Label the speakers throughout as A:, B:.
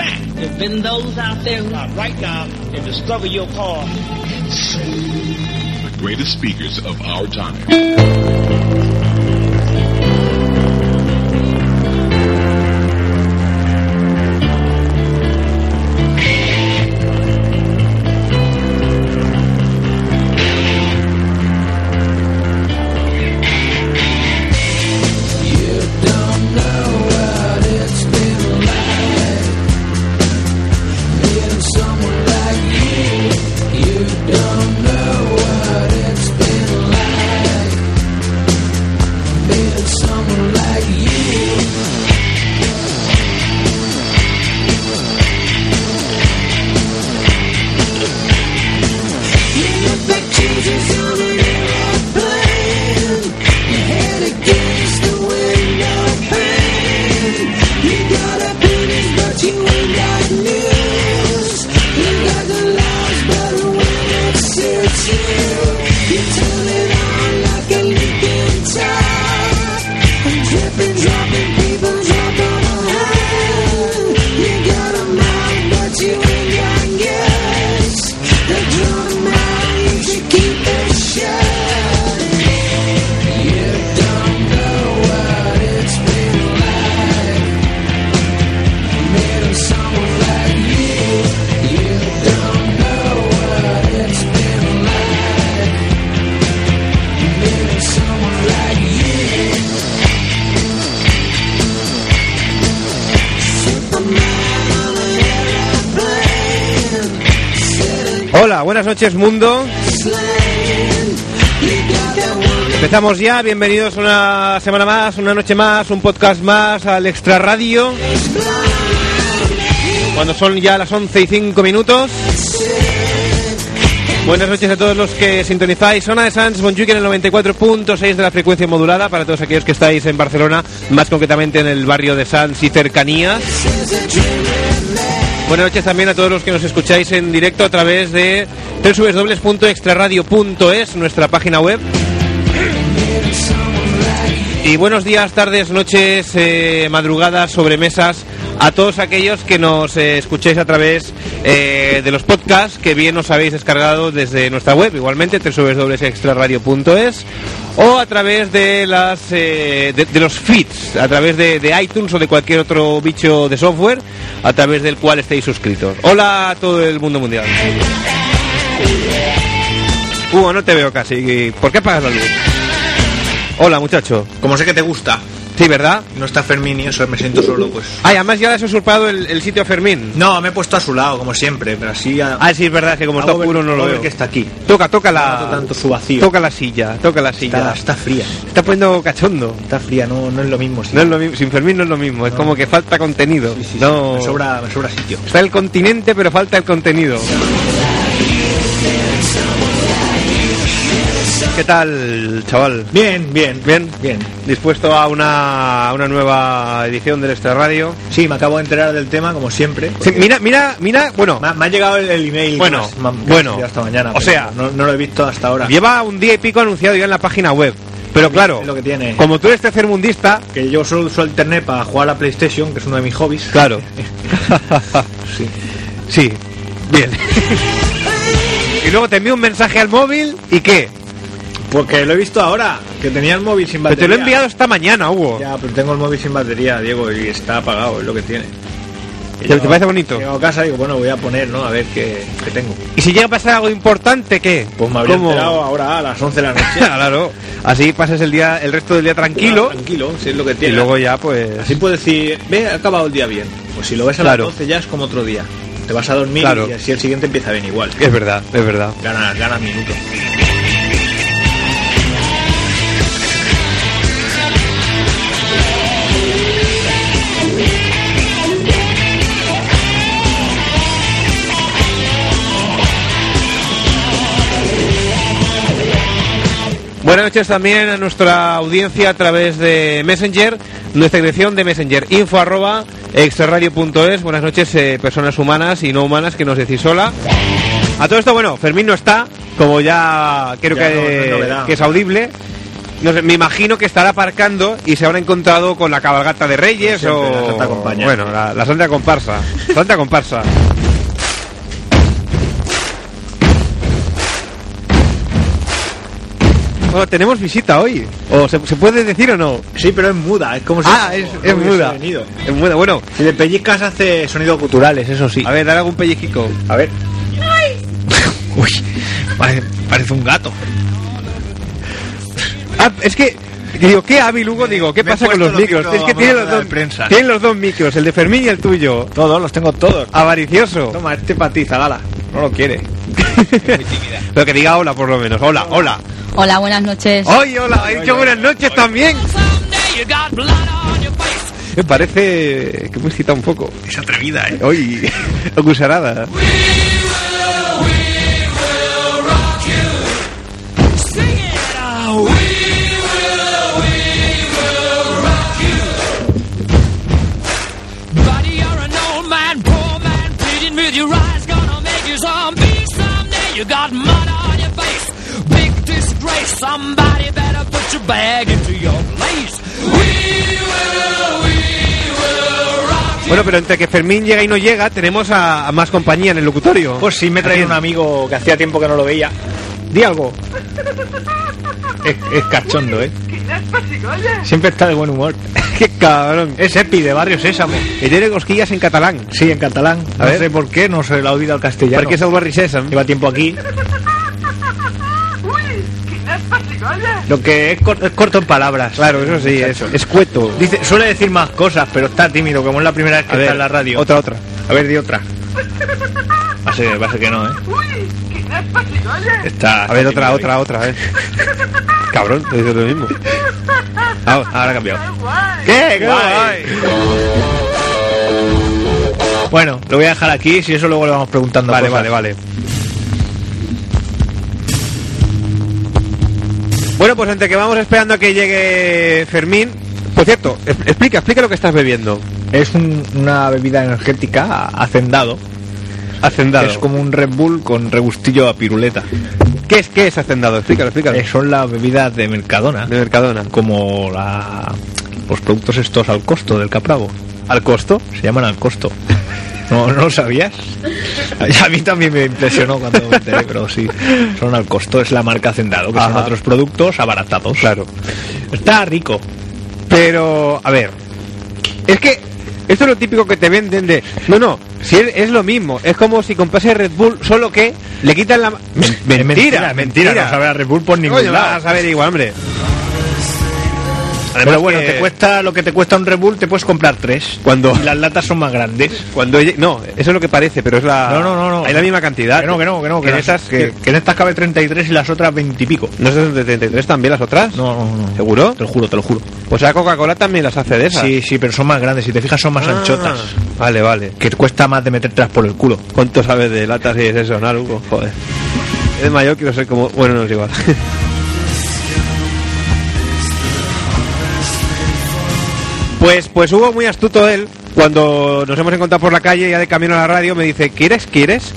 A: Then those out there who
B: uh, right now and discover your call.
C: The greatest speakers of our time.
D: Hola, buenas noches mundo. Empezamos ya, bienvenidos una semana más, una noche más, un podcast más al Extra Radio. Cuando son ya las 11 y 5 minutos. Buenas noches a todos los que sintonizáis. Zona de Sans Bonjuic en el 94.6 de la frecuencia modulada para todos aquellos que estáis en Barcelona, más concretamente en el barrio de Sans y cercanías. Buenas noches también a todos los que nos escucháis en directo a través de www.extraradio.es, nuestra página web. Y buenos días, tardes, noches, eh, madrugadas, sobremesas a todos aquellos que nos eh, escucháis a través eh, de los podcasts que bien os habéis descargado desde nuestra web, igualmente www.extraradio.es o a través de las eh, de, de, los feeds, a través de, de, iTunes o de cualquier otro bicho de software a través del cual estéis suscritos. Hola a todo el mundo mundial. Hugo, Uh, no te veo casi. ¿Por qué apagas la luz? Hola, muchacho.
E: Como sé que te gusta.
D: Sí, ¿verdad?
E: No está Fermín y eso me siento solo, pues.
D: Ah, y además ya has usurpado el, el sitio a Fermín.
E: No, me he puesto a su lado, como siempre, pero así. A...
D: Ah, sí, es verdad que como está oscuro no lo veo.
E: que está aquí.
D: Toca, toca la.
E: No tanto su vacío.
D: Toca la silla, toca la silla.
E: Está, está, fría.
D: Está poniendo cachondo.
E: Está fría, no, no es lo mismo. Sí.
D: No es lo mismo. Sin Fermín no es lo mismo, no. es como que falta contenido.
E: Sí, sí,
D: no.
E: Me sobra, me sobra sitio.
D: Está el continente, pero falta el contenido. ¿Qué tal, chaval?
E: Bien, bien,
D: bien,
E: bien.
D: Dispuesto a una, a una nueva edición del Extra Radio.
E: Sí, me acabo de enterar del tema, como siempre.
D: Sí, mira, mira, mira, bueno.
E: Me, me ha llegado el, el email.
D: Bueno, más, más, más bueno.
E: Hasta mañana.
D: O sea,
E: no, no, lo he visto hasta ahora.
D: Lleva un día y pico anunciado ya en la página web. Pero claro,
E: lo que tiene.
D: como tú eres tercermundista.
E: Que yo solo uso el internet para jugar a la PlayStation, que es uno de mis hobbies.
D: Claro.
E: sí.
D: Sí. Bien. y luego te envío un mensaje al móvil y qué?
E: Porque lo he visto ahora, que tenía el móvil sin batería.
D: Pero te lo he enviado esta mañana, Hugo.
E: Ya, pero tengo el móvil sin batería, Diego, y está apagado, es lo que tiene.
D: ¿Te, llego, ¿Te, parece bonito?
E: Llego a casa y digo, bueno, voy a poner, ¿no? A ver qué, qué tengo.
D: ¿Y si llega a pasar algo importante, qué?
E: Pues me habría enterado ahora a las 11 de la noche.
D: claro. Así pasas el día, el resto del día tranquilo.
E: tranquilo, si es lo que tiene.
D: Y luego ya, pues...
E: Así puedes decir, ve, ha acabado el día bien. Pues si lo ves a claro. las 12 ya es como otro día. Te vas a dormir
D: claro.
E: y así el siguiente empieza bien igual.
D: Es verdad, es verdad.
E: Ganas, ganas minutos.
D: Buenas noches también a nuestra audiencia a través de Messenger, nuestra dirección de Messenger, info arroba extraradio.es. Buenas noches, eh, personas humanas y no humanas que nos decís hola. A todo esto, bueno, Fermín no está, como ya creo
E: ya
D: que,
E: no, no es
D: que, es audible. No sé, me imagino que estará aparcando y se habrá encontrado con la cabalgata de Reyes
E: Siempre,
D: o.
E: la Santa Compañía.
D: Bueno, la, la Santa Comparsa. Santa Comparsa. Bueno, Oh, tenemos visita hoy. ¿O Oh, se, se puede decir o no?
E: Sí, pero es muda, es como si...
D: Ah, es,
E: como
D: es
E: hubiese
D: muda.
E: venido.
D: Es muda, bueno.
E: Si le pellizcas hace sonidos culturales, eso sí.
D: A ver, dale algún pellizquico.
E: A ver.
D: Uy, parece, un gato. Ah, es que. Digo, qué hábil, Hugo, digo, ¿qué
E: Me he
D: pasa con
E: puesto
D: los
E: los
D: micros?
E: micros
D: es que tiene los,
E: de
D: dos,
E: prensa.
D: tiene los dos micros, el de Fermín y el tuyo.
E: Todos, los tengo todos.
D: Avaricioso.
E: Toma, este para ti, Zagala. No lo quiere.
D: Pero que diga hola, por lo menos. Hola, hola.
F: Hola, buenas noches.
D: ¡Ay, hola! Ha dicho buenas noches también. Me parece que me excita un poco.
E: Es atrevida, ¿eh?
D: Hoy, acusarada.
G: Somebody better put your bag into your place.
D: Bueno, pero entre que Fermín llega y no llega, tenemos a, a más compañía en el locutorio.
E: Pues sí, me traía un amigo que hacía tiempo que no lo veía. Di algo. Es, es cachondo, ¿eh? Siempre está de buen humor.
D: ¡Qué cabrón!
E: Es Epi de Barrio Sésamo.
D: Que tiene cosquillas en catalán.
E: Sí, en catalán.
D: A
E: no
D: ver.
E: sé por qué, no se la ha olvidado el castellano.
D: Perquè és el barri Sésam.
E: Lleva tiempo aquí. Lo que es, cor- es corto en palabras.
D: Claro, eso sí, es,
E: Muchacho.
D: es cueto.
E: Dice, suele decir más cosas, pero está tímido, como es la primera vez que está en la radio.
D: Otra, otra.
E: A ver, di otra. Va a ser, va a ser que no, ¿eh? Está,
D: A ver, otra,
E: está tímido
D: otra, otra. a ver. Cabrón, te dices lo mismo.
E: Ahora, ahora ha cambiado. ¿Qué?
D: Guay.
E: Bueno, lo voy a dejar aquí, si eso luego le vamos preguntando.
D: Vale,
E: cosas.
D: vale, vale. Bueno, pues entre que vamos esperando a que llegue Fermín. Por cierto, es- explica, explica lo que estás bebiendo.
E: Es un- una bebida energética hacendado.
D: Hacendado.
E: Es como un Red Bull con regustillo a piruleta.
D: ¿Qué es qué es hacendado? Explícalo, explícalo.
E: Eh, son las bebidas de Mercadona,
D: De Mercadona.
E: como la- los productos estos al costo del Capravo.
D: ¿Al costo?
E: Se llaman al costo. ¿No, no lo sabías? A mí también me impresionó cuando me enteré, pero sí. Son al costo, es la marca Hacendado, que son
D: Ajá.
E: otros productos abaratados.
D: Claro.
E: Está rico.
D: Pero, a ver, es que esto es lo típico que te venden de... No, no, si es, es lo mismo, es como si comprase Red Bull, solo que le quitan la... Men-
E: Es
D: mentira, mentira,
E: No sabe a Red Bull por ningún
D: Coño, vas a
E: lado.
D: saber igual, hombre. Además
E: Pero bueno,
D: que
E: te cuesta lo que te cuesta un Red Bull, te puedes comprar tres.
D: Cuando-
E: Y las latas son más grandes.
D: Cuando lle- no, eso es lo que parece, pero es la...
E: No, no, no, no.
D: Ah, Hay la misma cantidad.
E: Que no, que no, que no. Que,
D: en
E: las-
D: esas que...
E: que, que en estas cabe 33 y las otras 20 y pico.
D: ¿No son de 33 también las otras?
E: No, no, no.
D: ¿Seguro?
E: Te lo juro, te lo juro.
D: O sea, Coca-Cola también las hace de esas.
E: Sí, sí, pero son más grandes. Si te fijas, son más
D: Ah,
E: anchotas.
D: Vale, vale.
E: Que cuesta más de metértelas por el culo.
D: ¿Cuánto sabes de latas y es eso, no, Hugo? Joder. Es de mayor, quiero ser como... Bueno, no es igual. Pues, pues Hugo, muy astuto él, cuando nos hemos encontrado por la calle, ya de camino a la radio, me dice, ¿quieres, quieres?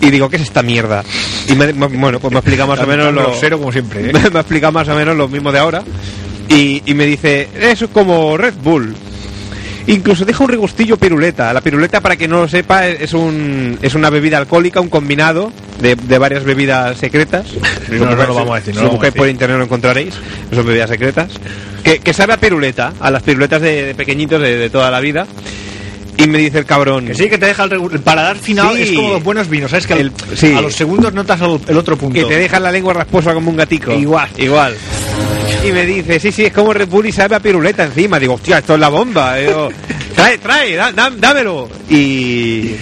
D: Y digo, ¿qué es esta mierda? Y me, me- bueno, pues me ha explicado más o menos
E: Tan
D: lo...
E: grosero como siempre, ¿eh?
D: me ha explicado más o menos lo mismo de ahora. Y, y me dice, eso es como Red Bull. Incluso deja un regustillo piruleta. La piruleta, para que no lo sepa, es, es un, es una bebida alcohólica, un combinado de, de varias bebidas secretas.
E: No, no lo vamos a decir, no
D: Si
E: lo vamos a
D: buscáis
E: decir.
D: por internet lo encontraréis. Son bebidas secretas. Que, que sabe a piruleta, a las piruletas de, de pequeñitos de, de toda la vida. Y me dice el cabrón.
E: Que sí, que te deja el, regu- el paladar final.
D: Sí.
E: Es como los buenos vinos, ¿sabes? Que al-
D: El- sí.
E: a los segundos notas el, el otro punto.
D: Que te dejan la lengua rasposa como un gatico.
E: Igual.
D: Igual. Y me dice, sí, sí, es como Red Bull y sabe a piruleta encima. Digo, hostia, esto es la bomba. Digo, trae, trae, da- da- dámelo. Y,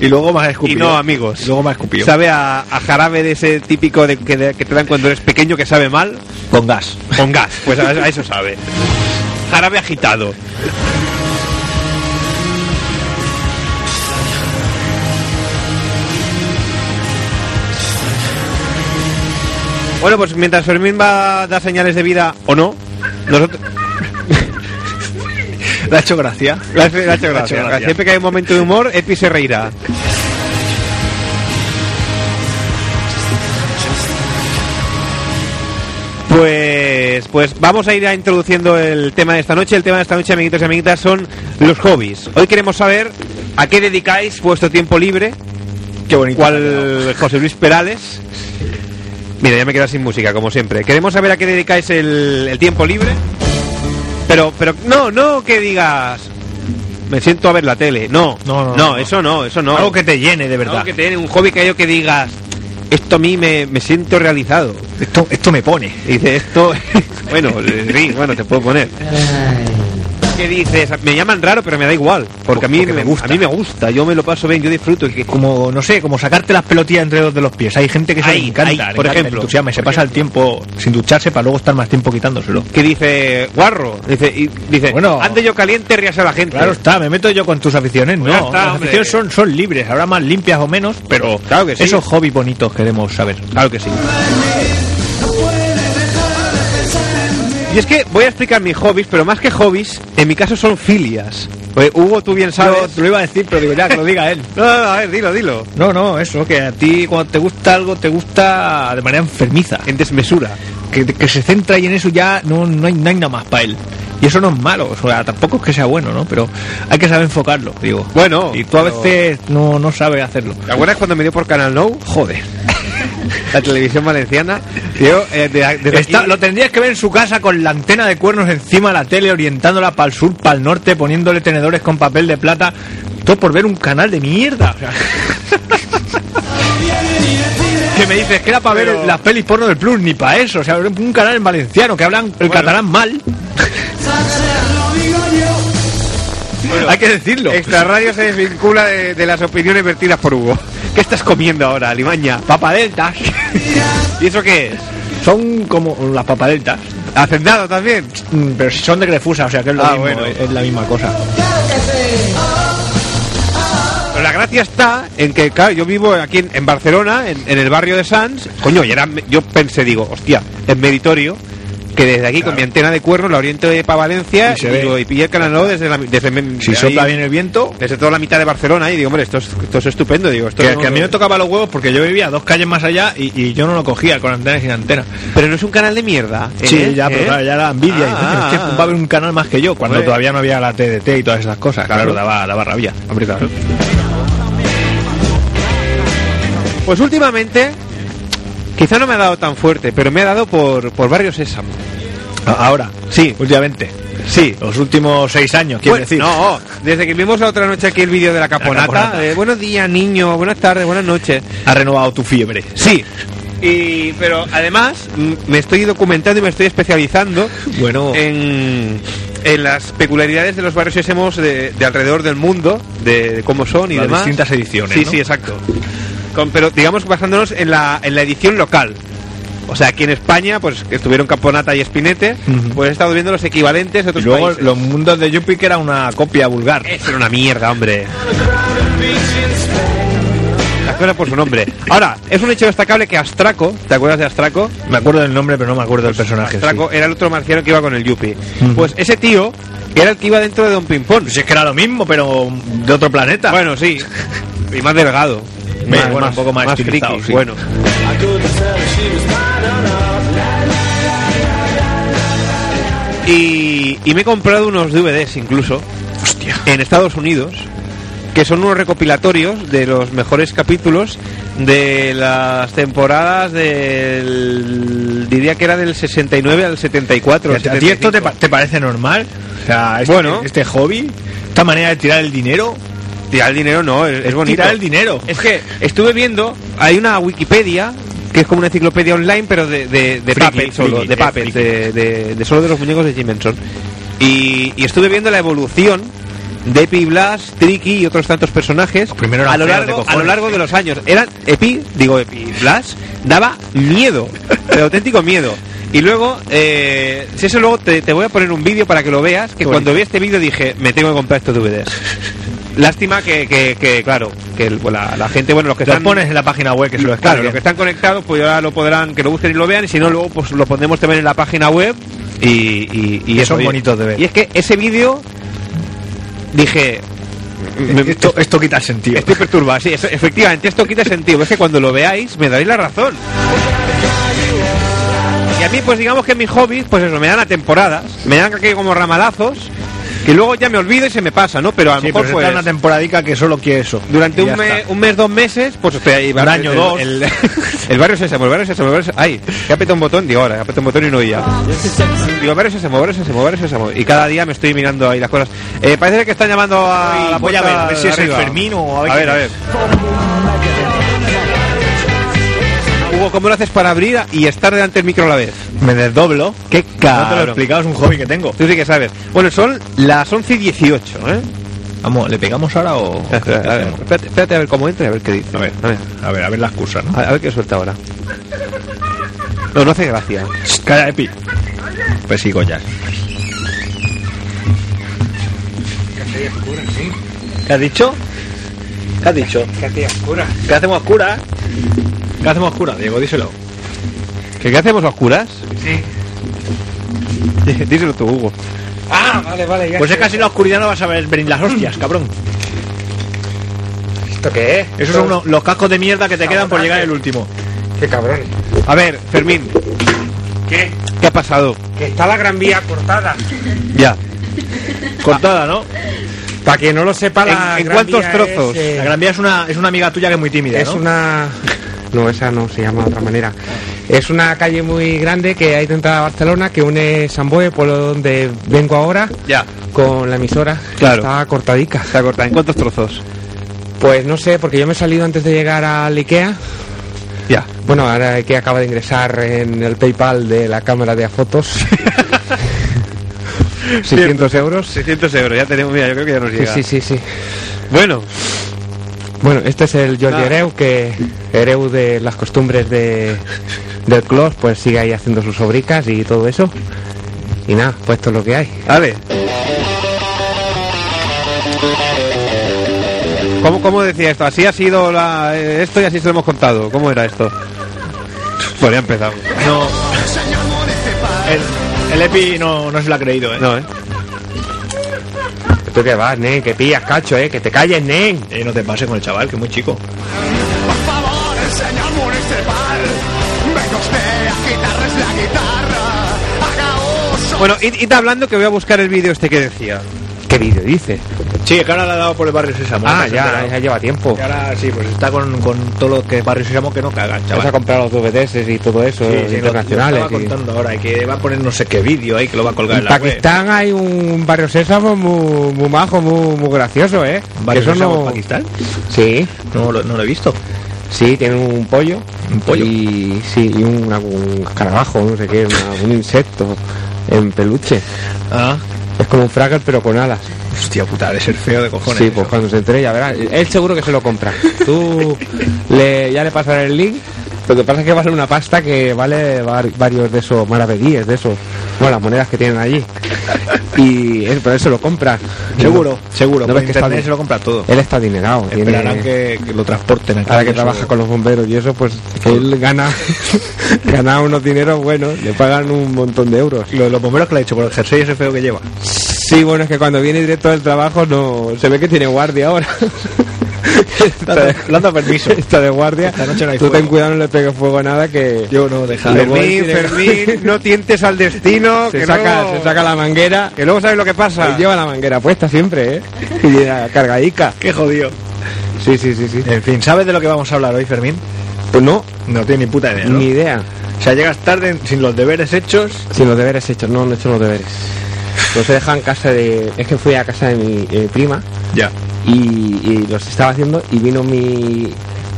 E: Y luego más escupido.
D: y no, amigos.
E: Y luego más escupido.
D: Sabe a, a jarabe de ese típico de, que, de- que te dan cuando eres pequeño que sabe mal.
E: Con gas.
D: Con gas, pues a, a eso sabe. Jarabe agitado. Bueno, pues mientras Fermín va a dar señales de vida o no, nosotros.
E: ¿Le ha hecho gracia?
D: Le ha hecho- le ha hecho
E: Le ha
D: gracia.
E: hecho gracia.
D: Siempre que hay un momento de humor, Epi se reirá. Pues. Entonces, pues vamos a ir a introduciendo el tema de esta noche. El tema de esta noche, amiguitos y amiguitas, son los hobbies. Hoy queremos saber a qué dedicáis vuestro tiempo libre,
E: Qué bonito.
D: cual José Luis Perales. Mira, ya me quedo sin música, como siempre. Queremos saber a qué dedicáis el, el tiempo libre. Pero, pero, no, no que digas, me siento a ver la tele. No,
E: No, no, no.
D: eso no, eso no.
E: Algo que te llene, de
D: Algo
E: verdad.
D: que tiene un hobby que hay que digas, esto a mí me, me siento realizado.
E: Esto, esto me pone.
D: Y dice, esto, bueno, sí, bueno, te puedo poner. ¿Qué dices? Me llaman raro, pero me da igual. Porque a mí,
E: Porque me
D: me,
E: gusta.
D: a mí me gusta, yo me lo paso bien, yo disfruto. y que-
E: Como, no sé, como sacarte las pelotillas entre dos de los pies. Hay gente que se
D: Ahí,
E: le encanta.
D: ahí,
E: le
D: por
E: encanta,
D: ejemplo.
E: le entusiasma y se
D: Por
E: pasa el tiempo sin ducharse para luego estar más tiempo quitándoselo.
D: que dice guarro dice y dice
E: Bueno.
D: ande yo caliente ríase a la gente
E: Claro está, me meto yo con tus aficiones, ¿no?
D: Pues ya está,
E: Las
D: hombre.
E: aficiones son, son libres, habrá más limpias o menos, pero
D: Claro que sí.
E: esos hobbies bonitos queremos saber.
D: Claro que sí y es que voy a explicar mis hobbies pero más que hobbies en mi caso son filias Pues, Hugo tú bien sabes
E: lo iba a decir, pero digo, ya, que lo diga él.
D: No, no, no, a ver dilo dilo
E: No, no, eso, que a ti cuando te gusta algo, te gusta de manera enfermiza.
D: en desmesura
E: Que, que se centra y en eso ya no, no, hay, no hay nada más para él. Y eso no es malo, o sea, tampoco es que sea bueno, ¿no? Pero hay que saber enfocarlo, digo.
D: Bueno,
E: Y tú a
D: pero-
E: veces no, no sabes hacerlo.
D: ¿Te acuerdas cuando me dio por Canal No?
E: Joder.
D: La televisión valenciana. Yo, eh, de- desde
E: Está-
D: aquí-
E: lo tendrías que ver en su casa con la antena de cuernos encima de la tele, orientándola para el sur, para el norte, poniéndole tenedores con papel de plata. Todo por ver un canal de mierda. o sea. que me dices que era para ver
D: Pero-
E: las pelis porno del Plus, ni para eso. O sea, un canal en valenciano que hablan el catalán mal. Hay que decirlo.
D: Extra Radio se desvincula de, de las opiniones vertidas por Hugo. ¿Qué estás comiendo ahora, Alimaña?
E: Papadeltas.
D: ¿Y eso qué es?
E: Son como las papadeltas.
D: ¿Hacendado también?
E: Mm, Pero si son de Grefusa, o sea que es lo
D: Ah,
E: mismo,
D: bueno.
E: es- es la misma cosa.
D: Pero la gracia está en que, claro, yo vivo aquí en, en Barcelona, en, en el barrio de Sants. Coño, y era, yo pensé, digo, hostia, es meritorio que desde aquí con mi antena de cuerno la oriente para Valencia
E: Y
D: y,
E: se ve.
D: digo, y pillé el canal nuevo desde, la, desde,
E: Si
D: de
E: sopla
D: ahí,
E: bien el viento,
D: desde toda la mitad de Barcelona y digo, hombre, esto es, esto es estupendo. Digo, esto
E: Que,
D: no-
E: que a mí me tocaba los huevos porque yo vivía dos calles más allá y, y yo no lo cogía con antena y sin antena.
D: Pero no es un canal de mierda.
E: Sí,
D: ¿eh?
E: ya, pero
D: ¿eh?
E: claro, ya era envidia. y,
D: Ah,
E: "Hostia,
D: ah,
E: va a haber un canal más que yo cuando
D: Hombre.
E: todavía no había la TDT y todas esas cosas. Claro, daba, daba rabia. Hombre, claro.
D: Pues últimamente, quizá no me ha dado tan fuerte, pero me ha dado por, por Barrio Sésamo.
E: A- Ah, Ahora,
D: Sí.
E: últimamente.
D: Sí.
E: Los últimos seis años, quiero
D: Bueno,
E: decir.
D: No, desde que vimos la otra noche aquí el vídeo de la caponata,
E: caponata.
D: de buenos días, niño, buenas tardes, buenas noches.
E: Ha renovado tu fiebre.
D: Sí. Y, pero además mm, me estoy documentando y me estoy especializando
E: Bueno.
D: en, en las peculiaridades de los barrios sésemos de, de alrededor del mundo, de, de cómo son y
E: Las
D: demás.
E: distintas ediciones,
D: Sí,
E: ¿no?
D: sí, exacto. Con- pero digamos basándonos en la, en la edición local. O sea, aquí en España, pues que estuvieron Caponata y Espinete,
E: Ujú.
D: pues he estado viendo los equivalentes de
E: Y
D: otros
E: luego
D: países.
E: los mundos de Yuppie que era una copia vulgar.
D: Eso era una mierda, hombre. Las cosas por su nombre. Ahora, es un hecho destacable que Astraco, ¿te acuerdas de Astraco?
E: Me acuerdo del nombre, pero no me acuerdo del personaje.
D: Astraco era el otro marciano que iba con el Yuppie.
E: Ah, Ujú.
D: Pues ese tío era el que iba dentro de Don Pimpón.
E: Si es que era lo mismo, pero de otro planeta.
D: Bueno, sí. Y más delgado.
E: Más- bueno, un poco más
D: friki,
E: estilizado, sí.
D: Bueno. Y, y me he comprado unos DVDs incluso
E: hostia.
D: en Estados Unidos que son unos recopilatorios de los mejores capítulos de las temporadas del diría que era del 69 al 74
E: ¿A ti- ¿A ti esto te, pa-
D: 75.
E: te parece normal? O sea, este,
D: Bueno.
E: este hobby, esta manera de tirar el dinero,
D: tirar el dinero no es, es bonito
E: tirar el dinero.
D: Es que estuve viendo, hay una Wikipedia que es como una enciclopedia online, pero de, de, de
E: Friki,
D: Puppet solo,
E: friki,
D: de
E: es
D: Puppet,
E: friki.
D: de, de- de solo de los muñecos de Jim Henson. Y, y estuve viendo la evolución de Epi Blas, Tricky y otros tantos personajes
E: Primero eran
D: a, lo
E: feos de
D: largo, a
E: cojones.
D: lo largo de los años. Eran Epi, digo Epi Blas, daba miedo, pero auténtico miedo. Y luego, eh, si eso luego te, te voy a poner un vídeo para que lo veas, que
E: Qué
D: cuando vi este vídeo dije, me tengo que comprar estos DVDs. Lástima que, que, que, claro, que el- la, la gente, bueno, los que
E: Lo
D: están...
E: pones en la página web que se lo
D: Claro, los
E: descarguen.
D: que están conectados, pues ya lo podrán, que lo busquen y lo vean, y si no, luego pues lo pondremos también en la página web y, y, y
E: Que
D: eso,
E: son
D: oye.
E: bonitos de ver.
D: Y es que ese vídeo, dije, me-
E: esto, esto quita el sentido.
D: estoy perturbado, sí, eso- efectivamente, esto quita sentido, es que cuando lo veáis me daréis la razón. Y a mí, pues digamos que mis hobbies, pues eso, me dan a temporadas, me dan aquí como ramalazos, que luego ya me olvido y se me pasa, ¿no? Pero a lo
E: Sí,
D: mejor
E: pero se
D: pues,
E: está una temporadica que solo quiere eso.
D: durante
E: Y ya
D: un, me-
E: está.
D: un mes, dos meses, pues estoy ahí. barrio-
E: año,
D: el-
E: dos.
D: El, el barrio se el barrio se el barrio Sésamo. Ay, que apeta un botón, digo, ahora, que apeta un botón y no oía. Digo, barrio Sésamo, barrio Sésamo, barrio Sésamo. Y cada día me estoy mirando ahí las cosas. Eh, parece que están llamando a.
E: Ay,
D: la
E: voy a
D: puerta
E: ver, a ver si
D: de
E: es
D: arriba.
E: Fermín o a ver
D: A ver,
E: quién
D: a ver. Hugo, ¿cómo lo haces para abrir y estar delante del micro a la vez?
E: Me desdoblo.
D: Qué
E: No te lo he
D: cabrón.
E: explicado, es un hobby que tengo.
D: Tú sí que sabes. Bueno, son las 11 y 18, ¿eh?
E: Vamos, ¿le pegamos ahora o.?
D: Espera, espera, a ver, espérate, espérate a ver cómo entra y a ver qué dice.
E: A ver,
D: a ver,
E: a ver, a ver la excusa, ¿no?
D: a- a ver qué suelta ahora. No, no hace gracia.
E: Calla, Epi. Pues sí, Goyas. ¿Qué has dicho? ¿Qué has dicho?
H: Que hacía oscura.
E: ¿Qué hacemos a oscuras? ¿Qué hacemos a oscuras, Diego? Díselo.
D: ¿Qué, qué hacemos a oscuras?
H: Sí.
D: Díselo tú, Hugo.
H: Ah, vale, vale, ya.
E: Pues es que así en la oscuridad no vas a ver venir las hostias, cabrón.
H: ¿Esto qué es?
E: Esos son unos- los cascos de mierda que te quedan por llegar el último.
H: Qué cabrón.
D: A ver, Fermín,
H: ¿Qué?
D: ¿qué ha pasado?
H: Que está la gran vía cortada.
D: Ya.
E: Cortada, ¿no?
H: Para quien no lo sepa, la
D: ¿En- en
H: Gran
D: cuántos
H: Vía
D: trozos?
H: Es, eh,
E: La Gran Vía es una, es una amiga tuya que es muy tímida,
H: es
E: ¿no?
H: una. No, esa no se llama de otra manera. Es una calle muy grande que hay dentro de Barcelona que une Samboe, pueblo donde vengo ahora,
D: Ya.
H: con la emisora.
D: Claro.
H: Está cortadica.
D: Está cortada. ¿En cuántos trozos?
H: Pues no sé, porque yo me he salido antes de llegar al Ikea.
D: Ya.
H: Bueno, ahora que acaba de ingresar en el PayPal de la cámara de fotos. 600 euros.
D: 600 euros, ya tenemos, mira, yo creo que ya nos
H: Sí,
D: llega.
H: sí, sí, sí.
D: Bueno,
H: Bueno, este es el Jordi
D: Ah.
H: Hereu, que Hereu de las costumbres de, del Clos, pues sigue ahí haciendo sus obricas y todo eso. Y nada, pues esto es lo que hay.
D: vale. ¿Cómo, ¿Cómo decía esto? Así ha sido la, eh, esto y así se lo hemos contado. ¿Cómo era esto? Bueno, ya empezamos.
E: No. El, el Epi no, no se lo ha creído, ¿eh?
D: No, ¿eh?
H: Tú que vas, nen, que pillas cacho, eh, que te calles, nen.
E: Eh, no te pases con el chaval, que es muy chico.
I: Por favor, el señor municipal, venga usted a quitarles la guitarra. Haga uso.
D: Bueno, id, id hablando que voy a buscar el vídeo este que decía.
H: ¿Qué vídeo dice?
E: Sí, es que ahora le ha dado por el barrio Sésamo.
H: Ah,
E: no se ha
H: ya,
E: enterado.
H: ya lleva tiempo.
E: Y ahora sí, pues está con, con todo lo que es barrio Sésamo que no cagan,
H: Vas a
E: chaval.
H: comprar los DVDs y todo eso,
E: Sí, sí, lo-
H: internacionales.
E: Lo, estaba
H: y-
E: contando ahora, que va a poner no sé qué vídeo ahí que lo va a colgar
H: En
E: en la web.
H: Pakistán hay un barrio sésamo muy, muy majo, muy, muy gracioso, ¿eh?
E: ¿Barrio
H: Eso
E: Sésamo
H: no-
E: en Pakistán?
H: Sí,
E: No, lo- no lo he visto.
H: sí, tienen un pollo.
E: Un pollo.
H: Y sí, y un, un escarabajo, no sé qué, una- un insecto en peluche.
E: Ah,
H: Es como un fraggle pero con alas.
E: hostia puta, de ser feo de cojones.
H: sí,
E: eso.
H: pues cuando se entre ya verás. Él seguro que se lo compra. Tú le, ya le pasarás el link. Lo que pasa es que va a ser una pasta que vale var- varios de esos maravedíes, de esos, bueno, las monedas que tienen allí. Y él, pero él se lo compra.
E: Seguro, seguro.
H: ¿No
E: por
H: ves que está
E: internet
H: bien?
E: se lo compra todo.
H: Él está adinerado. tiene-
E: Esperarán que, que lo transporten aquí.
H: Ahora que
E: eso.
H: trabaja con los bomberos y eso, pues que él gana, gana unos dineros buenos, le pagan un montón de euros.
E: Lo de los bomberos que le ha hecho por el jersey ese feo que lleva.
H: Sí, bueno, es que cuando viene directo del trabajo no se ve que tiene guardia ahora.
E: Le han dado- le han dado permiso.
H: Está de guardia.
E: Esta noche no hay
H: Tú ten
E: fuego.
H: cuidado, no le pegues fuego a nada que
E: Yo no, deja.
H: Luego él
D: Fermín,
H: tiene-
D: Fermín, no tientes al destino.
H: se
D: que
H: saca,
D: luego-
H: se saca la manguera.
D: Que luego sabes lo que pasa.
H: Él lleva la manguera puesta siempre, ¿eh? Y la cargadica.
E: Qué jodido.
H: Sí, sí, sí, sí.
E: En fin, ¿sabes de lo que vamos a hablar hoy, Fermín?
H: Pues no,
E: No tiene ni puta idea, ¿no?
H: ni idea.
E: O sea, llegas tarde sin los deberes hechos.
H: Sin los deberes hechos, no, no he hecho los deberes. Los he dejado en casa de... Es que fui a casa de mi eh, prima
E: Ya.
H: y, y los estaba haciendo y vino mi...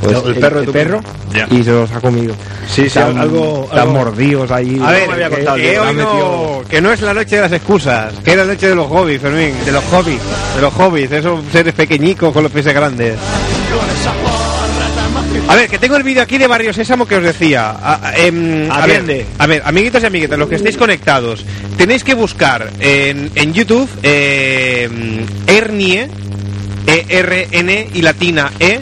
H: pues,
E: No, el perro de tu
H: perro
E: prima. Ya.
H: y se los ha comido.
E: Sí, sí,
H: Están-
E: algo.
H: están
E: algo-
H: mordidos ahí.
E: A ver,
H: Que-
E: voy a contar
H: que
D: Que
E: algo.
H: han
D: hoy
H: metido-
D: no, que no es la noche de las excusas, que es la noche de los hobbies, Fermín. De los hobbies. De los hobbies, esos seres pequeñicos con los pies grandes. A ver, que tengo el vídeo aquí de Barrio Sésamo que os decía. A, a- em, a ver,
E: Atiende.
D: a ver, amiguitos y amiguitas, los que estéis conectados, tenéis que buscar en, en YouTube em, Ernie, E-R-N y latina E,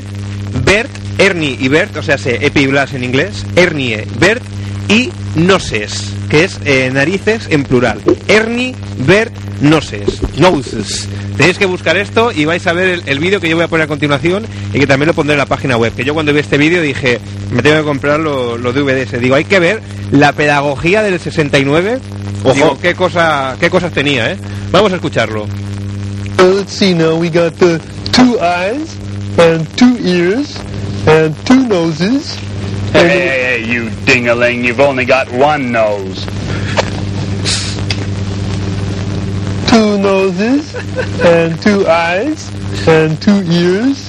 D: Bert, Ernie y Bert, o sea, se Epi Blas en inglés, Ernie, Bert y Noses, que es eh, narices en plural. Ernie, Bert, Noses, Noses. Tenéis que buscar esto y vais a ver el, el vídeo que yo voy a poner a continuación y que también lo pondré en la página web. Que yo cuando vi este vídeo dije, me tengo que comprar lo- los DVDs. Digo, hay que ver la pedagogía del 69. Ojo, qué, cosa, qué cosas tenía, ¿eh? Vamos a escucharlo.
J: Well, let's see now. We got the two eyes and two ears and two noses.
K: Hey, hey, hey, you dingaling, you've only got one nose.
J: Two noses and two eyes and two ears.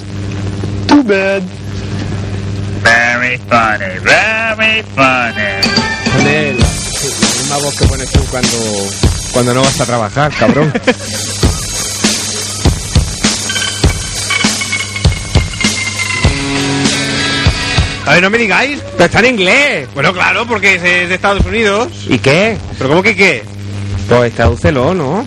J: Too bad.
K: Very funny, very funny.
H: Pone la, la misma voz que pones tú cuando, cuando no vas a trabajar, cabrón.
D: A ver, no me digáis.
H: ¡Pero está en inglés!
D: Bueno, claro, porque es eh, de Estados Unidos.
H: ¿Y qué?
D: ¿Pero cómo que qué?
H: Pues tradúcelo, ¿no?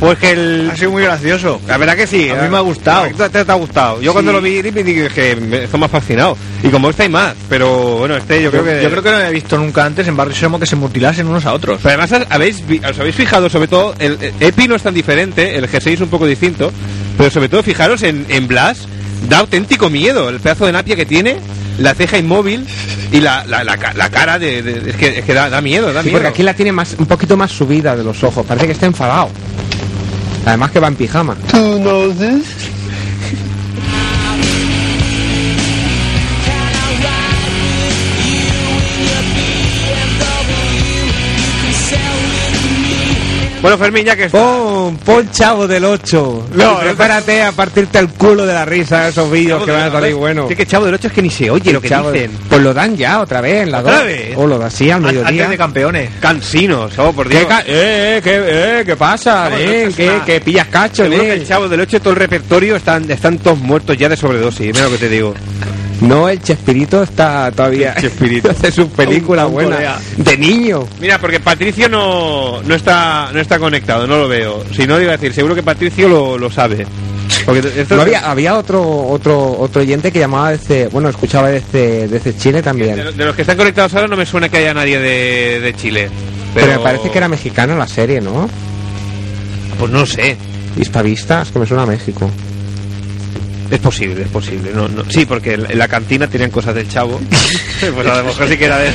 D: Pues que el...
E: Ha sido muy gracioso.
D: La verdad que sí. eh.
E: A mí me ha gustado.
D: Te, te- te ha gustado. Yo cuando lo vi me dije, me- esto me ha fascinado. Y como este hay más, pero bueno, este yo creo que...
E: Yo creo que no había visto nunca antes en Barrio Somo que se mutilasen unos a otros.
D: Pero además habéis, vi- os habéis fijado, sobre todo, el, el Epi no es tan diferente, el G6 es un poco distinto, pero sobre todo fijaros en, en Blas, da auténtico miedo el pedazo de napia que tiene, la ceja inmóvil y la, la, la ca- la cara de... de- es que, es que da, da miedo, da
H: Sí,
D: miedo.
H: porque aquí la tiene más, un poquito más subida de los ojos. Parece que está enfadado. Además que va en pijama.
J: Two noses.
D: Bueno, Fermín, ya que está...
H: ¡Pon! ¡Pon chavo del 8!
D: No,
H: No, prepárate a partirte el culo de la risa de esos vídeos que van a salir buenos.
D: Sí, que Chavo del 8 es que ni se oye lo que
H: Chavo de-
D: dicen.
H: Pues lo dan ya otra vez en la
D: ¿Otra
H: dos.
D: vez?
H: O lo dan así al
E: Antes
H: mediodía.
E: de campeones.
D: Cansinos, oh, por Dios.
H: ¿Qué, ca- eh, eh, qué, eh, ¿Qué pasa?
D: Chavo del
H: eh?
D: Ocho es
H: ¿Qué,
D: una-
H: qué pillas cacho?
D: Seguro que
H: eh?
D: el Chavo del 8 y todo el repertorio están, están todos muertos ya de sobredosis, mira lo que te digo.
H: No, el Chespirito está todavía.
D: El Chespirito.
H: hace sus películas
E: Aún- aún
H: buenas.
E: colea.
H: De niño.
D: Mira, porque Patricio no, no está no está conectado, no lo veo. Si no, digo decir, seguro que Patricio lo, lo sabe. Porque esto-
H: No había, había otro, otro, otro oyente que llamaba desde. Bueno, escuchaba desde, desde Chile también.
D: de, de los que están conectados ahora no me suena que haya nadie de, de Chile.
H: Pero... me parece que era mexicana la serie, ¿no?
D: Pues no sé.
H: Hispavistas, que me suena a México.
D: Es posible, es posible. No, no. Sí, porque en la- en la cantina tenían cosas del chavo. pues a lo mejor sí que era de...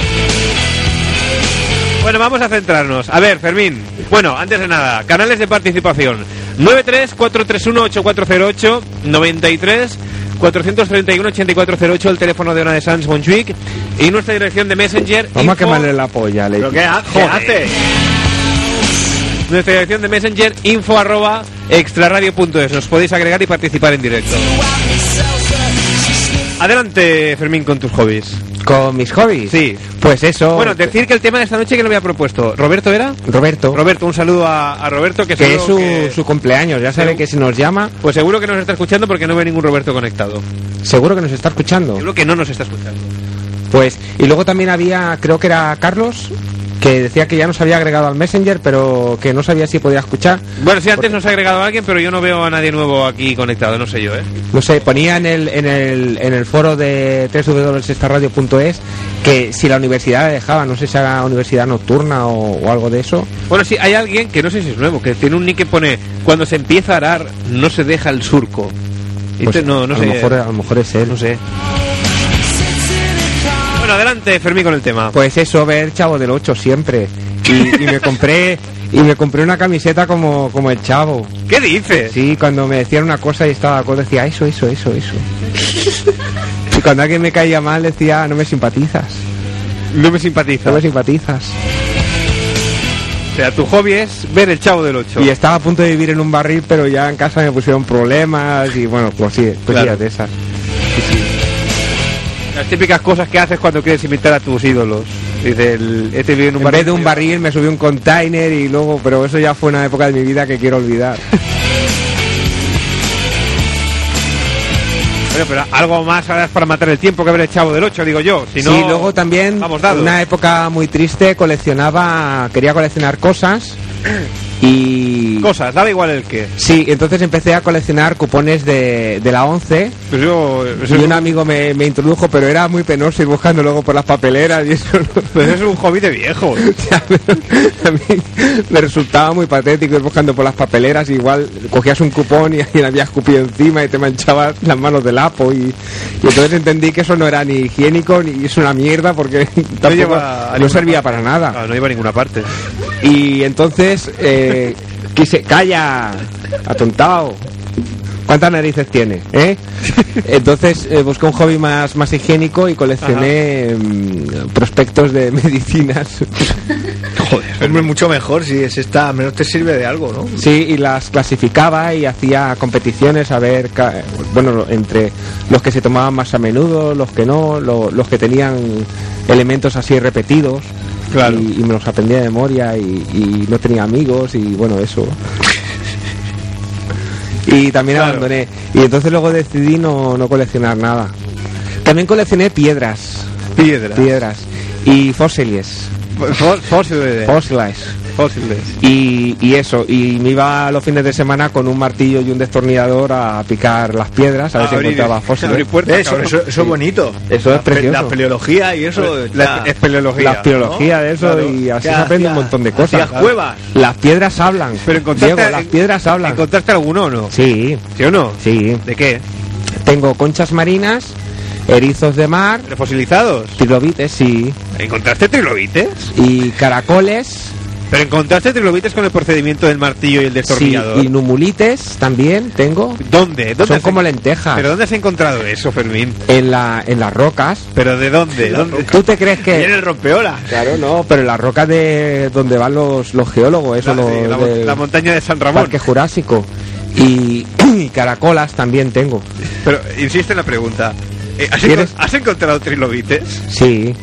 D: Bueno, vamos a centrarnos. A ver, Fermín. Bueno, antes de nada, canales de participación. 93-431-8408, 93-431-8408, el teléfono de Ona de Sans Montjuic y nuestra dirección de Messenger.
H: Vamos a
D: info-
H: quemarle la polla, Ley.
E: ¿Pero qué, ha- qué
D: Joder.
E: haces?
D: Nuestra dirección de Messenger, info arroba extraradio.es. Nos podéis agregar y participar en directo. Adelante, Fermín, con tus hobbies.
H: Con mis hobbies.
D: Sí.
H: Pues eso.
D: Bueno, decir que el tema de esta noche que lo había propuesto. ¿Roberto era?
H: Roberto,
D: Roberto, un saludo a, a Roberto, que,
H: Oh. que es
D: seguro
H: su,
D: que-
H: su cumpleaños. Ya sabe
D: Pero-
H: que si nos llama,
D: Pues seguro que nos está escuchando porque no veo ningún Roberto conectado.
H: Oh. seguro que nos está escuchando.
D: Seguro que no nos está escuchando.
H: Pues, y luego también había, creo que era Carlos, que decía que ya nos había agregado al Messenger, pero que no sabía si podía escuchar.
D: Bueno, sí, antes nos ha agregado alguien, pero yo no veo a nadie nuevo aquí conectado, no sé yo, ¿eh?
H: No sé, ponía en el, en el, en el foro de www.sextaradio.es que si la universidad le dejaba, no sé si era universidad nocturna o, o algo de eso.
D: Bueno, sí, hay alguien que no sé si es nuevo, que tiene un nick que pone cuando se empieza a arar no se deja el surco. Y
H: Pues,
D: este no, no
H: a,
D: sé.
H: lo mejor, a lo mejor es él.
D: No sé. Bueno, adelante, Fermín, con el tema.
H: Pues eso, ver Chavo del 8 siempre. Y, y me compré y me compré una camiseta como, como el Chavo.
D: ¿Qué dices?
H: Sí, cuando me decían una cosa y estaba de acuerdo, decía eso, eso, eso, eso. Y cuando alguien me caía mal decía, no me simpatizas,
D: No me simpatiza.
H: no me simpatizas.
D: O sea, tu hobby es ver el chavo del 8.
H: Y estaba a punto de vivir en un barril, pero ya en casa me pusieron problemas y bueno, pues sí, cosillas
D: Claro.
H: de esas.
D: Las típicas cosas que haces cuando quieres imitar a tus ídolos. Dice, el- este vive en un
H: En
D: barrio-
H: vez de un barril me subí un container y luego, pero eso ya fue una época de mi vida que quiero olvidar.
D: Bueno, pero algo más harás para matar el tiempo que ver el chavo del 8, digo yo. Si no,
H: sí, luego también
D: vamos, dadlo.
H: una época muy triste coleccionaba, quería coleccionar cosas Y.
D: Cosas, daba igual el que.
H: Sí, entonces empecé a coleccionar cupones de, de la 11
D: Pues yo, eso
H: y
D: es
H: un
D: un-
H: amigo me, me introdujo, pero era muy penoso ir buscando luego por las papeleras y eso.
D: pues eso es un hobby de viejo.
H: a mí me resultaba muy patético ir buscando por las papeleras. Igual cogías un cupón y alguien había escupido encima y te manchabas las manos del apo. Y, y entonces entendí que eso no era ni higiénico ni es una mierda porque tampoco no,
D: lleva a ninguna
H: servía
D: parte.
H: para nada.
D: Ah, no iba a ninguna parte.
H: Y entonces eh, quise, calla, atontado. ¿Cuántas narices tiene? eh? Entonces eh, busqué un hobby más, más higiénico y coleccioné mm, prospectos de medicinas.
E: Es mucho mejor si es esta, al menos te sirve de algo, ¿no?
H: Sí, y las clasificaba y hacía competiciones a ver, ca- bueno, entre los que se tomaban más a menudo, los que no, lo- los que tenían elementos así repetidos.
D: Claro.
H: Y, y me los aprendía de memoria y, y no tenía amigos y bueno, eso. y también abandoné. Y entonces luego decidí no, no coleccionar nada. También coleccioné piedras,
D: Piedra.
H: piedras y fósiles,
D: Fó- Fósiles.
H: fósiles.
D: Fósiles.
H: Y, y eso, y me iba los fines de semana con un martillo y un destornillador a picar las piedras, a ver si
D: Abrir-
H: encontraba fósiles.
D: abrir puertas,
E: Eso,
D: cabrón.
E: eso, eso es bonito.
H: Eso es
E: La pe-
H: precioso.
E: La peleología y eso.
D: La
E: ya-
D: espeleología.
H: La biología de eso
E: Claro.
H: y así
E: ¿Qué
H: se aprende un
E: hacía?
H: montón de cosas.
E: Hacías cuevas.
H: Las piedras hablan.
D: Pero encontraste,
H: Diego, las piedras hablan.
D: ¿Encontraste alguno o no?
H: Sí,
D: ¿Sí o no?
H: sí.
D: ¿De qué?
H: Tengo conchas marinas, erizos de mar,
D: ¿De fosilizados?
H: trilobites, sí,
D: ¿Encontraste trilobites?
H: y caracoles,
D: ¿Pero encontraste trilobites con el procedimiento del martillo y el
H: sí,
D: destornillador?
H: y numulites también tengo.
D: ¿Dónde? ¿Dónde
H: Son
D: has-
H: como lentejas.
D: ¿Pero dónde has encontrado eso, Fermín?
H: En, la, en las rocas.
D: ¿Pero de dónde? ¿Dónde?
H: ¿Tú te crees que...?
E: Viene el rompeola.
H: Claro, no, pero la roca de donde van los, los geólogos, eso,
D: La,
H: lo,
D: sí, la mon-
H: del
D: la montaña de San Ramón.
H: Parque Jurásico. Y, y caracolas también tengo.
D: Pero insiste en la pregunta. Eh, ¿has,
H: ¿Quieres?
D: encon- has encontrado trilobites?
H: Sí.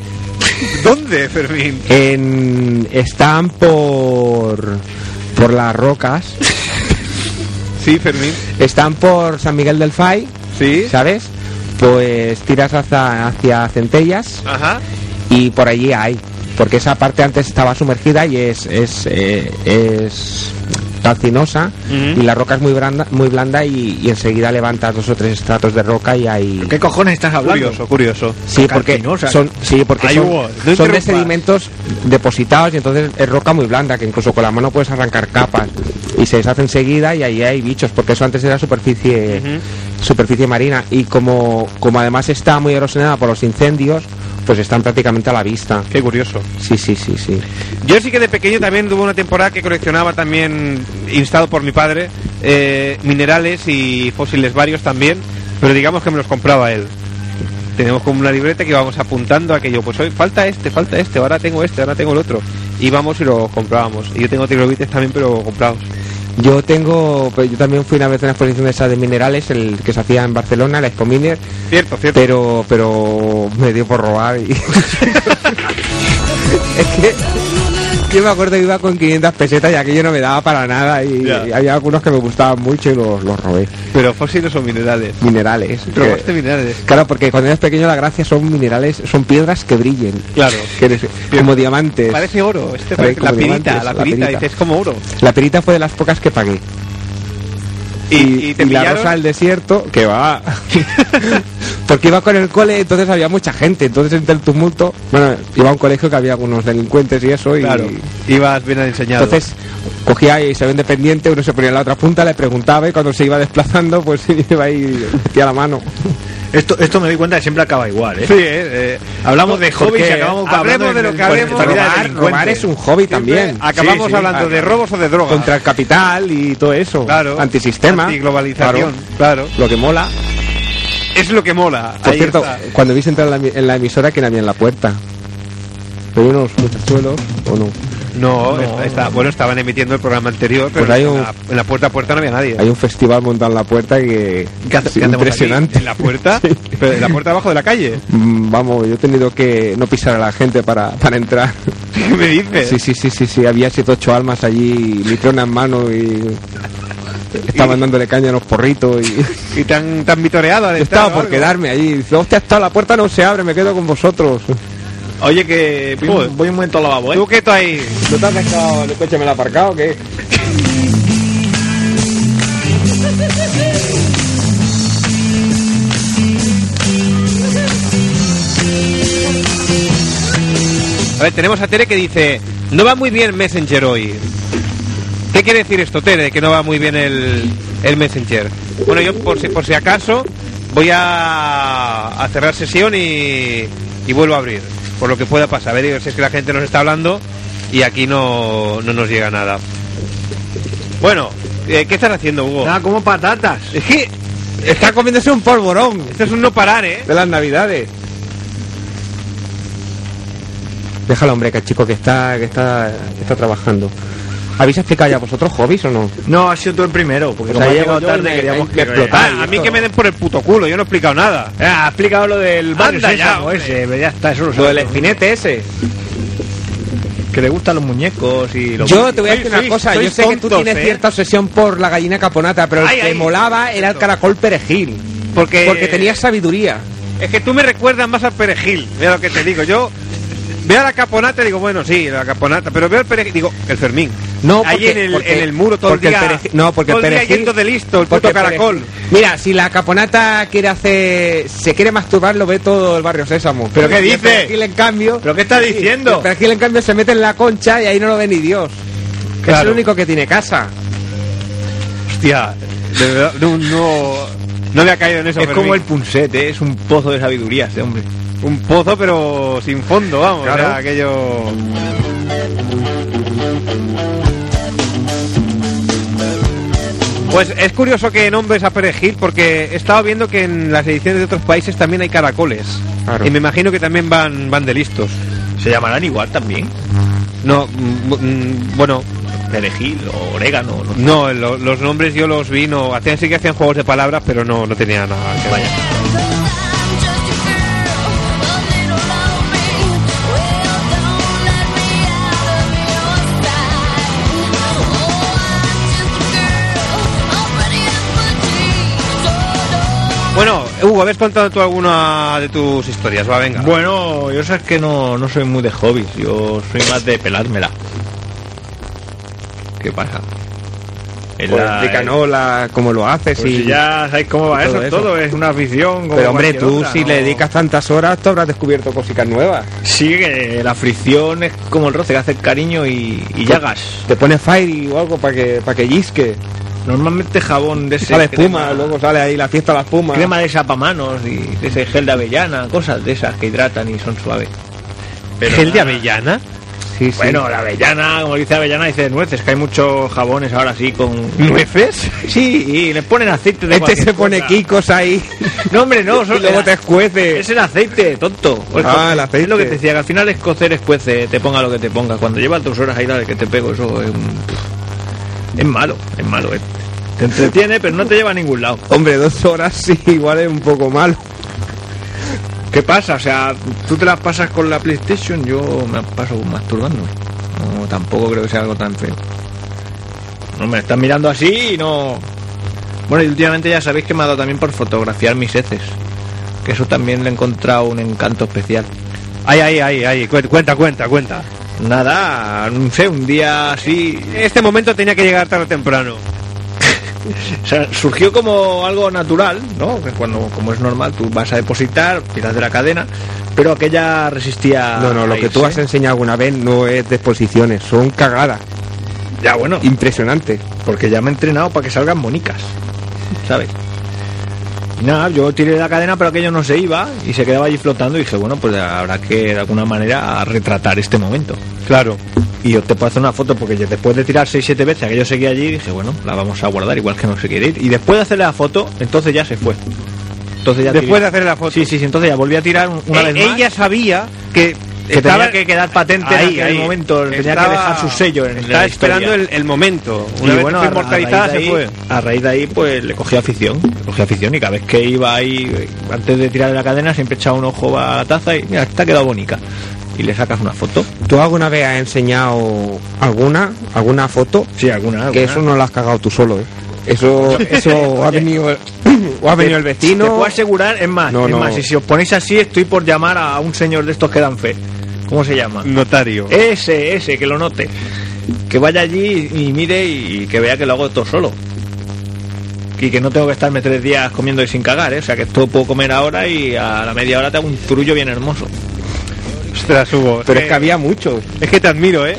D: ¿Dónde, Fermín?
H: En, están por, por las rocas.
D: Sí, Fermín.
H: Están por San Miguel del Fay,
D: Sí.
H: ¿sabes? Pues tiras hacia, hacia Centellas
D: Ajá.
H: y por allí hay. Porque esa parte antes estaba sumergida y es, es, eh, es calcinosa
D: Ujú.
H: y la roca es muy blanda, muy blanda y, y enseguida levantas dos o tres estratos de roca y hay...
E: ¿Qué cojones estás hablando?
D: Curioso, curioso.
H: Sí, porque
E: Calcinosa.
H: son, sí, porque
D: Ay,
H: son,
D: Hugo, no
H: son de
D: interrumpas.
H: sedimentos depositados y entonces es roca muy blanda que incluso con la mano puedes arrancar capas y se deshace enseguida y ahí hay bichos porque eso antes era superficie superficie marina y como, como además está muy erosionada por los incendios pues están prácticamente a la vista.
D: Qué curioso.
H: Sí, sí, sí, sí.
D: Yo sí que de pequeño también tuve una temporada que coleccionaba también, instado por mi padre, eh, minerales y fósiles varios también, pero digamos que me los compraba él. Tenemos como una libreta que íbamos apuntando aquello, pues hoy falta este, falta este, ahora tengo este, ahora tengo el otro. Íbamos y los comprábamos. Y yo tengo trilobites también, pero comprados.
H: Yo tengo, pues yo también fui una vez a una exposición de esa de minerales, el que se hacía en Barcelona, la Expo Miner,
D: Cierto, cierto.
H: pero, pero me dio por robar y... es que yo me acuerdo que iba con 500 pesetas y aquello no me daba para nada y,
D: Ya.
H: y había algunos que me gustaban mucho y los, los robé.
D: Pero fósiles o minerales.
H: Minerales.
D: Robaste
H: que-
D: minerales.
H: Claro, porque cuando eres pequeño la gracia son minerales, son piedras que brillen,
D: Claro.
H: que eres- como diamantes.
D: Parece oro, este
H: Parece
D: parece- la
H: como
D: pirita,
H: diamantes,
D: la
H: la
D: pirita,
H: pirita.
D: dices, es como oro.
H: La perita fue de las pocas que pagué.
D: Y, y te
H: la
D: pillaron.
H: rosa del desierto, que va. Porque iba con el cole, entonces había mucha gente. Entonces, entre el tumulto, bueno, iba a un colegio que había algunos delincuentes y eso. Y
D: Claro, ibas bien enseñado.
H: entonces cogía y se ven dependiente, uno se ponía en la otra punta, le preguntaba y cuando se iba desplazando, pues iba ahí, metía la mano.
E: Esto, esto me doy cuenta que siempre acaba igual, ¿eh?
D: Sí, eh, eh,
E: Hablamos de
D: ¿Por
E: hobbies
D: qué?
E: y acabamos hablando
D: hablemos de pues, lo
E: del-
D: que hablemos.
E: Esta vida de
H: Robar,
E: delincuente.
H: robar es un hobby también.
D: Acabamos
E: Sí, sí.
D: hablando de
E: Ah,
D: robos o de drogas.
H: Contra el capital y todo eso.
D: claro,
H: Antisistema.
D: Antiglobalización.
H: Claro.
D: Claro.
H: Lo que mola.
D: Es lo que mola.
H: Por
D: Ahí
H: cierto,
D: está.
H: cuando viste entrar en la, emi- en la emisora, ¿quién había en la puerta? ¿Pero unos muchachuelos o no?
D: No, está- está- bueno, estaban emitiendo el programa anterior, pero
H: Pues hay
D: en,
H: un-
D: la, en la puerta a puerta no había nadie.
H: Hay un festival montado en la puerta que
E: ¿Qué hace-
H: es
E: qué hacemos
H: impresionante.
D: En la puerta, pero en la puerta abajo de la calle.
H: Mm, Vamos, yo he tenido que no pisar a la gente para, para entrar.
D: ¿Qué me dices?
H: Sí, sí, sí, sí, sí. Había siete ocho almas allí, litrona en mano y estaban dándole caña a los porritos y
D: Y tan, tan vitoreado al
H: yo
D: estar
H: estaba
D: o
H: por
D: algo.
H: quedarme allí. Dice, Hostia, está la puerta no se abre, me quedo con vosotros.
E: Oye, que voy, un- voy un momento al lavabo, ¿eh?
D: Tú quieto ahí.
H: ¿No te has dejado el coche me lo ha aparcado o qué?
D: A ver, tenemos a Tere que dice, no va muy bien Messenger hoy. ¿Qué quiere decir esto, Tere? Que no va muy bien el, el Messenger. Bueno, yo por si, por si acaso voy a, a cerrar sesión y, y vuelvo a abrir, por lo que pueda pasar. A ver si es que la gente nos está hablando y aquí no, no nos llega nada. Bueno, eh, ¿qué estás haciendo, Hugo?
E: Ah, como patatas.
D: Es que
H: Está comiéndose un polvorón
D: esto es un no parar, ¿eh?
H: de las navidades. Déjalo, hombre, que el chico que está, que está, que está trabajando. ¿Habéis explicado ya vosotros hobbies o no?
E: No, ha sido tú el primero, porque
H: O
E: como
H: sea,
E: ha
H: llego
E: llegado
H: yo y
E: tarde
H: me-
E: queríamos
H: me
E: que...
H: explotara.
D: Ah, a mí que me den por el puto culo, yo no he explicado nada.
E: Ah, ha explicado lo del barrio
D: Anda ya,
E: Sésamo
D: hombre.
E: ese, pero ya está, eso lo
H: Lo
E: sabe
H: del
E: todo.
H: espinete ese.
E: Que le gustan los muñecos y los...
H: Yo te voy a decir
D: Sois-
H: una
D: sois-
H: cosa, yo
D: sois
H: sé que tú
D: tontos,
H: tienes
D: ¿eh?
H: cierta obsesión por la gallina caponata, pero el
D: Ay,
H: que
D: ay.
H: molaba era el caracol perejil.
D: Porque-
H: Porque tenía sabiduría.
D: Es que tú me recuerdas más al perejil, mira lo que te digo. Yo veo a la caponata y digo, bueno, sí, la caponata, pero veo el perejil, digo, el Fermín.
H: No,
D: Ahí
H: porque-
D: en, el,
H: porque-
D: en el muro todo el
H: porque
D: día.
H: perejil- no, porque
D: todo
H: el
D: el día
H: perejil-
D: yendo de listo, el
H: porque
D: puto caracol.
H: perejil- Mira, si la caponata quiere hacer. se quiere masturbar, lo ve todo el barrio Sésamo.
E: ¿Pero qué
H: Y el
E: dice?
H: perejil, en cambio.
E: ¿Pero qué está
H: Sí,
E: diciendo?
H: El perejil, en cambio, se mete en la concha y ahí no lo ve ni Dios. Es el
E: Claro.
H: único que tiene casa.
D: Hostia, de verdad, no, no, no le ha caído en eso.
E: Es
D: Fermín.
E: como el punset, ¿eh? es un pozo de sabiduría este hombre.
D: un pozo, pero sin fondo, vamos.
E: Claro.
D: era aquello. Pues es curioso que nombres a perejil porque he estado viendo que en las ediciones de otros países también hay caracoles.
H: Claro.
D: Y me imagino que también van, van de listos.
E: Se llamarán igual también.
D: No, mm, mm, bueno,
E: Perejil o orégano. No.
D: no, lo- los nombres yo los vi, no, hacían, sí que hacían juegos de palabras, pero no, no tenía nada que ver. Bueno, Hugo, ¿habéis contado tú alguna de tus historias? Va, venga.
E: Bueno, yo sabes que no, no soy muy de hobbies, yo soy más de pelármela. ¿Qué pasa? Es
H: Pues
E: la-
H: explícanos la- cómo lo haces
E: Pues
H: y-
E: si ya sabéis cómo va
H: todo
E: eso,
H: eso.
E: todo es una afición. como
H: Pero hombre,
E: cualquier
H: tú
E: otra,
H: si
E: ¿no?
H: le dedicas tantas horas, tú habrás descubierto cositas nuevas.
E: Sí, que la fricción es como el roce que hace el cariño y, y
H: Pues
E: llagas.
H: Te pones fire o algo para que, para que llisque.
E: Normalmente jabón de ese.
H: sale espuma,
E: crema-
H: luego sale ahí la fiesta de la espuma.
E: Crema de sapamanos y de ese gel de avellana, cosas de esas que hidratan y son suaves. Pero
D: ¿Gel de
E: nada.
D: avellana?
H: Sí, sí.
E: Bueno, la avellana, como dice avellana, dice de nueces, que hay muchos jabones ahora sí con...
D: ¿Nueces?
E: Sí, y le ponen aceite de
H: este
E: cualquier
H: se pone
E: cosa.
H: quicos ahí.
E: No, hombre, no,
H: y luego te escuece.
E: Es el aceite, tonto. O
H: Ah, el aceite.
E: Es lo que te decía, que al final es cocer, es cuece, te ponga lo que te ponga. Cuando llevas dos horas ahí, dale que te pego, eso es un- Es malo, es malo, eh. Te entretiene, pero no te lleva a ningún lado.
H: Hombre, dos horas sí, igual es un poco mal.
E: ¿Qué pasa? O sea, tú te las pasas con la PlayStation, yo me paso masturbándome. No, tampoco creo que sea algo tan feo. No me estás mirando así y no. Bueno, y últimamente ya sabéis que me ha dado también por fotografiar mis heces. Que eso también le he encontrado un encanto especial.
D: Ay, ay, ay, ay, cu- cuenta, cuenta, cuenta.
E: Nada, no sé, un día así.
D: Este momento tenía que llegar tarde o temprano.
E: O sea, surgió como algo natural, ¿no? Que cuando, como es normal, tú vas a depositar, tiras de la cadena, pero aquella resistía.
H: No, no, lo
E: a
H: que tú
E: irse.
H: has enseñado alguna vez no es de exposiciones, son cagadas.
E: Ya bueno,
H: Impresionante.
E: porque ya me he entrenado para que salgan monicas, ¿sabes? Y nada, yo tiré la cadena, pero aquello no se iba y se quedaba allí flotando. Y dije, bueno, pues habrá que de alguna manera retratar este momento.
D: Claro.
E: Y yo te puedo hacer una foto porque ya después de tirar 6-7 veces aquello seguía allí, dije, bueno, la vamos a guardar igual que no se quiere ir. Y después de hacerle la foto, entonces ya se fue. Entonces ya
D: Después
E: tiré-
D: de hacer la foto.
E: Sí, sí, sí, entonces ya volví a tirar un- una
D: Eh,
E: vez más.
D: ella sabía que,
E: que tenía que quedar patente
D: ahí,
E: en aquel
D: ahí.
E: momento, tenía
D: Estaba-
E: que dejar su sello en
D: Estaba
E: la historia.
D: esperando el, el momento. Una
E: y
D: vez
E: bueno,
D: que
E: a,
D: fue
E: ra- a
D: inmortalizada
E: raíz de
D: se
E: ahí,
D: fue.
E: a raíz de ahí, pues le cogí afición, le cogí afición y cada vez que iba ahí, eh, antes de tirar de la cadena, siempre echaba un ojo a la taza y mira, está quedado bonita. Y le sacas una foto.
H: ¿Tú alguna vez has enseñado alguna, alguna foto?
E: Sí, alguna. alguna.
H: Que eso no lo has cagado tú solo, ¿eh? Eso, eso ha venido, el- o ha venido el
E: Te
H: vecino.
E: puedo asegurar, es más,
H: No,
E: es
H: no.
E: más, y si os ponéis así, estoy por llamar a un señor de estos que dan fe. ¿Cómo se llama?
D: Notario.
E: Ese, ese, que lo note. que vaya allí y mire y que vea que lo hago todo solo. Y que no tengo que estarme tres días comiendo y sin cagar, ¿eh? O sea, que esto puedo comer ahora y a la media hora te hago un zurullo bien hermoso.
L: Ostras, Hugo.
D: Pero es
L: eh,
D: que había muchos.
L: es que te admiro, ¿eh?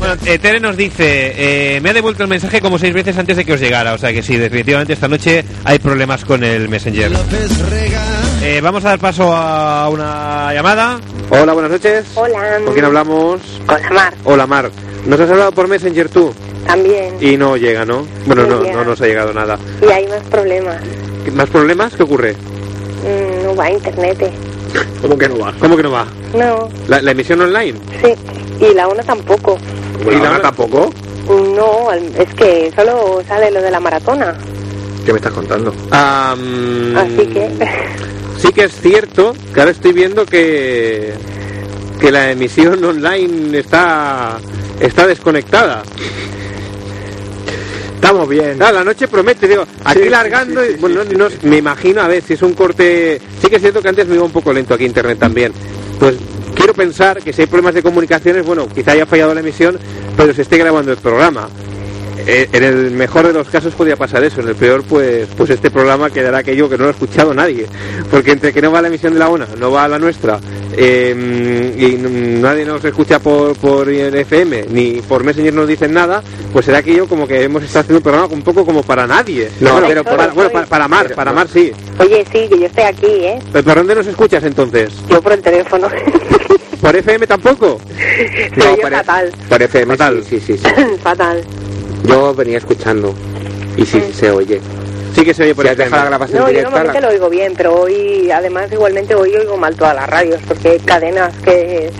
M: Bueno, eh, Tere nos dice, eh, me ha devuelto el mensaje como seis veces antes de que os llegara, o sea que sí, definitivamente esta noche hay problemas con el Messenger. Eh, vamos a dar paso a una llamada.
D: Hola, buenas noches.
H: Hola.
D: ¿Con quién hablamos?
H: Con la Mar,
D: Hola, Mar. ¿Nos has hablado por Messenger tú?
H: también.
D: Y no llega, ¿no? Bueno,
H: No
D: no,
H: llega.
D: no nos ha llegado nada.
H: Y, hay más problemas.
D: ¿Más problemas? ¿Qué ocurre?
H: Mm, no va a internet. eh.
D: ¿Cómo que no va? ¿Cómo que no va?
H: No,
D: ¿La, la emisión online?
H: sí. Y la una tampoco.
D: ¿Y la hora tampoco?
H: No, al- es que solo sale lo de la maratona.
D: ¿Qué me estás contando? Ah, mm,
H: Así que.
D: Sí que es cierto que ahora estoy viendo que, que la emisión online está, está desconectada.
E: Estamos bien.
D: Claro, la noche promete, digo, aquí
E: sí,
D: largando,
E: sí,
D: y, bueno, no- me imagino, a ver, si es un corte... Sí que es cierto que antes me iba un poco lento aquí internet también. Pues quiero pensar que si hay problemas de comunicaciones, bueno, quizá haya fallado la emisión, pero se esté grabando el programa. Eh, En el mejor de los casos podría pasar eso, en el peor pues pues este programa quedará aquello que no lo ha escuchado nadie, porque entre que no va la emisión de la ONA, no va la nuestra, eh, y n- nadie nos escucha por, por FM, ni por Messenger nos dicen nada, pues será aquello como que hemos estado haciendo un programa un poco como para nadie. No,
H: Bueno,
D: pero
H: solo
D: para, bueno,
H: soy-
D: para, para Mar, para Mar sí.
H: Oye, sí, que yo estoy aquí, ¿eh?
D: ¿Pero ¿Por dónde nos escuchas entonces?
H: Yo por el teléfono.
D: ¿Por FM tampoco?
H: Se oye fatal.
D: Por FM, fatal. Sí, sí,
H: fatal. Mm.
D: Yo venía escuchando y sí, se oye. Sí que se oye por si la grabación
H: No, yo normalmente lo oigo bien, pero hoy, además, igualmente hoy oigo mal todas las radios, porque hay cadenas que,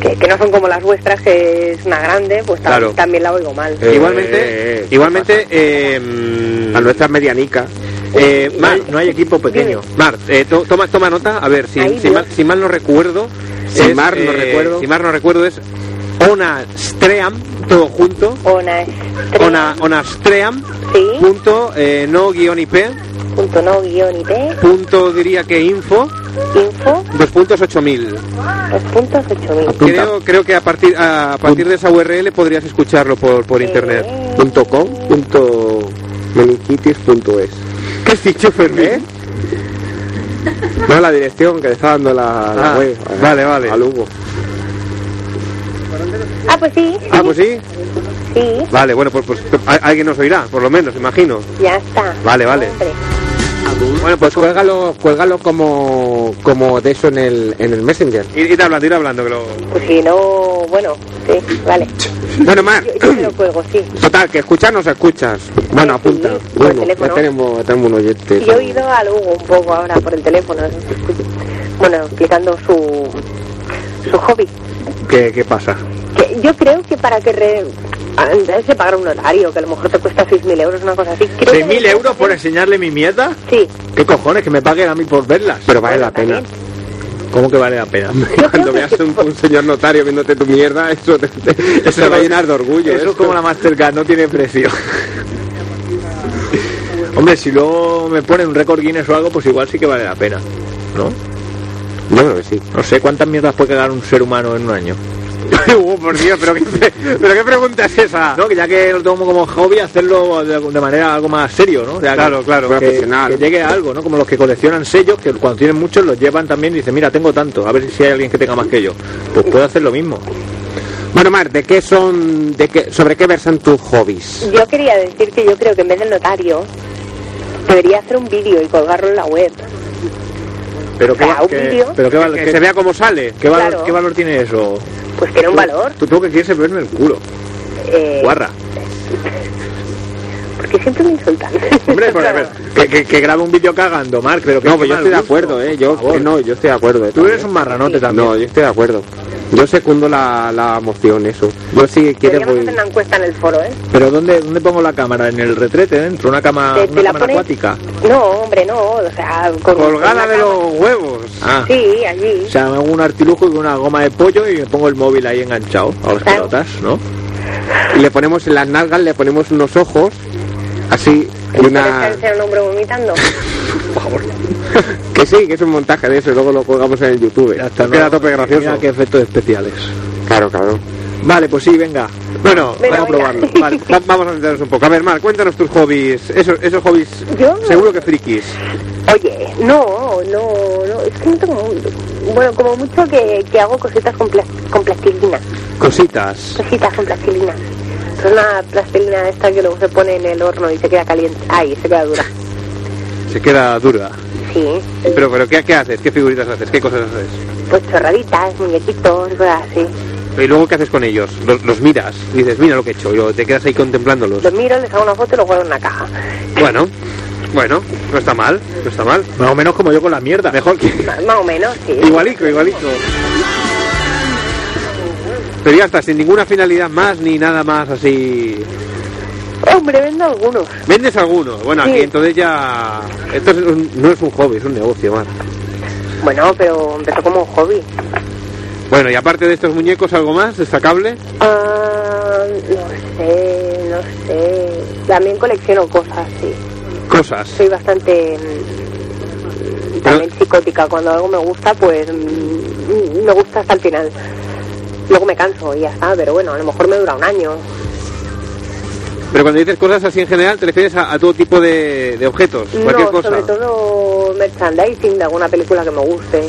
H: que, que no son como las vuestras, que es una grande, pues tam-
D: Claro.
H: también la oigo mal.
D: Eh, Igualmente, igualmente, eh, la nuestra es medianica. Eh, Mar, no hay equipo
H: pequeño.
D: Mar, eh, to- toma, toma nota, a ver, si,
H: Ahí,
D: si,
H: Dios.
D: mal, si mal no recuerdo... eh,
E: Si mal no recuerdo.
D: Si mal no recuerdo es Ona Stream, todo junto.
H: Ona es
D: Ona, ona Stream,
H: Sí.
D: punto, eh, no guión IP,
H: punto no guión IP,
D: punto diría que info,
H: info,
D: dos puntos ocho mil.
H: dos puntos ocho mil.
D: Creo, creo que a partir, a partir de esa URL podrías escucharlo por, por internet.
H: Punto
D: com, punto meningitis.es. ¿Qué has dicho, Fermín? ¿Eh? No, la dirección que le está dando la, web. Ah, Vale, vale. Al Hugo.
H: Ah, pues sí,
D: Ah, pues sí.
H: sí,
D: Vale, bueno, pues, pues a- alguien nos oirá, por lo menos, imagino.
H: ya está.
D: Vale, vale.
H: Hombre,
D: Bueno, pues cuélgalo, cuélgalo como, como de eso en el, en el Messenger. Ir, ir hablando, ir hablando. Que lo...
H: pues si no, bueno, sí, vale.
D: Bueno, Mar,
H: Yo, yo me lo juego, sí.
D: total, que escucharnos escuchas. Bueno, apunta.
H: Sí, por teléfono.
D: tenemos, ya tenemos un oyente.
H: Y Yo he oído a Hugo un poco ahora por el teléfono, bueno, explicando su, su hobby.
D: ¿Qué, qué pasa?
H: Que yo creo que para que re, antes de pagar un horario, que a lo mejor te cuesta 6.000 euros, una cosa así. creo que
E: mil
H: deberías
E: euros por
H: hacer-
E: enseñarle mi mierda?
H: Sí,
E: ¿Qué cojones? Que me paguen a mí por verlas.
D: Pero vale la
H: también.
D: pena.
E: ¿Cómo que vale la pena?
D: Cuando veas un, un señor notario viéndote tu mierda, eso te, te- eso te va a llenar de orgullo.
E: Eso es
D: esto.
E: como la Mastercard, no tiene precio. Hombre, si luego me ponen un récord Guinness o algo, pues igual sí que vale la pena. ¿No?
D: Yo creo que sí.
E: No sé cuántas mierdas puede cagar un ser humano en un año.
D: Uh, por Dios, pero qué, pre- pero qué pregunta es esa.
E: No, que ya que lo tomo como hobby, hacerlo de, de manera algo más serio, ¿no? O sea, que-
D: Claro, claro.
E: que-
D: Profesional.
E: Que, llegue a algo, ¿no? Como los que coleccionan sellos, que cuando tienen muchos los llevan también y dicen, mira, tengo tanto, a ver si hay alguien que tenga más que yo. Pues puedo hacer lo mismo.
D: Bueno, Mar, ¿de qué son, de qué, sobre qué versan tus hobbies?
H: Yo quería decir que yo creo que en vez del notario, debería hacer un vídeo y colgarlo en la web.
E: Pero qué,
H: Ah, un
E: qué-
H: vídeo.
E: pero qué, val-
D: Que
E: qué-
D: se vea cómo sale.
E: qué valor,
H: Claro.
E: ¿qué valor tiene eso?
H: Pues tiene un valor.
E: Tú tengo que quieres verme el culo,
H: Eh,
E: guarra.
H: porque siempre me insultan.
E: Hombre, porque, a ver, que, que, que grabe un vídeo cagando, Marc, pero que
D: No,
E: qué
D: pues yo
E: mal
D: estoy de
E: gusto.
D: acuerdo, ¿eh? Yo,
E: Por favor.
D: no, yo estoy de acuerdo. ¿eh?
E: Tú eres
D: También.
E: un marranote también.
D: No, yo estoy de acuerdo. Yo secundo la, la moción, eso. Yo si quieres
H: Deberíamos
D: voy...
H: hacer una encuesta en el foro, ¿eh?
E: Pero ¿dónde, ¿dónde pongo la cámara? ¿En el retrete dentro? ¿Una, cama,
H: Te-
E: una
H: te la
E: cámara
H: pones-
E: acuática?
H: No, hombre, no, o sea, con, con la
D: Colgada de
H: cama.
D: los huevos.
E: Ah,
H: Sí, allí.
E: o sea, me hago un artilujo con una goma de pollo y me pongo el móvil ahí enganchado a las
H: Claro.
E: pelotas, ¿no?
D: Y le ponemos en las nalgas, le ponemos unos ojos, así, y una...
H: ¿Puedes ser un hombre vomitando?
D: Que sí, que es un montaje de eso, y luego lo colgamos en el YouTube.
E: Ya está,
D: Queda a
E: ¿no?
D: tope gracioso.
E: Mira qué efectos especiales.
D: Claro, claro. Vale, pues sí, venga. Bueno,
H: Venga,
D: vamos a
H: venga.
D: probarlo. Vale, va- vamos a centrarnos un poco. A ver, Mar, cuéntanos tus hobbies. Esos, esos hobbies,
H: Yo-
D: seguro que frikis.
H: Oye, no, no, no, es que no tengo... un- Bueno, como mucho que, que hago cositas con, plas- con plastilina,
D: Cositas.
H: cositas con plastilina. Es una plastilina de esta que luego se pone en el horno y se queda caliente. Ay, se queda dura.
D: Se queda dura.
H: Sí,
D: Pero, pero ¿qué, ¿qué haces? ¿Qué figuritas haces? ¿Qué cosas haces?
H: pues chorraditas, muñequitos, cosas así.
D: ¿Y luego qué haces con ellos? Los, los miras. y Dices, mira lo que he hecho. Y luego te quedas ahí contemplándolos.
H: Los miro, les hago una foto y los guardo en una caja.
D: Bueno, bueno, no está mal, no está mal. Más o menos como yo con la mierda. Mejor que...
H: Más o menos, sí.
D: Igualico, igualico. Pero ya está, sin ninguna finalidad más ni nada más así.
H: Hombre, vendo algunos.
D: ¿Vendes alguno? Bueno,
H: Sí.
D: aquí entonces ya. Esto es un- no es un hobby, es un negocio, más.
H: Bueno, pero empezó como un hobby.
D: Bueno, y aparte de estos muñecos, ¿algo más destacable?
H: Ah, no sé, no sé. También colecciono cosas, sí.
D: Cosas.
H: Soy bastante mm, también psicótica. Cuando algo me gusta, pues mm, me gusta hasta el final. Luego me canso y ya está, pero bueno, a lo mejor me dura un año.
D: Pero cuando dices cosas así en general, te refieres a, a todo tipo de, de objetos, cualquier
H: No,
D: cosa.
H: sobre todo merchandising de alguna película que me guste.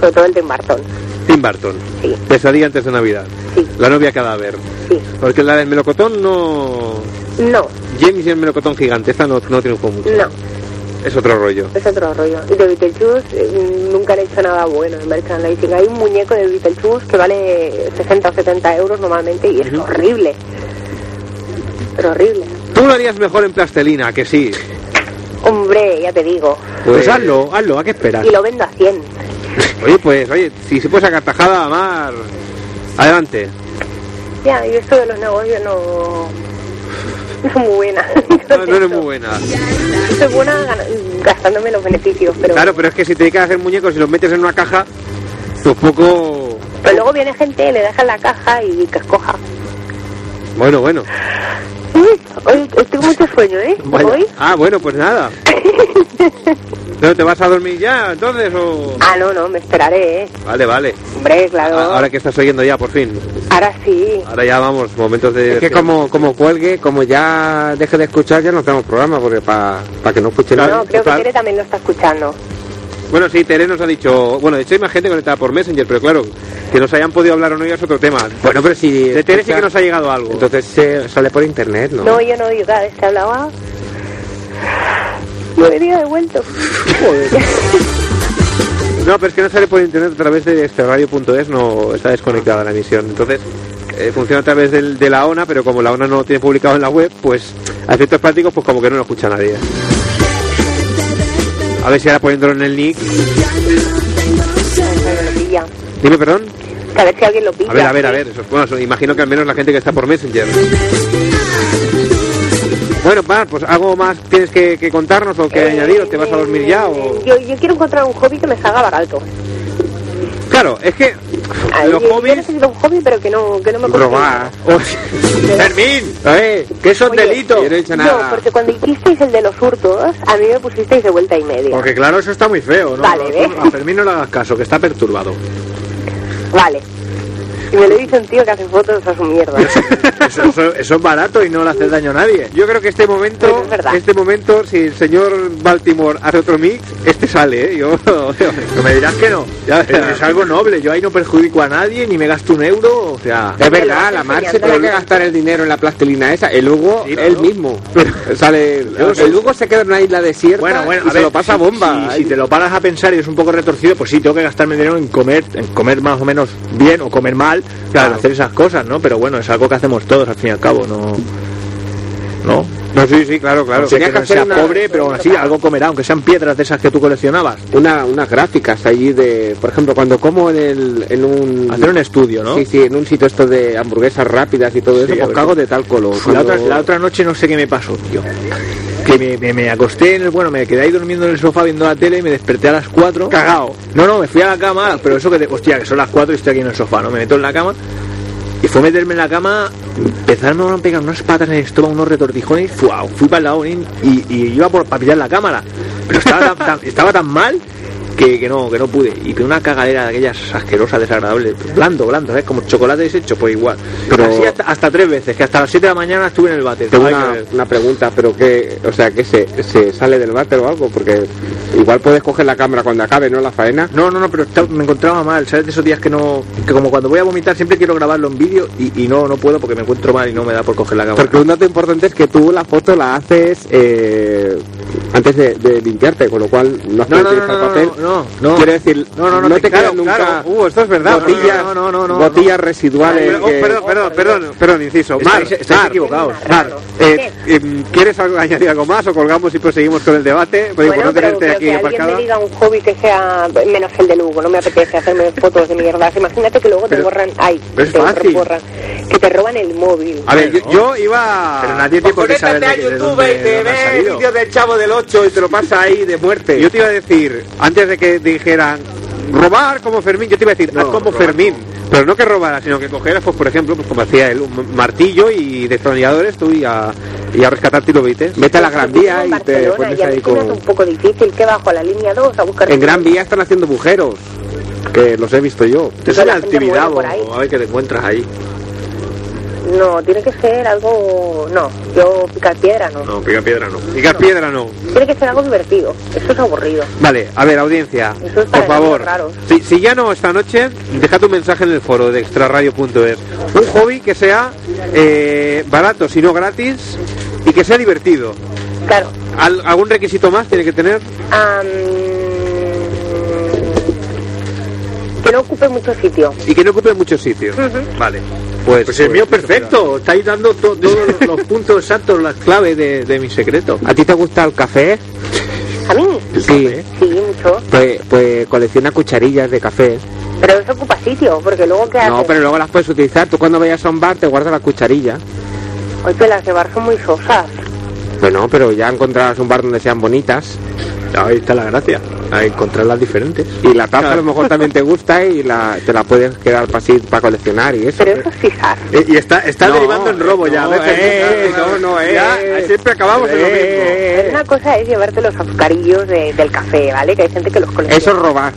H: Sobre todo el Tim Burton.
D: Tim Burton. Pesadilla antes de Navidad. La novia cadáver. Porque la del melocotón no.
H: No,
D: James y el melocotón gigante. Esta no, no triunfó mucho.
H: no,
D: Es otro rollo.
H: es otro rollo. Y de Beetlejuice eh, nunca han hecho nada bueno en merchandising. Hay un muñeco de Beetlejuice que vale 60 o 70 euros normalmente y es horrible. Pero horrible.
D: Tú lo harías mejor en plastelina, que sí.
H: Hombre, ya te digo.
D: Pues hazlo, hazlo, ¿a qué esperas?
H: Y lo vendo a 100.
D: Oye, pues, oye, si se puede sacar tajada, Mar. Adelante.
H: Ya, y esto de los negocios no... No soy muy buena.
D: No, no eres muy buena.
H: soy buena gan- gastándome los beneficios, pero...
D: Claro, pero es que si te dedicas a hacer muñecos y los metes en una caja, tampoco.
H: Pero luego viene gente, le dejan la caja y que escoja.
D: Bueno, bueno.
H: Uy, hoy hoy tengo mucho sueño, ¿eh?
D: Vaya.
H: Hoy.
D: Ah, bueno, pues nada. ¿Pero te vas a dormir ya, entonces? O...
H: Ah, no, no, me esperaré, ¿eh?
D: Vale, vale.
H: Hombre, claro.
D: A- Ah, Ahora que Ah, estás oyendo ya, por fin.
H: Ahora sí.
D: Ahora ya vamos, momentos de.
N: Es que
D: diversión.
N: como, como cuelgue, como ya deje de escuchar, ya no tenemos programa, porque para que no escuche
H: No,
N: nada.
H: creo que Tere también lo está escuchando.
D: Bueno, sí, Tere nos ha dicho. Bueno, de hecho hay más gente conectada por Messenger, pero claro, que nos hayan podido hablar o no ya es otro tema.
N: Bueno, pero si...
D: De Tere sí
N: escucha-
D: que nos ha llegado algo.
N: Entonces se sale por internet, ¿no?
H: No, yo no, yo cada vez que hablaba... Me venía devuelto.
D: No, pero es que no sale por internet a través de este radio.es, no está desconectada la emisión. Entonces, eh, funciona a través del- de la ONA, pero como la ONA no lo tiene publicado en la web, pues a efectos prácticos, pues como que no lo escucha nadie. A ver si ahora poniéndolo en el nick.
H: Pero lo pilla.
D: Dime, perdón.
H: A ver si alguien lo pilla.
D: A ver, a ver, a ver. eso es- bueno, eso- imagino que al menos la gente que está por Messenger. Bueno, Mar, pues algo más tienes que, que contarnos o que
H: Eh,
D: añadir o te vas a dormir ya o...
H: Yo, yo quiero encontrar un hobby que me salga barato.
D: Claro, es que
H: Ay,
D: los
H: yo-
D: hobbies...
H: Yo necesito un hobby, pero que no, que no me cueste
D: Robar. Fermín, ¿eh? ¿Qué son
H: Oye,
D: delitos?
N: yo no he dicho
H: No, porque cuando hicisteis el de los hurtos, a mí me pusisteis de vuelta y media.
D: Porque claro, eso está muy feo, ¿no?
H: Vale,
D: Pero tú
H: ve.
D: a Fermín no le hagas caso, que está perturbado.
H: Vale. Y me lo dice un tío que hace fotos a su mierda.
D: Eso, es barato y no le hace daño a nadie. Yo creo que este momento, este momento, si el señor Baltimore hace otro mix, este sale, ¿eh? Yo...
E: No me dirás que no.
D: Ya
E: es,
D: verás.
E: es algo noble. Yo ahí no perjudico a nadie, ni me gasto un euro. O sea,
N: Es verdad, la Mar se tiene que gastar el dinero en la plastilina esa. El Hugo, él mismo. Sale, el Hugo se queda en una isla desierta
E: Bueno, bueno,
N: Ah, y
E: a
N: se
E: ver,
N: lo pasa
E: si-
N: bomba.
E: Si, si te lo paras a pensar y es un poco retorcido, pues sí, tengo que gastarme dinero en comer, en comer más o menos bien o comer mal para hacer esas cosas, ¿no? Pero bueno, es algo que hacemos todos al fin y al cabo, ¿no? ¿No?
D: No, sí, sí, claro, claro.
E: No sé
D: Tenías
E: que
D: que
E: no
D: hacer
E: sea
D: una-
E: pobre, pero aún así algo comerá, aunque sean piedras de esas que tú coleccionabas.
N: Una, unas gráficas allí de, por ejemplo, cuando como en, el, en un...
E: Hacer un estudio, ¿no?
N: Sí, sí, en un sitio esto de hamburguesas rápidas y todo
E: Sí,
N: eso,
E: a
N: pues
E: ver.
N: cago de tal color.
E: La
N: Cuando-
E: otra, la otra noche no sé qué me pasó, tío. Que me, me- me acosté en el, bueno, me quedé ahí durmiendo en el sofá viendo la tele y me desperté a las 4. Cagao. No, no, me fui a la cama, pero eso que te, hostia, que son las 4 y estoy aquí en el sofá, ¿no? Me meto en la cama y fue meterme en la cama, empezarme a pegar unas patas en el estómago, unos retortijones, ¿eh? fuau, fui para el lado y, y iba por, para pillar la cámara. Pero estaba tan, tan- estaba tan mal
O: que, que no, que no pude. Y que una cagadera de aquellas asquerosas, desagradables, blando, blando, ¿sabes? Como chocolate deshecho, pues igual.
D: Pero-
O: Así hasta, hasta tres veces, que hasta las 7 de la mañana estuve en el váter.
D: Tengo
O: Nada que
D: una,
O: ver.
D: una pregunta, pero que, o sea, que se, se sale del váter o algo, porque igual puedes coger la cámara cuando acabe, ¿no? La faena.
O: No, no, no, pero está- me encontraba mal, ¿sabes? De esos días que no. que como cuando voy a vomitar siempre quiero grabarlo en vídeo y, y no, no puedo porque me encuentro mal y no me da por coger la cámara.
D: Porque un dato importante es que tú la foto la haces eh, antes de, de limpiarte, con lo cual no has
O: No, no,
D: podido
O: no,
D: utilizar
O: no,
D: papel.
O: no, no, no.
D: Quiero decir,
O: No,
D: no,
O: no, no,
D: te
O: claro,
D: quedan nunca
O: claro. Uh, esto es verdad. No, no,
D: botillas,
O: no, no, no, no,
D: botillas residuales.
O: Oh,
D: que-
O: perdón, perdón, perdón,
D: perdón, inciso.
O: Estáis-
D: Mar,
O: estáis
D: Mar,
O: equivocados.
D: Mar, eh, em, ¿quieres algo- añadir algo más o colgamos y proseguimos con el debate? Porque por
H: bueno,
D: pues no
H: pero,
D: tenerte
H: pero
D: aquí
H: que alguien me
D: aparcada.
H: diga un hobby que sea menos el de Lugo, no me apetece hacerme fotos de mierda. Imagínate que luego te borran, ay,
D: pero es
H: te
D: fácil.
H: borran, que te roban el móvil.
D: A ver, yo, yo iba. Pero nadie
O: tiene por qué saber
D: a
O: de qué- de
D: YouTube
O: dónde
D: y te
O: habrá
D: ve
O: salido.
D: vídeos del chavo del 8 y te lo pasa ahí de muerte. Yo te iba a decir, antes de que dijeran robar como Fermín, yo te iba a decir, haz como Fermín. Pero no que robara, sino que cogeras, pues por ejemplo, pues como hacía él, un martillo y destornilladores tú y a, y a rescatarte y lo viste. Vete a
H: Pues
D: la Gran Vía y te
H: Barcelona,
D: pones
H: y a mí
D: ahí
H: se me hace
D: con...
H: un poco difícil que bajo a la línea 2 a buscar
D: En Gran Vía están haciendo agujeros, que los he visto yo.
H: Eso es la gente actividad, muere por ahí.
D: a ver qué te encuentras ahí.
H: No, tiene que ser algo. No, yo picar piedra no.
D: No, pica piedra no. Pica piedra no.
H: Tiene que ser algo divertido. Eso es aburrido.
D: Vale, a ver, audiencia, por
H: para
D: favor,
H: niños raros.
D: si, si ya no esta noche, dejad un mensaje en el foro de extraradio.es. Un hobby que sea eh, barato, si no gratis, y que sea divertido.
H: Claro.
D: Al- ¿Algún requisito más tiene que tener?
H: Am, que no ocupe mucho sitio.
D: Y que no ocupe mucho sitio.
H: Ujú.
D: Vale. Pues,
O: el mío perfecto, estáis dando to- todos los puntos exactos, las claves de, de mi secreto.
D: ¿A ti te gusta el café?
H: ¿A mí?
D: Sí.
H: Sí, mucho.
D: Pues, pues colecciona cucharillas de café.
H: Pero eso ocupa sitio, porque luego que
D: No, pero luego las puedes utilizar. Tú cuando vayas a un bar te guardas la cucharilla.
H: Hoy que las de bar son muy sosas.
D: Bueno, pero ya encontrarás un bar donde sean bonitas. Ahí está la gracia, a encontrarlas diferentes. Y la taza a lo mejor también te gusta y la, te la puedes quedar para para coleccionar y eso. eh. Pero eso
H: es fijar.
D: Y está,
O: Está derivando en robo ya.
D: No,
O: ¿ves?
D: eh, no, no, eh,
O: Ya,
D: eh,
O: siempre acabamos en lo mismo.
H: Pero Una cosa es llevarte los azucarillos de- del café, ¿vale? Que hay gente que los colecciona.
D: Eso es robar.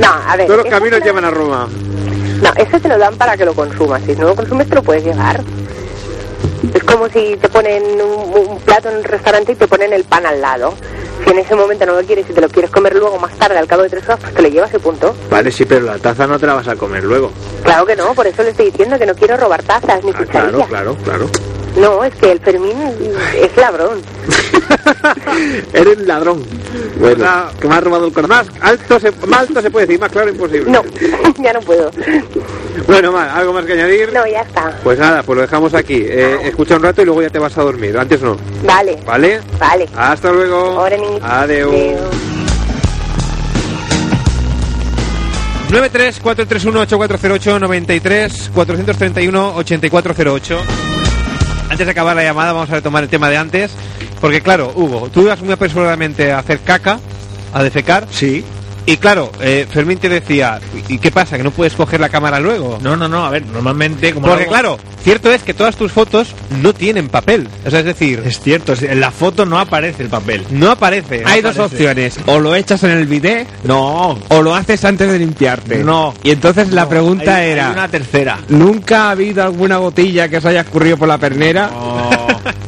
H: No, a ver.
D: Todos los
H: eso
D: caminos
H: te lo-
D: llevan a Roma.
H: No, eso te lo dan para que lo consumas. Si no lo consumes, te lo puedes llevar. Es como si te ponen un, un plato en un restaurante y te ponen el pan al lado. Si en ese momento no lo quieres y te lo quieres comer luego más tarde, al cabo de tres horas, pues te lo llevas y punto.
O: Vale, sí, pero la taza no te la vas a comer luego.
H: Claro que no, por eso le estoy diciendo que no quiero robar
D: Ah,
H: tazas ni cucharillas.
O: Claro, claro, claro.
H: No, es que el Fermín es labrón.
D: Eres ladrón. Bueno, que me has robado el corazón. Más alto, se, más alto se puede decir, más claro imposible.
H: No, ya no puedo.
D: Bueno, mal, ¿algo más que añadir?
H: No, ya está.
D: Pues nada, pues lo dejamos aquí. Eh, escucha un rato y luego ya te vas a dormir. Antes no.
H: Vale,
D: ¿Vale?
H: vale.
D: Hasta luego.
H: Ahora ni...
D: Adiós.
B: 93-431-8408-93-431-8408. Antes de acabar la llamada, vamos a retomar el tema de antes. Porque, claro, Hugo, tú ibas muy apresuradamente a hacer caca, a defecar.
E: Sí.
B: Y claro, eh, Fermín te decía, ¿y qué pasa? ¿Que no puedes coger la cámara luego?
E: No, no, no, a ver, normalmente como...
B: Porque
E: lo hago-
B: claro, cierto es que todas tus fotos no tienen papel. O sea, es decir...
E: Es cierto, en la foto no aparece el papel.
B: No aparece.
E: No
B: Hay dos
E: aparece.
P: opciones. O lo echas en el bidet. No. O lo haces antes de limpiarte.
E: No.
P: Y entonces la pregunta
E: Hay- hay
P: era.
E: una tercera.
P: ¿Nunca ha habido alguna botella que se haya escurrido por la pernera?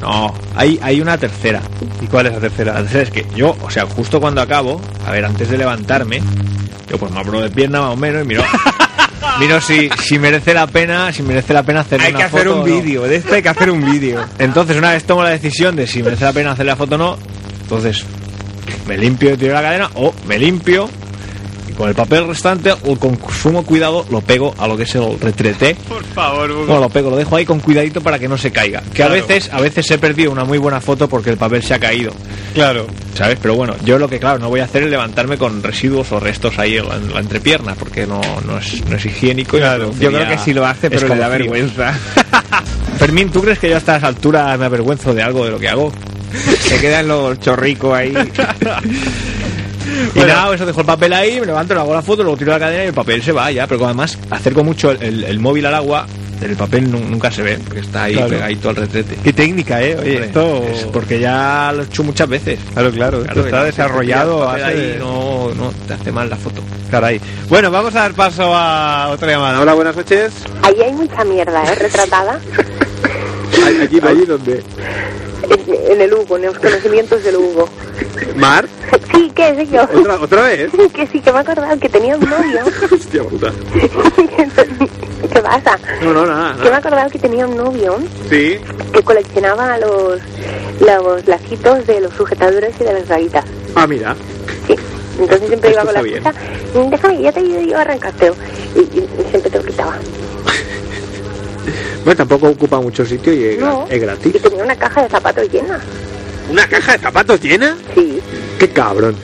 E: No, hay, hay una tercera.
B: ¿Y cuál es la tercera?
E: La tercera es que yo, o sea, justo cuando acabo, a ver, antes de levantarme, yo pues me abro de pierna más o menos y miro, miro si, si merece la pena, si merece la pena hacer
P: Hay
E: una
P: que hacer
E: foto
P: un
E: o no.
P: vídeo, de esto hay que hacer un vídeo.
E: Entonces, una vez tomo la decisión de si merece la pena hacer la foto o no, entonces me limpio y tiro la cadena o me limpio y con el papel restante o con sumo cuidado lo pego a lo que es el retrete.
Q: Por favor,
E: Bueno, lo pego, lo dejo ahí con cuidadito para que no se caiga. Que a
Q: Claro.
E: veces, a veces he perdido una muy buena foto porque el papel se ha caído.
B: Claro.
E: ¿Sabes? Pero bueno, yo lo que claro no voy a hacer es levantarme con residuos o restos ahí en la, en la entrepierna, porque no, no, es, no es higiénico. y
P: Claro,
E: me
P: yo creo que
E: produciría
P: sí lo hace, pero le da
E: escalofríos.
P: vergüenza.
E: Fermín, ¿tú crees que yo a estas alturas me avergüenzo de algo de lo que hago?
P: Se quedan los chorricos ahí.
E: Y nada, eso dejo el papel ahí, me levanto, le hago la foto, luego tiro la cadena y el papel se va ya. Pero además acerco mucho el, el- el móvil al agua el papel nu- nunca se ve, porque está ahí
G: Claro.
E: pegadito al retrete.
G: Qué técnica, ¿eh? Oye,
E: Hombre,
G: esto...
E: es porque ya lo he hecho muchas veces.
G: Claro, claro, esto
E: que
G: está
E: la-
G: desarrollado
E: el
G: a
E: papel
G: base
E: ahí
G: de-
E: no, no te hace mal la foto.
G: Caray.
D: Bueno, vamos a dar paso a otra llamada.
R: Hola, buenas noches.
H: Ahí hay mucha mierda, ¿eh? Retratada.
R: Allí, allí donde.
H: En, en el Hugo, en los conocimientos del Hugo.
R: ¿Mar?
H: Sí, ¿qué sé yo?
R: ¿Otra, otra vez?
H: que sí, que me he acordado que tenía un novio.
R: Hostia puta.
H: ¿Qué pasa?
R: No, no, nada,
H: Que me he
R: nada.
H: acordado que tenía un novio
R: Sí.
H: que coleccionaba los, los lacitos de los sujetadores y de las braguitas.
R: Ah, mira.
H: Entonces siempre
R: Esto
H: iba con la
R: está
H: cosa, déjame, ya te ayudo yo a arrancártelo. Y, y siempre te lo quitaba.
R: Bueno, tampoco ocupa mucho sitio y es, gra-
H: No.
R: es gratis.
H: Y tenía una caja de zapatos llena.
R: ¿Una caja de zapatos llena?
H: Sí.
R: Qué cabrón.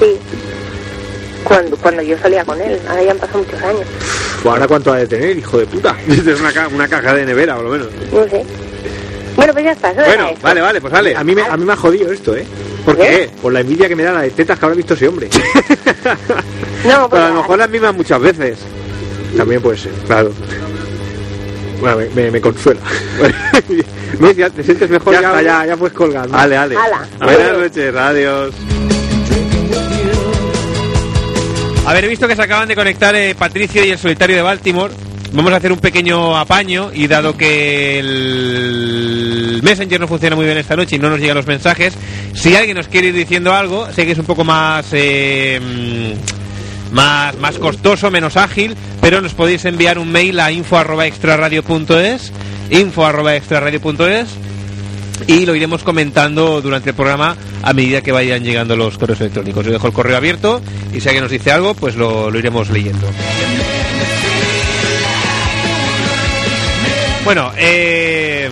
H: Sí. Cuando, cuando yo salía con él, ahora ya han pasado muchos años.
R: Pff, Pues ¿Ahora cuánto ha de tener, hijo de puta? Es una, ca- una caja de nevera, por lo menos.
H: No sé. Bueno, pues ya está. eso era
R: Bueno,
H: eso.
R: vale, vale, pues vale. A mí, me, a mí me ha jodido esto, ¿eh? ¿Por qué? Por la envidia que me da la de tetas que habrá visto ese hombre.
H: no, pues
R: Pero a lo mejor las mismas muchas veces. También puede ser, claro. Bueno, me, me- me consuela. Luis, ya te sientes mejor. Ya, está, ya, ya puedes colgar. Vale, vale.
B: Hala.
R: Buenas noches, adiós.
D: Haber visto que se acaban de conectar eh, Patricio y el solitario de Baltimore. Vamos a hacer un pequeño apaño y dado que el Messenger no funciona muy bien esta noche y no nos llegan los mensajes, si alguien nos quiere ir diciendo algo, sé que es un poco más eh, mm, más, más costoso, menos ágil, pero nos podéis enviar un mail a info@extraradio.es, info@extraradio.es y lo iremos comentando durante el programa a medida que vayan llegando los correos electrónicos. Yo dejo el correo abierto y si alguien nos dice algo, pues lo, lo iremos leyendo. Bueno, eh...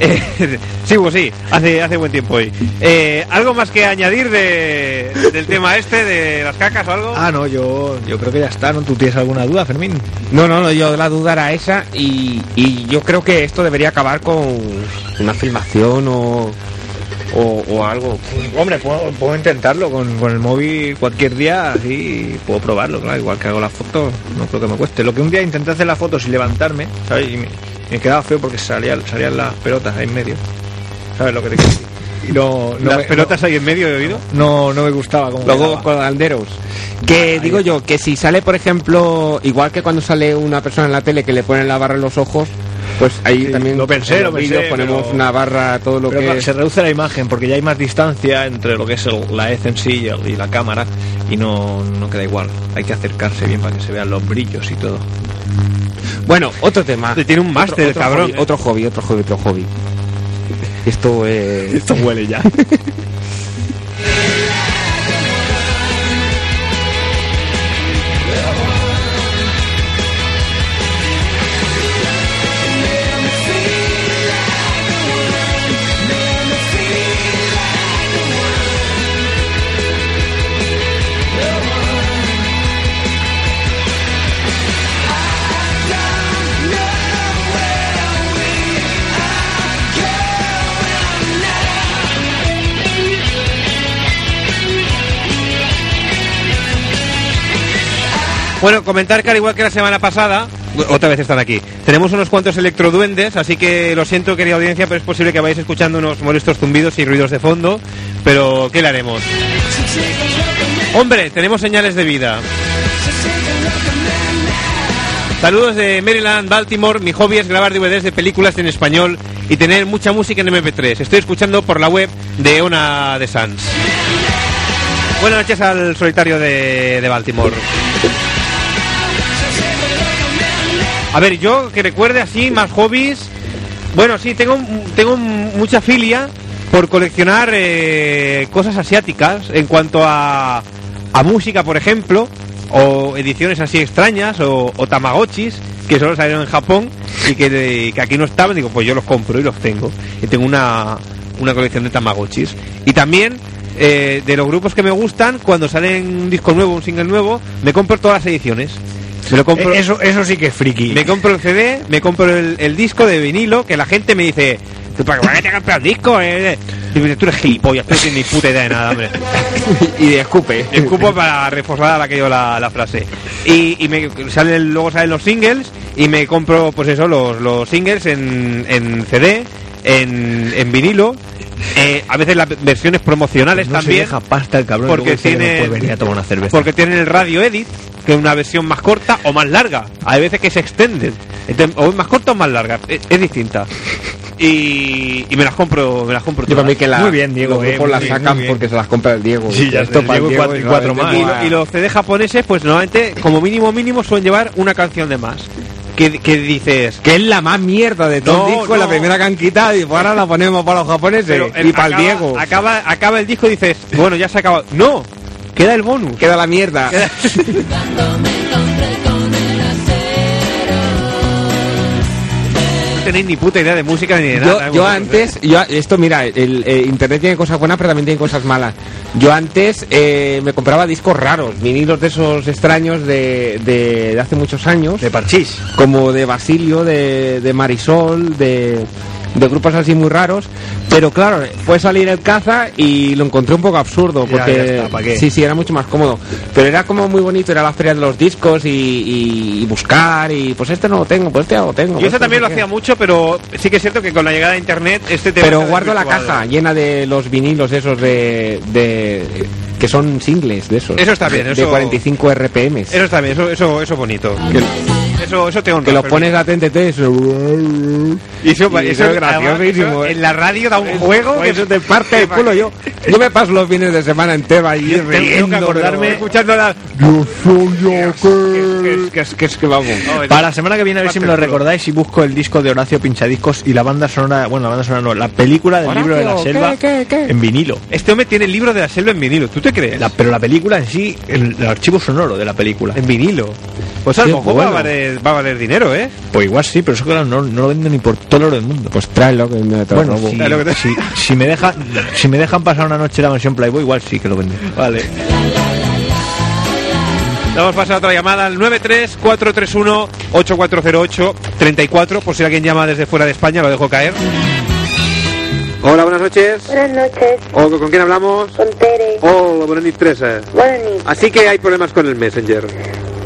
D: eh, sí, Hugo, sí, hace, hace buen tiempo hoy. Eh, ¿Algo más que añadir de, del tema este, de las cacas o algo?
E: Ah, no, yo, yo creo que ya está, ¿no? ¿Tú tienes alguna duda, Fermín?
F: No, no, no, yo la duda era esa y, y yo creo que esto debería acabar con una filmación o, o, o algo.
E: Hombre, puedo, puedo intentarlo con, con el móvil cualquier día, así puedo probarlo, claro, igual que hago las fotos, no creo que me cueste. Lo que un día intenté hacer las fotos y levantarme, ¿sabes? Y me, me quedaba feo porque salía, salían las pelotas ahí en medio, ¿sabes lo que te quiero decir? Y no, no
D: ¿Las
E: me-
D: pelotas ahí en medio he oído?
E: No, no me gustaba como
F: Luego
E: quedaba.
F: con Alderos. Que digo yo, que si sale, por ejemplo, igual que cuando sale una persona en la tele que le ponen la barra en los ojos, pues ahí también
E: lo pensé,
F: en
E: lo
F: los
E: pensé,
F: vídeos ponemos
E: pero-
F: una barra, todo lo
E: Pero
F: que
E: claro,
F: es.
E: se reduce la imagen porque ya hay más distancia entre lo que es el- la hez en sí y, el- y la cámara y no, no queda igual. Hay que acercarse bien para que se vean los brillos y todo.
F: Bueno, otro tema.
D: Tiene un máster,
F: Otro- otro
D: cabrón. eh.
F: hobby, otro hobby, otro hobby, otro hobby. Esto es...
E: Esto huele ya.
D: Bueno, comentar que al igual que la semana pasada, otra vez están aquí. Tenemos unos cuantos electroduendes, así que lo siento, querida audiencia, pero es posible que vayáis escuchando unos molestos zumbidos y ruidos de fondo. Pero, ¿qué le haremos? Hombre, tenemos señales de vida. Saludos de Maryland, Baltimore. Mi hobby es grabar DVDs de películas en español y tener mucha música en MP3. Estoy escuchando por la web de Ona de Sans. Buenas noches al solitario de, de Baltimore. A ver, yo que recuerde así más hobbies. Bueno, sí, tengo, tengo mucha filia por coleccionar eh, cosas asiáticas en cuanto a, a música, por ejemplo, o ediciones así extrañas, o, o tamagotchis, que solo salieron en Japón y que, de- que aquí no estaban. Digo, pues yo los compro y los tengo. Y tengo una, una colección de tamagotchis. Y también eh, de los grupos que me gustan, cuando salen un disco nuevo, un single nuevo, me compro todas las ediciones. Me lo compro.
E: Eh, Eso, eso sí que es friki.
D: Me compro el CD, me compro el, el disco de vinilo, que la gente me dice, "¿Tú ¿para qué te compras el disco? eh?". Y me dice, tú eres gilipollas, tú no tienes ni puta idea de nada, hombre.
F: y escupe.
D: Y escupo para reforzar aquello la, la frase. Y, y me sale, el- luego salen los singles y me compro, pues eso, los, los singles en, en CD, en, en vinilo. eh, a veces las versiones
F: Pues
D: promocionales
E: No se
D: también.
E: deja pasta el cabrón.
D: porque
E: luego dice que no
D: tiene-
E: puede venir a tomar una cerveza.
D: Porque tienen el radio edit, que es una versión más corta o más larga. Hay veces que se extenden. Entonces, O es más corta o más larga. e, Es, es distinta. Y, y me las compro, me las compro
F: Yo para mí
D: todas.
F: que la,
E: eh,
F: los grupos
D: muy
F: las
D: bien,
F: sacan
D: muy bien.
F: porque se las compra el Diego.
D: Sí, ya
F: Esto
D: sé,
F: para el
D: Diego y
F: Diego
D: cuatro-
F: y
D: y cuatro
F: lo
D: más.
F: venden
D: Y,
F: a-
D: y los CD japoneses, pues normalmente, como mínimo mínimo, suelen llevar una canción de más. Que, que dices...
F: Que es la más mierda de todo el disco, la primera que han quitado y pues ahora la ponemos para los japoneses y para el Diego.
D: eh, Acaba, acaba el disco y dices, bueno, ya se ha acabado. ¡No! Queda el bonus.
F: Queda la mierda.
D: no tenéis ni puta idea de música ni de nada. ¿eh?
F: Yo, yo
D: vosotros,
F: antes, yo, a- esto mira, el, eh, internet tiene cosas buenas, pero también tiene cosas malas. Yo antes eh, me compraba discos raros, vinilos de esos extraños de, de, de hace muchos
D: ¿eh?
F: años. De
E: parchís.
F: Como de Basilio, de, de Marisol, de, de grupos así muy raros. Pero claro, fue salir el caza y lo encontré un poco absurdo.
E: Ya,
F: Porque
E: ya está, ¿pa' qué?
F: sí, sí, era mucho más cómodo. Pero era como muy bonito, era la feria de los discos y, y- y buscar y pues este no lo tengo, pues este ya lo tengo.
D: Yo
F: pues este
D: eso también
F: no
D: lo
F: sé qué.
D: hacía mucho, pero sí que es cierto que con la llegada de internet este tema
F: Pero
D: se ha
F: guardo la
D: desvirtuado.
F: caja llena de los vinilos esos de, de- que son singles de esos.
D: Eso está bien,
F: de,
D: eso-
F: de 45 RPMs.
D: Eso está bien, eso eso eso es bonito. Eso eso te honra.
F: que los
D: Fermín.
F: pones a TNT eso.
D: Y eso, eso es graciosísimo. En la radio da un juego que
F: eh. pues eso te parte el culo yo. Yo me paso los fines de semana entero ahí
D: Tengo que
F: riendo. pero-
D: acordarme escuchando la
F: Yo soy yo que...
D: que es que es que vamos.
E: Para la semana que viene a ver si me lo recordáis y busco el disco de Horacio Pinchadiscos y la banda sonora, bueno, la banda sonora no, la película del libro de la selva en vinilo.
D: Este hombre tiene el libro de la selva en vinilo, ¿tú te crees?
E: La- pero la película en sí, el, el archivo sonoro de la película. En
D: vinilo. Pues a lo mejor va, a valer, va a valer dinero, ¿eh?
E: Pues igual sí, pero eso claro, no, no lo venden ni por todo el oro del mundo.
F: Pues tráelo que me te lo
E: Bueno,
F: robo.
E: si, si- si me dejan, si me dejan pasar una noche en la mansión Playboy, igual sí que lo venden.
D: Vale. Vamos a pasar a otra llamada al 93431-8408-34, por si alguien llama desde fuera de España, lo dejo caer.
R: Hola, buenas noches.
H: Buenas noches,
R: O, ¿Con quién hablamos?
H: con Tere.
R: Oh, buenas noches, Teresa.
H: Bueno, ni-
R: Así que hay problemas con el Messenger.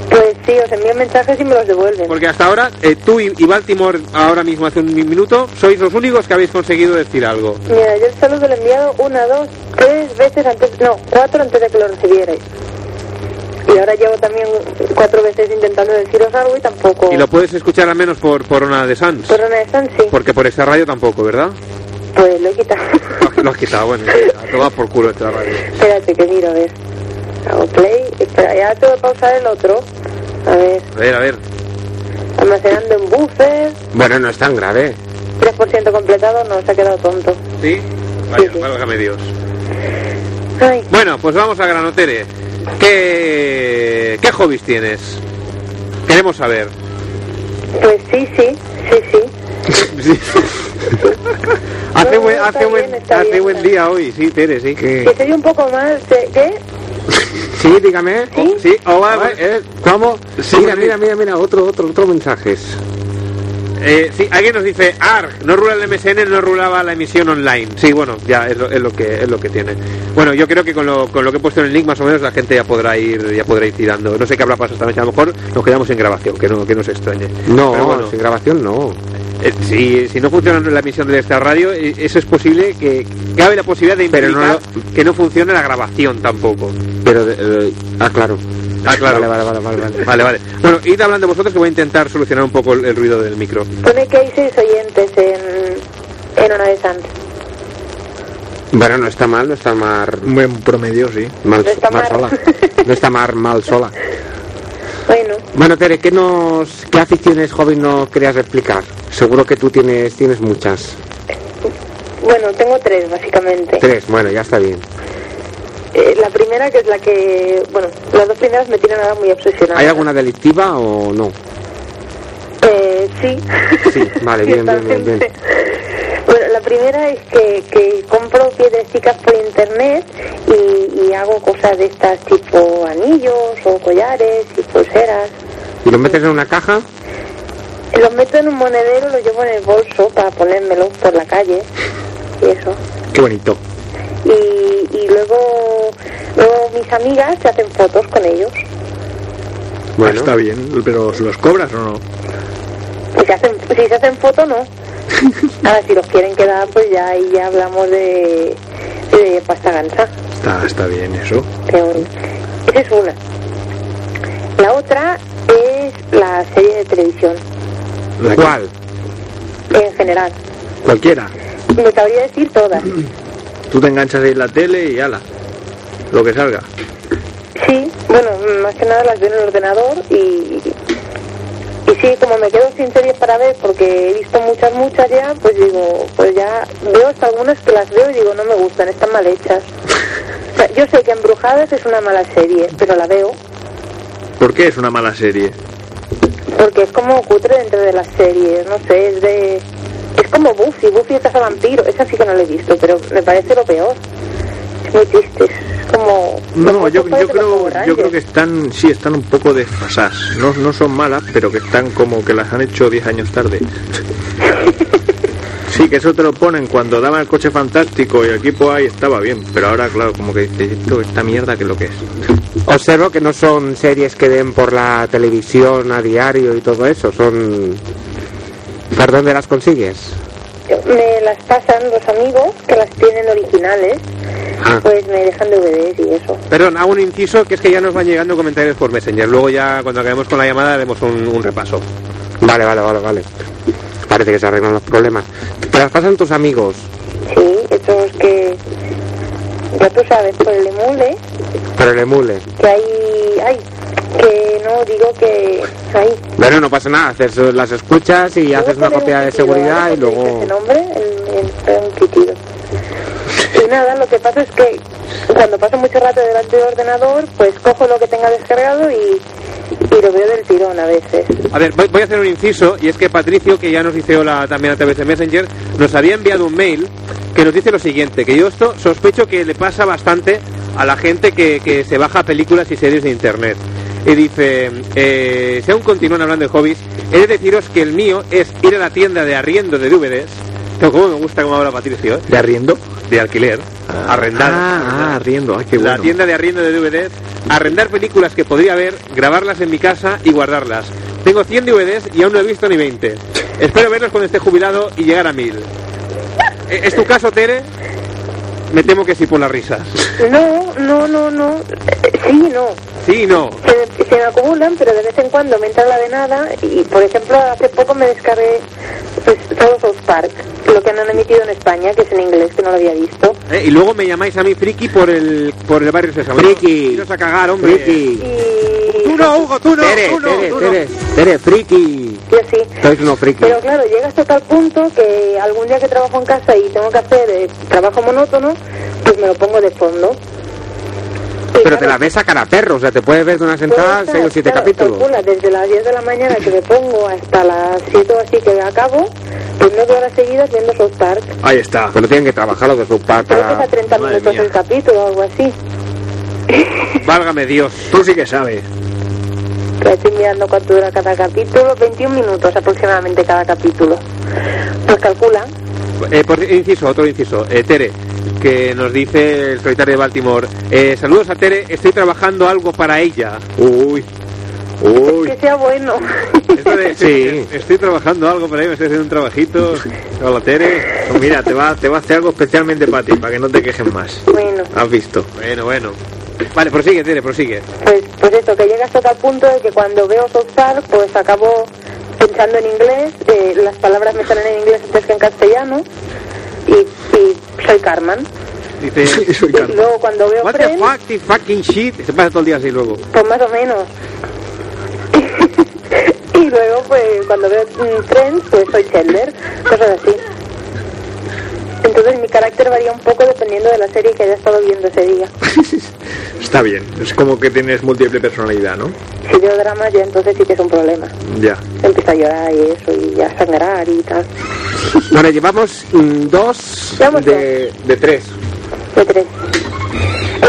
H: pues sí, os envío mensajes y me los devuelven.
R: Porque hasta ahora, eh, tú y, y Baltimore, ahora mismo hace un mi- minuto, sois los únicos que habéis conseguido decir algo.
H: Mira, yo solo te lo he enviado una, dos, tres veces antes, no, cuatro antes de que lo recibierais. Y ahora llevo también cuatro veces intentando deciros algo y tampoco.
R: Y lo puedes escuchar al menos por, por una de Sans.
H: Pero no están, sí,
R: Porque por esta radio tampoco, ¿verdad?
H: pues lo he quitado.
R: Ah, Lo has quitado, bueno, a tomar por culo esta radio.
H: Espérate que miro, a ver. Hago play, espera, ya tengo que pausar el otro. A ver,
R: A ver, a ver.
H: almacenando en buffer,
R: Bueno, no es tan grave.
H: 3% completado, no, se ha quedado tonto.
R: ¿Sí? Vaya, válgame Dios.
H: Ay.
R: Bueno, pues vamos a Granotere. ¿Qué, ¿Qué hobbies tienes? Queremos saber.
H: Pues sí, sí, sí, sí.
R: Hace
H: No,
R: buen,
H: está
R: hace buen,
H: bien, está
R: hace
H: bien,
R: buen
H: está
R: día hoy, sí, Tere, sí.
H: Que soy un poco más de... ¿Qué?
R: Sí, dígame.
S: Oh,
R: Sí, hola,
H: Hola.
R: eh, ¿cómo?
S: Sí, mira, mira, mira, mira, otro, otro, otro mensajes.
R: Eh, sí, alguien nos dice, ARG, no rula el MSN, no rulaba la emisión online. Sí, bueno, ya es lo, es lo que es lo que tiene. Bueno, yo creo que con lo, con lo que he puesto en el link, más o menos, la gente ya podrá ir ya podrá ir tirando. No sé qué habrá pasado esta noche, a lo mejor nos quedamos en grabación, que no, que no se extrañe.
S: No,
R: Pero bueno,
S: sin grabación no.
R: eh, si, si no funciona la emisión de esta radio, eh, eso es posible que cabe la posibilidad de
S: Pero no
R: implicar que no funcione la grabación tampoco.
S: Pero, eh, ah, claro.
R: Ah, claro.
S: Vale, vale, vale, vale.
R: Vale, vale. Bueno, id hablando vosotros que voy a intentar solucionar un poco el, el ruido del micro.
H: Pone que hay seis oyentes en, en una de Sanz.
S: Bueno, no está mal, no está mal.
E: Buen promedio, sí.
S: Mal,
H: No está
S: mal
H: mal.
S: sola. No está mal, mal sola.
H: Bueno,
S: Bueno, Tere, ¿qué, nos, ¿qué aficiones hobby no querías explicar? Seguro que tú tienes, tienes muchas.
H: bueno, tengo tres básicamente.
S: Tres, bueno, ya está bien.
H: Eh, la primera que es la que... Bueno, las dos primeras me tienen ahora muy obsesionada.
S: ¿Hay alguna delictiva o no?
H: Eh, sí.
S: Sí, vale, bien, bien, bien, bien.
H: Bueno, la primera es que, que compro piedrecitas por internet y, y hago cosas de estas tipo anillos o collares y pulseras.
S: ¿Y lo metes en una caja?
H: Los meto en un monedero, lo llevo en el bolso para ponérmelo por la calle y eso.
D: Qué bonito.
H: y, y luego, luego mis amigas se hacen fotos con ellos
D: Bueno.
E: Está bien, pero ¿los cobras o no?
H: si se hacen si se hacen foto no ahora si los quieren quedar pues ya ahí ya hablamos de, de pasta gansa
D: Está, está bien eso.
H: Pero esa es una la otra es la serie de televisión
D: ¿La cual?
H: en general
D: Cualquiera.
H: me sabría decir todas
D: Tú te enganchas ahí en la tele y ala. Lo que salga.
H: Sí, bueno, más que nada las veo en el ordenador y, y sí, como me quedo sin series para ver porque he visto muchas, muchas ya, pues digo, pues ya veo hasta algunas que las veo y digo, no me gustan, están mal hechas. O sea, yo sé que Embrujadas es una mala serie, pero la veo
E: ¿Por qué es una mala serie?
H: porque es como cutre dentro de las series, no sé, es de... Es como Buffy, Buffy es vampiro, esa sí que no la he visto, pero me parece lo peor. Es muy triste, es como...
E: No, yo,
H: parece
E: yo creo,
H: los
E: yo creo
H: Power Rangers.
E: Pues que están, sí, están un poco desfasadas. No, no son malas, pero que están como que las han hecho 10 años tarde. Sí, que eso te lo ponen cuando daban el coche fantástico y el equipo ahí estaba bien, pero ahora, claro, como que dices, esto, esta mierda, que es lo que es?
T: Observo que no son series que den por la televisión a diario y todo eso, son... ¿Para dónde las consigues?
H: me las pasan los amigos que las tienen originales,
T: Ah.
H: pues me dejan DVDs y eso.
D: Perdón, hago un inciso que es que ya nos van llegando comentarios por Messenger. Luego ya cuando acabemos con la llamada haremos un, un repaso.
T: Vale, vale, vale, vale. Parece que se arreglan los problemas. Te las pasan tus amigos.
H: Sí, esos que ya tú sabes por el emule
T: Pero el emule.
H: que hay, ay, que no digo que hay
T: Bueno, no pasa nada, haces las escuchas y haces una copia de seguridad
H: ¿eh?
T: y luego...
H: ese nombre, el, el, era un pitido. Y nada, lo que pasa es que cuando paso mucho rato delante del ordenador, pues cojo lo que tenga descargado y, y lo veo del tirón a veces.
D: A ver, voy, voy a hacer un inciso y es que Patricio, que ya nos hizo la, también a través de Messenger, nos había enviado un mail que nos dice lo siguiente, que yo esto sospecho que le pasa bastante a la gente que, que se baja películas y series de internet. Y dice, eh, si aún continúan hablando de hobbies, he de deciros que el mío es ir a la tienda de arriendo de DVDs. Pero cómo me gusta cómo habla Patricio, ¿eh?
E: ¿De arriendo?
D: De alquiler. arrendar.
E: Ah, arriendo, ay, qué
D: La
E: bueno.
D: tienda de arriendo de DVDs, arrendar películas que podría ver, grabarlas en mi casa y guardarlas. Tengo 100 DVDs y aún no he visto ni 20. Espero verlos cuando esté jubilado y llegar a 1000. ¿E- ¿Es tu caso, Tere? Me temo que sí por la risa.
H: No, no, no, no. Eh, Sí, no.
D: Sí, no.
H: se, se me acumulan, pero de vez en cuando me entra la de nada y, por ejemplo, hace poco me descargué pues, todo South Park, lo que han emitido en España, que es en inglés, que no lo había visto.
D: Eh, Y luego me llamáis a mí friki por el, por el barrio Sésamo. Friki. Iros a cagar, hombre.
T: Friki.
D: Tú no, Hugo, tú no,
T: Tere,
D: tú no,
T: Tere,
D: tú no.
T: Tere, Tere, friki.
H: Yo sí.
T: Sois unos friki.
H: Pero claro, llegas a tal punto que algún día que trabajo en casa y tengo que hacer eh, trabajo monótono, pues me lo pongo de fondo.
T: Pero te la ves a cara perro, o sea, te puedes ver de una sentada
H: Puedo
T: 6 o 7
H: claro,
T: capítulos.
H: calcula, desde las 10 de la mañana que me pongo hasta las 7 o así que acabo, pues 9 horas seguidas viendo South Park.
T: Ahí está. Pero tienen que trabajar lo de su parte.
H: Creo que es
D: Ah,
H: a 30 minutos el capítulo o algo así.
D: Válgame Dios.
E: Tú sí que sabes.
H: Que estoy mirando cuánto dura cada capítulo, 21 minutos aproximadamente cada capítulo. Pues calcula.
D: Eh, por inciso, otro inciso. Eh, Tere, que nos dice el solitario de Baltimore. eh, saludos a Tere, estoy trabajando algo para ella. Uy. Uy.
H: Que sea bueno.
D: Esto de- eh, Estoy trabajando algo para ella, me estoy haciendo un trabajito. Hola, Tere.
E: Pues mira, te va, te va a hacer algo especialmente para ti, para que no te quejes más.
H: Bueno,
D: Ah.
E: Has visto.
D: Bueno, bueno. Vale, prosigue, Tere, prosigue.
H: pues, pues eso, que llegas a tal punto de que cuando veo South Park, pues acabo pensando en inglés, eh, las palabras me salen en inglés antes que en castellano, y, y soy Carmen.
D: Dice,
H: Y luego cuando veo
D: What the
H: Friends,
D: fuck, this fucking shit. Se pasa todo el día así luego.
H: Pues más o menos. y luego, pues, cuando veo mm, Friends, pues soy Chandler, cosas así. Entonces mi carácter varía un poco dependiendo de la serie que haya estado viendo ese día.
E: Está bien, es como que tienes múltiple personalidad, ¿no?
H: Si veo dramas, ya entonces sí que es un problema.
E: Ya.
H: Empiezo a llorar y eso, y a sangrar y tal.
T: Bueno, llevamos mm, dos de, de tres.
H: De tres.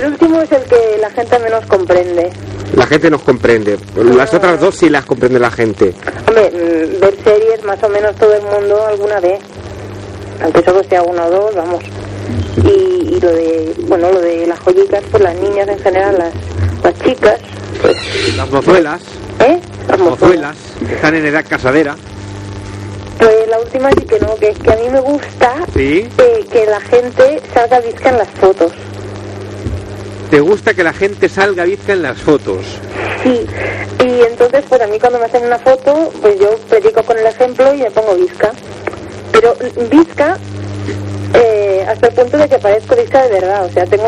H: El último es el que la gente menos comprende.
T: La gente nos comprende. Las otras dos sí las comprende la gente.
H: Hombre, mm, ver series más o menos todo el mundo alguna vez. Aunque solo sea uno o dos, vamos. y, y lo de bueno lo de las joyitas pues las niñas en general las, las chicas
D: Las mozuelas.
H: ¿eh?
D: Las mozuelas. que Están en edad casadera.
H: pues la última sí que no que es que a mí me gusta
D: Sí.
H: eh, que la gente salga visca en las fotos
D: ¿Te gusta que la gente salga bizca en las fotos?
H: sí y entonces pues a mí cuando me hacen una foto pues yo predico con el ejemplo y me pongo visca pero visca eh, hasta el punto de que parezco visca de verdad o sea tengo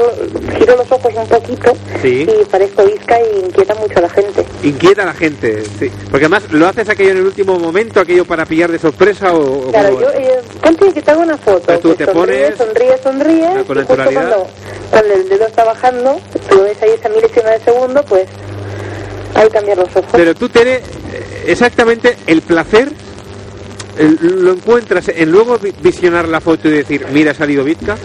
H: giro los ojos un poquito
D: Sí.
H: y parezco visca y inquieta mucho a la gente
D: Inquieta a la gente, sí. Porque además, ¿lo haces aquello en el último momento, aquello para pillar de sorpresa o, o
H: Claro,
D: cómo
H: yo,
D: es?
H: eh, ponte que te hago una foto.
D: Pero tú
H: que
D: te
H: sonríe,
D: pones-
H: Sonríe, sonríe,
D: Ah, con
H: y justo
D: naturalidad.
H: Cuando, cuando el dedo está bajando, tú ves ahí esa milésima de segundo, pues hay que cambiar los ojos.
D: Pero tú tienes eh, exactamente el placer, el- lo encuentras en luego vi- visionar la foto y decir, mira, ha salido Vitka,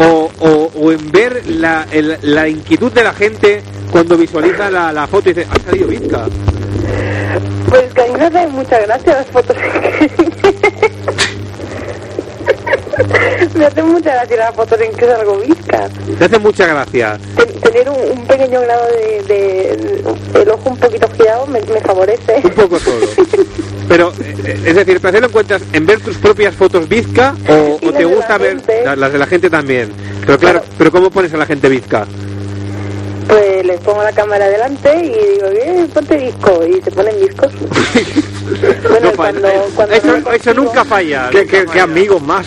D: o, o- o en ver la, el- la inquietud de la gente cuando visualiza la, la foto y dice, ha salido Vitka.
H: Pues que a mí me hacen mucha gracia las fotos. me hacen mucha gracia las fotos en que salgo visca.
D: Te hace mucha gracia.
H: Ten- tener un, un pequeño grado de, de- El ojo un poquito girado me, me favorece.
D: Un poco solo. Pero, eh, es decir, el placer lo encuentras en ver tus propias fotos Vizca o,
H: Y
D: o te
H: las de la
D: gusta ver
H: gente.
D: la- las de la gente también. Pero claro, pero ¿cómo pones a la gente Vizca?
H: Pues les pongo la cámara delante y digo, eh, ponte disco. Y se ponen discos. bueno, cuando, cuando
D: Eso, eso nunca falla. Qué, amigos más,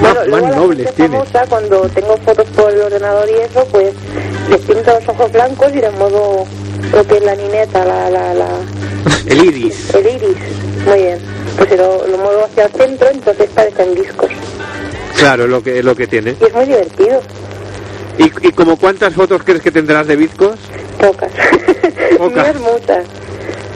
H: Bueno, luego la gente famosa, cuando tengo fotos por el ordenador y eso, pues les pinto los ojos blancos y les muevo lo que es la nineta, la, la, la,
D: El iris.
H: el iris. Muy bien. Pues se lo, lo muevo hacia el centro, entonces parecen discos.
D: Claro, lo que, lo que tiene.
H: Y es muy divertido.
D: ¿Y, y como cuántas fotos crees que tendrás de Vizcos?
H: Pocas.
D: Pocas.
H: No es muchas.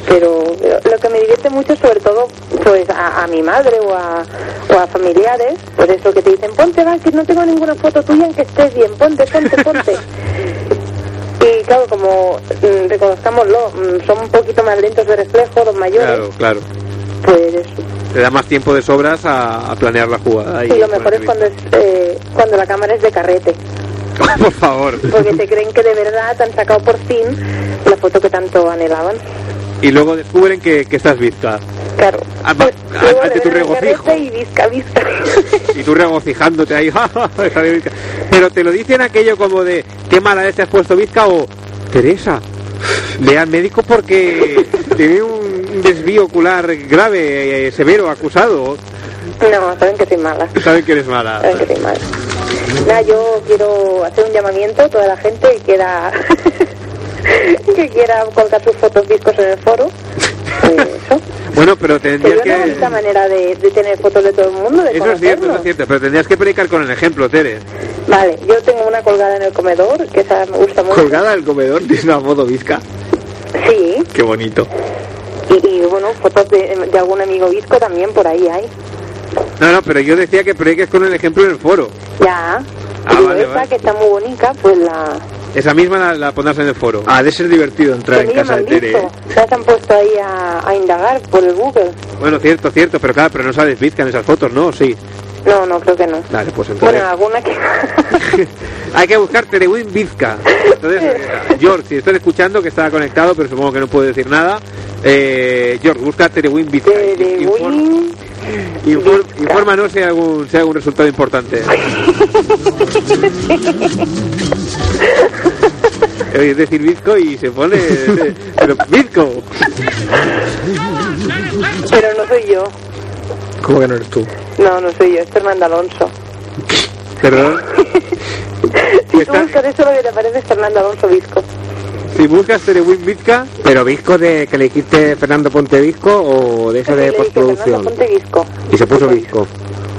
H: Pero, pero lo que me divierte mucho, sobre todo, pues a, a mi madre o a, o a familiares, pues eso que te dicen, ponte, va, que no tengo ninguna foto tuya en que estés bien, ponte, ponte, ponte. y claro, como mm, reconozcámoslo, mm, son un poquito más lentos de reflejo, los mayores,
D: Claro, claro.
H: pues eso.
D: Te da más tiempo de sobras a, a planear la jugada.
H: Y lo mejor es cuando, es, eh, cuando la cámara es de carrete.
D: Por favor.
H: Porque se creen que de verdad han sacado por fin la foto que tanto anhelaban.
D: Y luego descubren que, que estás Vizca.
H: Claro.
D: Ah,
H: Pues, Luego
D: Ante
H: le
D: tu
H: ven en la
D: regocijo.
H: carreta y visca, visca.
D: y tú regocijándote ahí. "Ja, ja, ja, salió Vizca". Pero te lo dicen aquello como de qué mala vez te has puesto Vizca o Teresa, ve al médico porque tiene un desvío ocular grave, eh, severo, acusado.
H: No, saben que soy mala.
D: Saben que eres mala.
H: Saben que soy mala. Nada, yo quiero hacer un llamamiento a toda la gente que quiera que quiera colgar sus fotos discos en el foro.
D: Bueno, pero
H: Que
D: tendrías
H: yo no
D: que.
H: es la manera de, de tener fotos de todo el mundo, de
D: Eso es cierto, eso es
H: conocernos.
D: cierto, pero tendrías que predicar con el ejemplo, Tere.
H: Vale, yo tengo una colgada en el comedor, que esa me gusta mucho.
U: Colgada del comedor tiene una modo visca.
H: Sí,
U: Qué bonito.
H: y, y, bueno, fotos de, de algún amigo disco también por ahí hay.
D: No, no, pero yo decía que prediques con el ejemplo en el foro.
H: Ya.
D: Ah,
H: Digo,
D: vale,
H: esta
D: vale.
H: que está muy bonita, pues la...
D: Esa misma la, la pondrás en el foro.
U: Ah, de ser divertido entrar
H: que
U: en
H: me
U: casa de
H: llaman
U: Tere. ¿eh?
H: disco. Ya se han puesto ahí a, a indagar por el Google.
D: Bueno, cierto, cierto, pero claro, pero no sabes Vizca en esas fotos, ¿no? Sí.
H: No, no, creo que no.
D: Vale, pues entonces.
H: Bueno, alguna que...
D: Hay que buscar Terewin Vizca. Entonces, eh, George, si estás escuchando, que estaba conectado, pero supongo que no puede decir nada. eh, George, busca Terewin Vizca. Inform- inform- Infórmanos si hay, algún, si hay algún resultado importante. Eh, Es decir, Vizco y se pone. eh, Pero, ¡Vizco!
H: Pero no soy yo.
U: ¿Cómo que no eres tú?
H: No, no soy yo, es Fernando Alonso.
D: Perdón. Pues
H: Si tú buscas eso, lo que te aparece es Fernando Alonso Visco.
D: Si buscas Terewin Vizca.
U: Pero Visco de que le dijiste Fernando Ponte Visco o de eso de
H: Le dije, Fernando,
U: postproducción.
H: ponte Visco.
U: Y se puso Visco.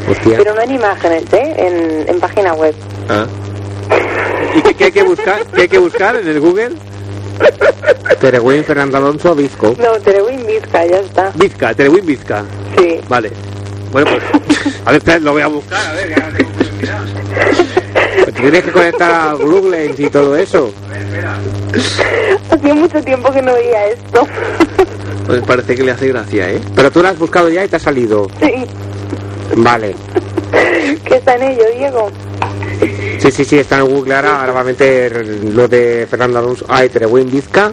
U: Hostia.
H: Pero no en imágenes, ¿eh? En, en página web.
U: Ah.
D: ¿Y qué, qué hay que buscar? ¿Qué hay que buscar en el Google?
U: Terewin, Fernando Alonso, Visco.
H: No, Terewin Vizca, ya está.
D: Vizca, Terewin Vizca.
H: Sí.
D: Vale. Bueno, pues. A ver, espera, lo voy a buscar.
U: Pues Tienes que conectar a Google y todo eso.
H: Hacía mucho tiempo que no veía esto.
U: Pues parece que le hace gracia, ¿eh? Pero tú lo has buscado ya y te ha salido.
H: Sí,
U: Vale.
H: que está en ello, Diego.
S: Sí, sí, sí, está en Google ahora, ahora va a meter lo de Fernando Alonso. Ay, Trewin Vizca.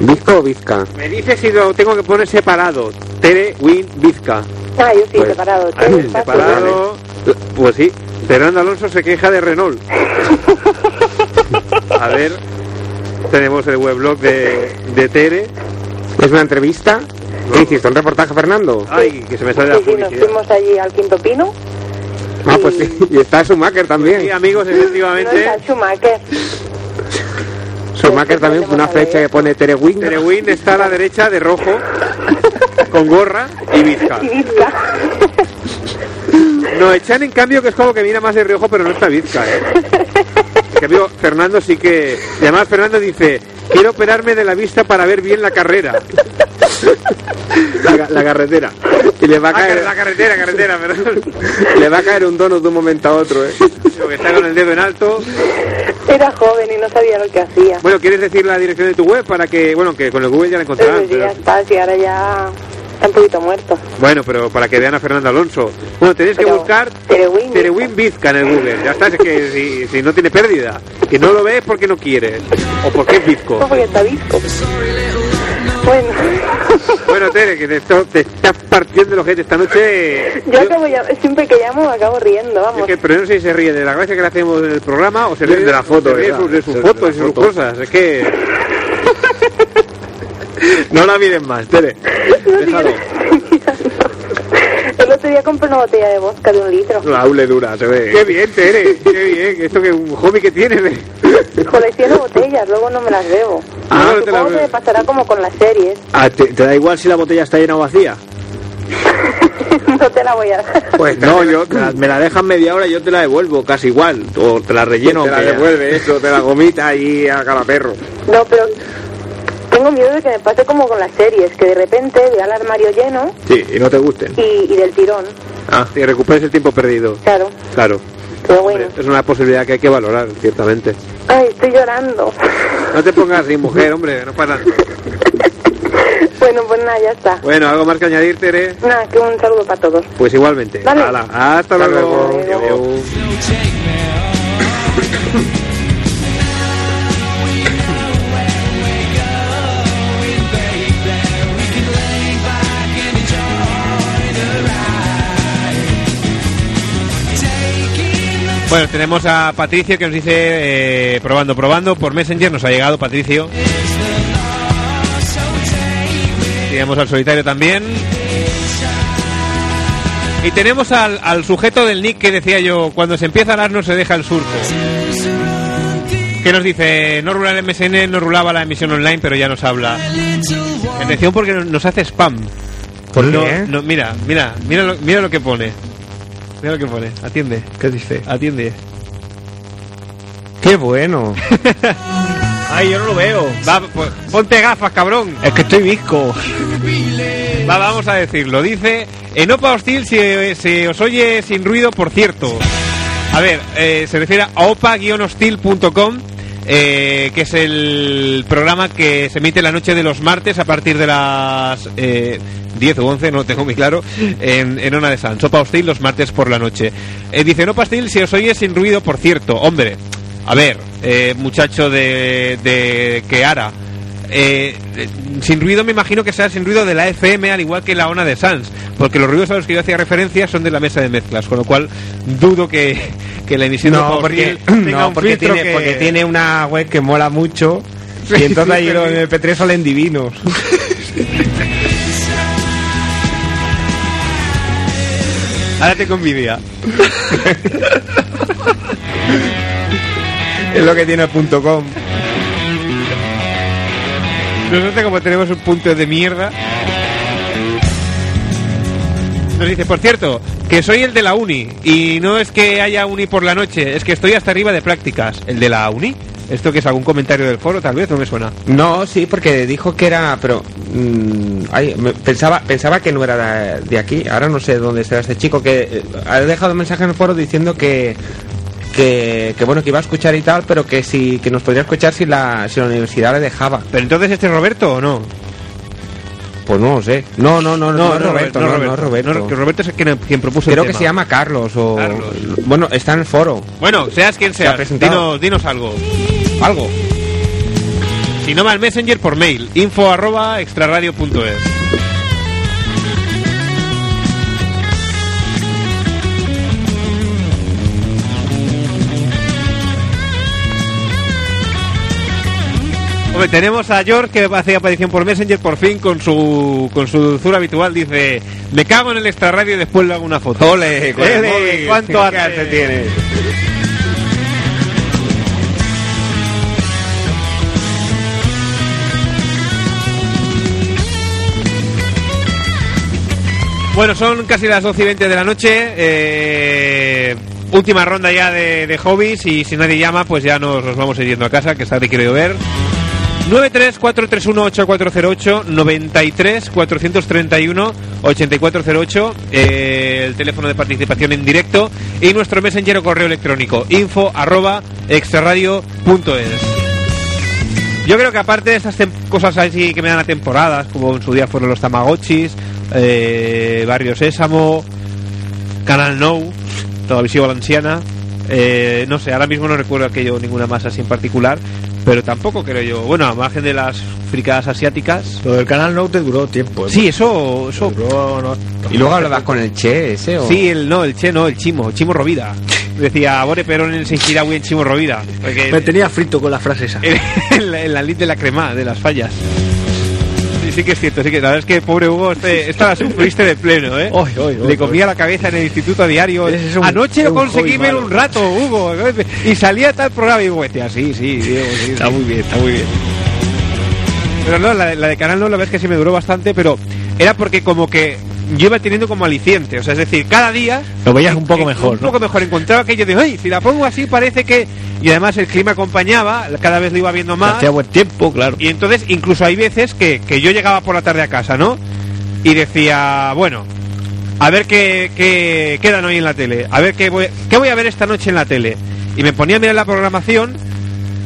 S: ¿Vizca o Vizca?
R: Me dice si lo tengo que poner separado. Tere, Win, Vizca.
H: Ah, yo sí,
R: Pues,
H: separado.
R: ah,
H: todo está
R: separado. Pues sí, Fernando Alonso se queja de Renault.
S: A ver,
R: Tenemos el weblog de, de Tere.
S: ¿es una entrevista? ¿Qué hiciste? ¿Un reportaje, Fernando?
R: Ay, que se me
H: Sí,
R: sale la
H: sí, nos
R: publicidad.
H: fuimos allí al Quinto Pino.
S: Ah, pues sí, y está Schumacher también.
R: Sí, amigos, efectivamente.
D: este.
H: No está Schumacher.
S: Schumacher también, una flecha que pone Terewin.
R: Terewin está a la derecha de rojo, con gorra y bizca. No, echan en cambio que es como que mira más de riojo, pero no está bizca. ¿eh? En cambio, Fernando sí que. Y además, Fernando dice: Quiero operarme de la vista para ver bien la carrera.
S: La, la carretera. Y le va a
R: Ah,
S: caer,
R: La carretera, carretera, perdón.
S: le va a caer un donut de un momento a otro, ¿eh?
R: Que está con el dedo en alto.
H: Era joven y no sabía lo que hacía.
R: Bueno, ¿quieres decir la dirección de tu web para que, bueno, que con el Google ya la
H: Pero
R: encontrarán?
H: ya
R: pero-
H: está, si ahora ya está un poquito muerto.
R: bueno, pero para que vean a Fernando Alonso. Bueno, tenéis que buscar Terewin Vizca en el Google. Ya está, es que si, si no tiene pérdida. Que no lo ves porque no quieres. O porque es
H: No,
R: bizco.
H: porque está disco. Bueno,
R: Bueno, Tere, que te, esto- te estás partiendo los ojete esta noche.
H: yo acabo ya, siempre que llamo me acabo riendo,
R: Es
H: vamos.
R: que, pero no sé si se ríe de la gracia que le hacemos en el programa o se ríe
S: De la foto,
R: se ríe de
S: ¿verdad?
R: sus, de sus
S: De la
R: fotos y sus
S: foto.
R: cosas. Es que. No la miren más, Tere. Déjalo.
H: El otro día compré una botella de vodka de un litro.
S: La aule dura, se ve.
R: Qué bien, Tere. Qué bien. Esto que es un hobby que tienes. ¿eh?
H: Colecciono botellas, luego no me las bebo.
R: Ah, no te la
H: Supongo que me pasará como con las series.
V: Ah, ¿te, te da igual si la botella está llena o vacía?
H: No te la voy a dar.
V: Pues no, yo me la, me la dejan media hora y yo te la devuelvo, casi igual. O te la relleno.
S: Te la
V: aunque ya-
S: devuelve eso, te la gomita y a cada perro.
H: No, pero tengo miedo de que me pase como con las series, que de repente vea el armario lleno
S: Sí, y no te gusten.
H: y, y del tirón,
S: Ah, y recuperes el tiempo perdido.
H: claro.
S: Claro.
H: Pero bueno,
S: Es una posibilidad que hay que valorar, ciertamente.
H: ay, estoy llorando.
S: No te pongas así, mujer, hombre, no pasa nada.
H: Bueno, pues nada, ya está.
R: Bueno, algo más que añadir, Tere.
H: Nada, que un saludo para todos.
S: Pues igualmente.
H: Vale.
S: Hala, hasta,
R: Hasta
S: luego.
R: luego.
S: Adiós.
D: Bueno, tenemos a Patricio que nos dice eh, probando, probando. Por Messenger nos ha llegado Patricio. Tenemos al solitario también. Y tenemos al, al sujeto del nick que decía yo, cuando se empieza a dar no se deja el surco. Que nos dice, no rular MSN, no rulaba la emisión online, pero ya nos habla. Atención porque nos- nos hace spam.
F: ¿Por
D: Pues no,
E: ¿Eh?
F: qué?
D: no, mira, mira, mira lo, mira lo que pone. Mira lo que pone. Atiende. ¿Qué dice? Atiende.
F: ¡Qué bueno!
D: Ay, yo no lo veo. Va, pues, ponte gafas, cabrón. Es que estoy visco. Va, vamos a decirlo. Dice, Enopa Hostil se, se os oye sin ruido, por cierto. A ver, eh, se refiere a opa-hostil.com, eh, que es el programa que se emite la noche de los martes a partir de las eh, 10 o 11, no lo tengo muy claro, en, en Ona de Sans. Opa Hostil los martes por la noche. Eh, dice, Enopa Hostil se os oye sin ruido, por cierto. Hombre, a ver, eh, muchacho de, de Keara. Eh, eh, sin ruido me imagino que sea sin ruido de la FM al igual que la ONA de Sans, porque los ruidos a los que yo hacía referencia son de la mesa de mezclas, con lo cual dudo que, que la emisión
F: No,
D: de
F: porque,
D: Faustil tenga
F: no,
D: un
F: porque,
D: filtro
F: tiene,
D: que-
F: porque tiene una web que mola mucho.
D: Sí,
F: y entonces
D: sí,
F: ahí
D: sí.
F: los MP3 salen divinos.
D: Ahora te convidia.
F: es lo que tiene el punto com.
D: Nosotros como tenemos un punto de mierda. Nos dice, por cierto, que soy el de la uni y no es que haya uni por la noche, es que estoy hasta arriba de prácticas. ¿El de la uni? ¿Esto que es algún comentario del foro? Tal vez no me suena.
F: No, sí, porque dijo que era, pero mm, ay, me- pensaba pensaba que no era de aquí. Ahora no sé dónde será este chico que eh, ha dejado un mensaje en el foro diciendo que que, que, bueno que iba a escuchar y tal, pero que si que nos podría escuchar si la si la universidad le dejaba.
D: Pero entonces este es Roberto o no?
F: Pues no lo sé. No, no, no, no,
D: No,
F: es
D: no,
F: Roberto,
D: no,
F: no,
D: Roberto.
F: no es Roberto.
D: No, que Roberto es quien, quien propuso el
F: Creo que
D: tema.
F: se llama Carlos o... Bueno, está en el foro.
D: Bueno, seas quien
F: Se ha
D: seas,
F: presentado.
D: dinos, dinos algo. Algo. Si no va el Messenger, por mail. Info arroba extraradio.es. Hombre, tenemos a George que hace aparición por Messenger por fin con su con su dulzura habitual. Dice, me cago en el extrarradio y después le hago una foto.
F: Ole, con el
D: Ele,
F: móvil.
D: ¿Cuánto
F: ¿Qué
D: arte tiene? Bueno, son casi las 12 y 20 de la noche. eh, última ronda ya de, de hobbies. Y si nadie llama, pues ya nos, nos vamos a ir yendo a casa, que está te quiero yo ver. 934318408 93431-8408 eh, el teléfono de participación en directo y nuestro messenger o correo electrónico info arroba extraradio.es yo creo que aparte de estas tem- cosas así que me dan a temporadas, como en su día fueron los Tamagotchis, eh, Barrio Sésamo, Canal No, Televisión Valenciana, eh, no sé, ahora mismo no recuerdo aquello ninguna más así en particular, pero tampoco creo yo, bueno, a margen de las fricadas asiáticas.
E: Lo del canal no te duró tiempo. ¿eh?
D: Sí, eso, eso.
F: Y luego hablabas con el Che ese o...
D: Sí, el no, el Che no, el Chimo, Chimo Rovida. Decía, Bore Perón en Seixira, avui en Chimo Rovida. Porque-
E: Me tenía frito con la frase
D: eh,
E: esa.
D: en la, en la lid de la crema, de las fallas. Sí, sí que es cierto, sí que la verdad es que pobre Hugo, este- esta la sufriste de pleno, ¿eh? Le comía la cabeza en el instituto a diario.
E: un-
D: Anoche lo
E: es un
D: conseguí
E: hobby
D: ver
E: malo.
D: un rato, Hugo. Y salía tal programa y Hugo decía, sí, sí, Diego, sí, sí".
E: Está muy bien, está muy bien.
D: Pero no, la, de- la de Canal No, la verdad es que sí me duró bastante, pero era porque como que yo iba teniendo como aliciente, o sea, es decir, cada día eh,
E: Lo veías un poco mejor,
D: un
E: ¿no?
D: poco mejor. Encontraba aquello de, ay, si la pongo así parece que... Y además el clima acompañaba, cada vez lo iba viendo más.
E: Hacía buen tiempo, claro.
D: Y entonces incluso hay veces que, que yo llegaba por la tarde a casa, ¿no? Y decía, bueno, a ver qué, qué quedan hoy en la tele, a ver qué voy, qué voy a ver esta noche en la tele. Y me ponía a mirar la programación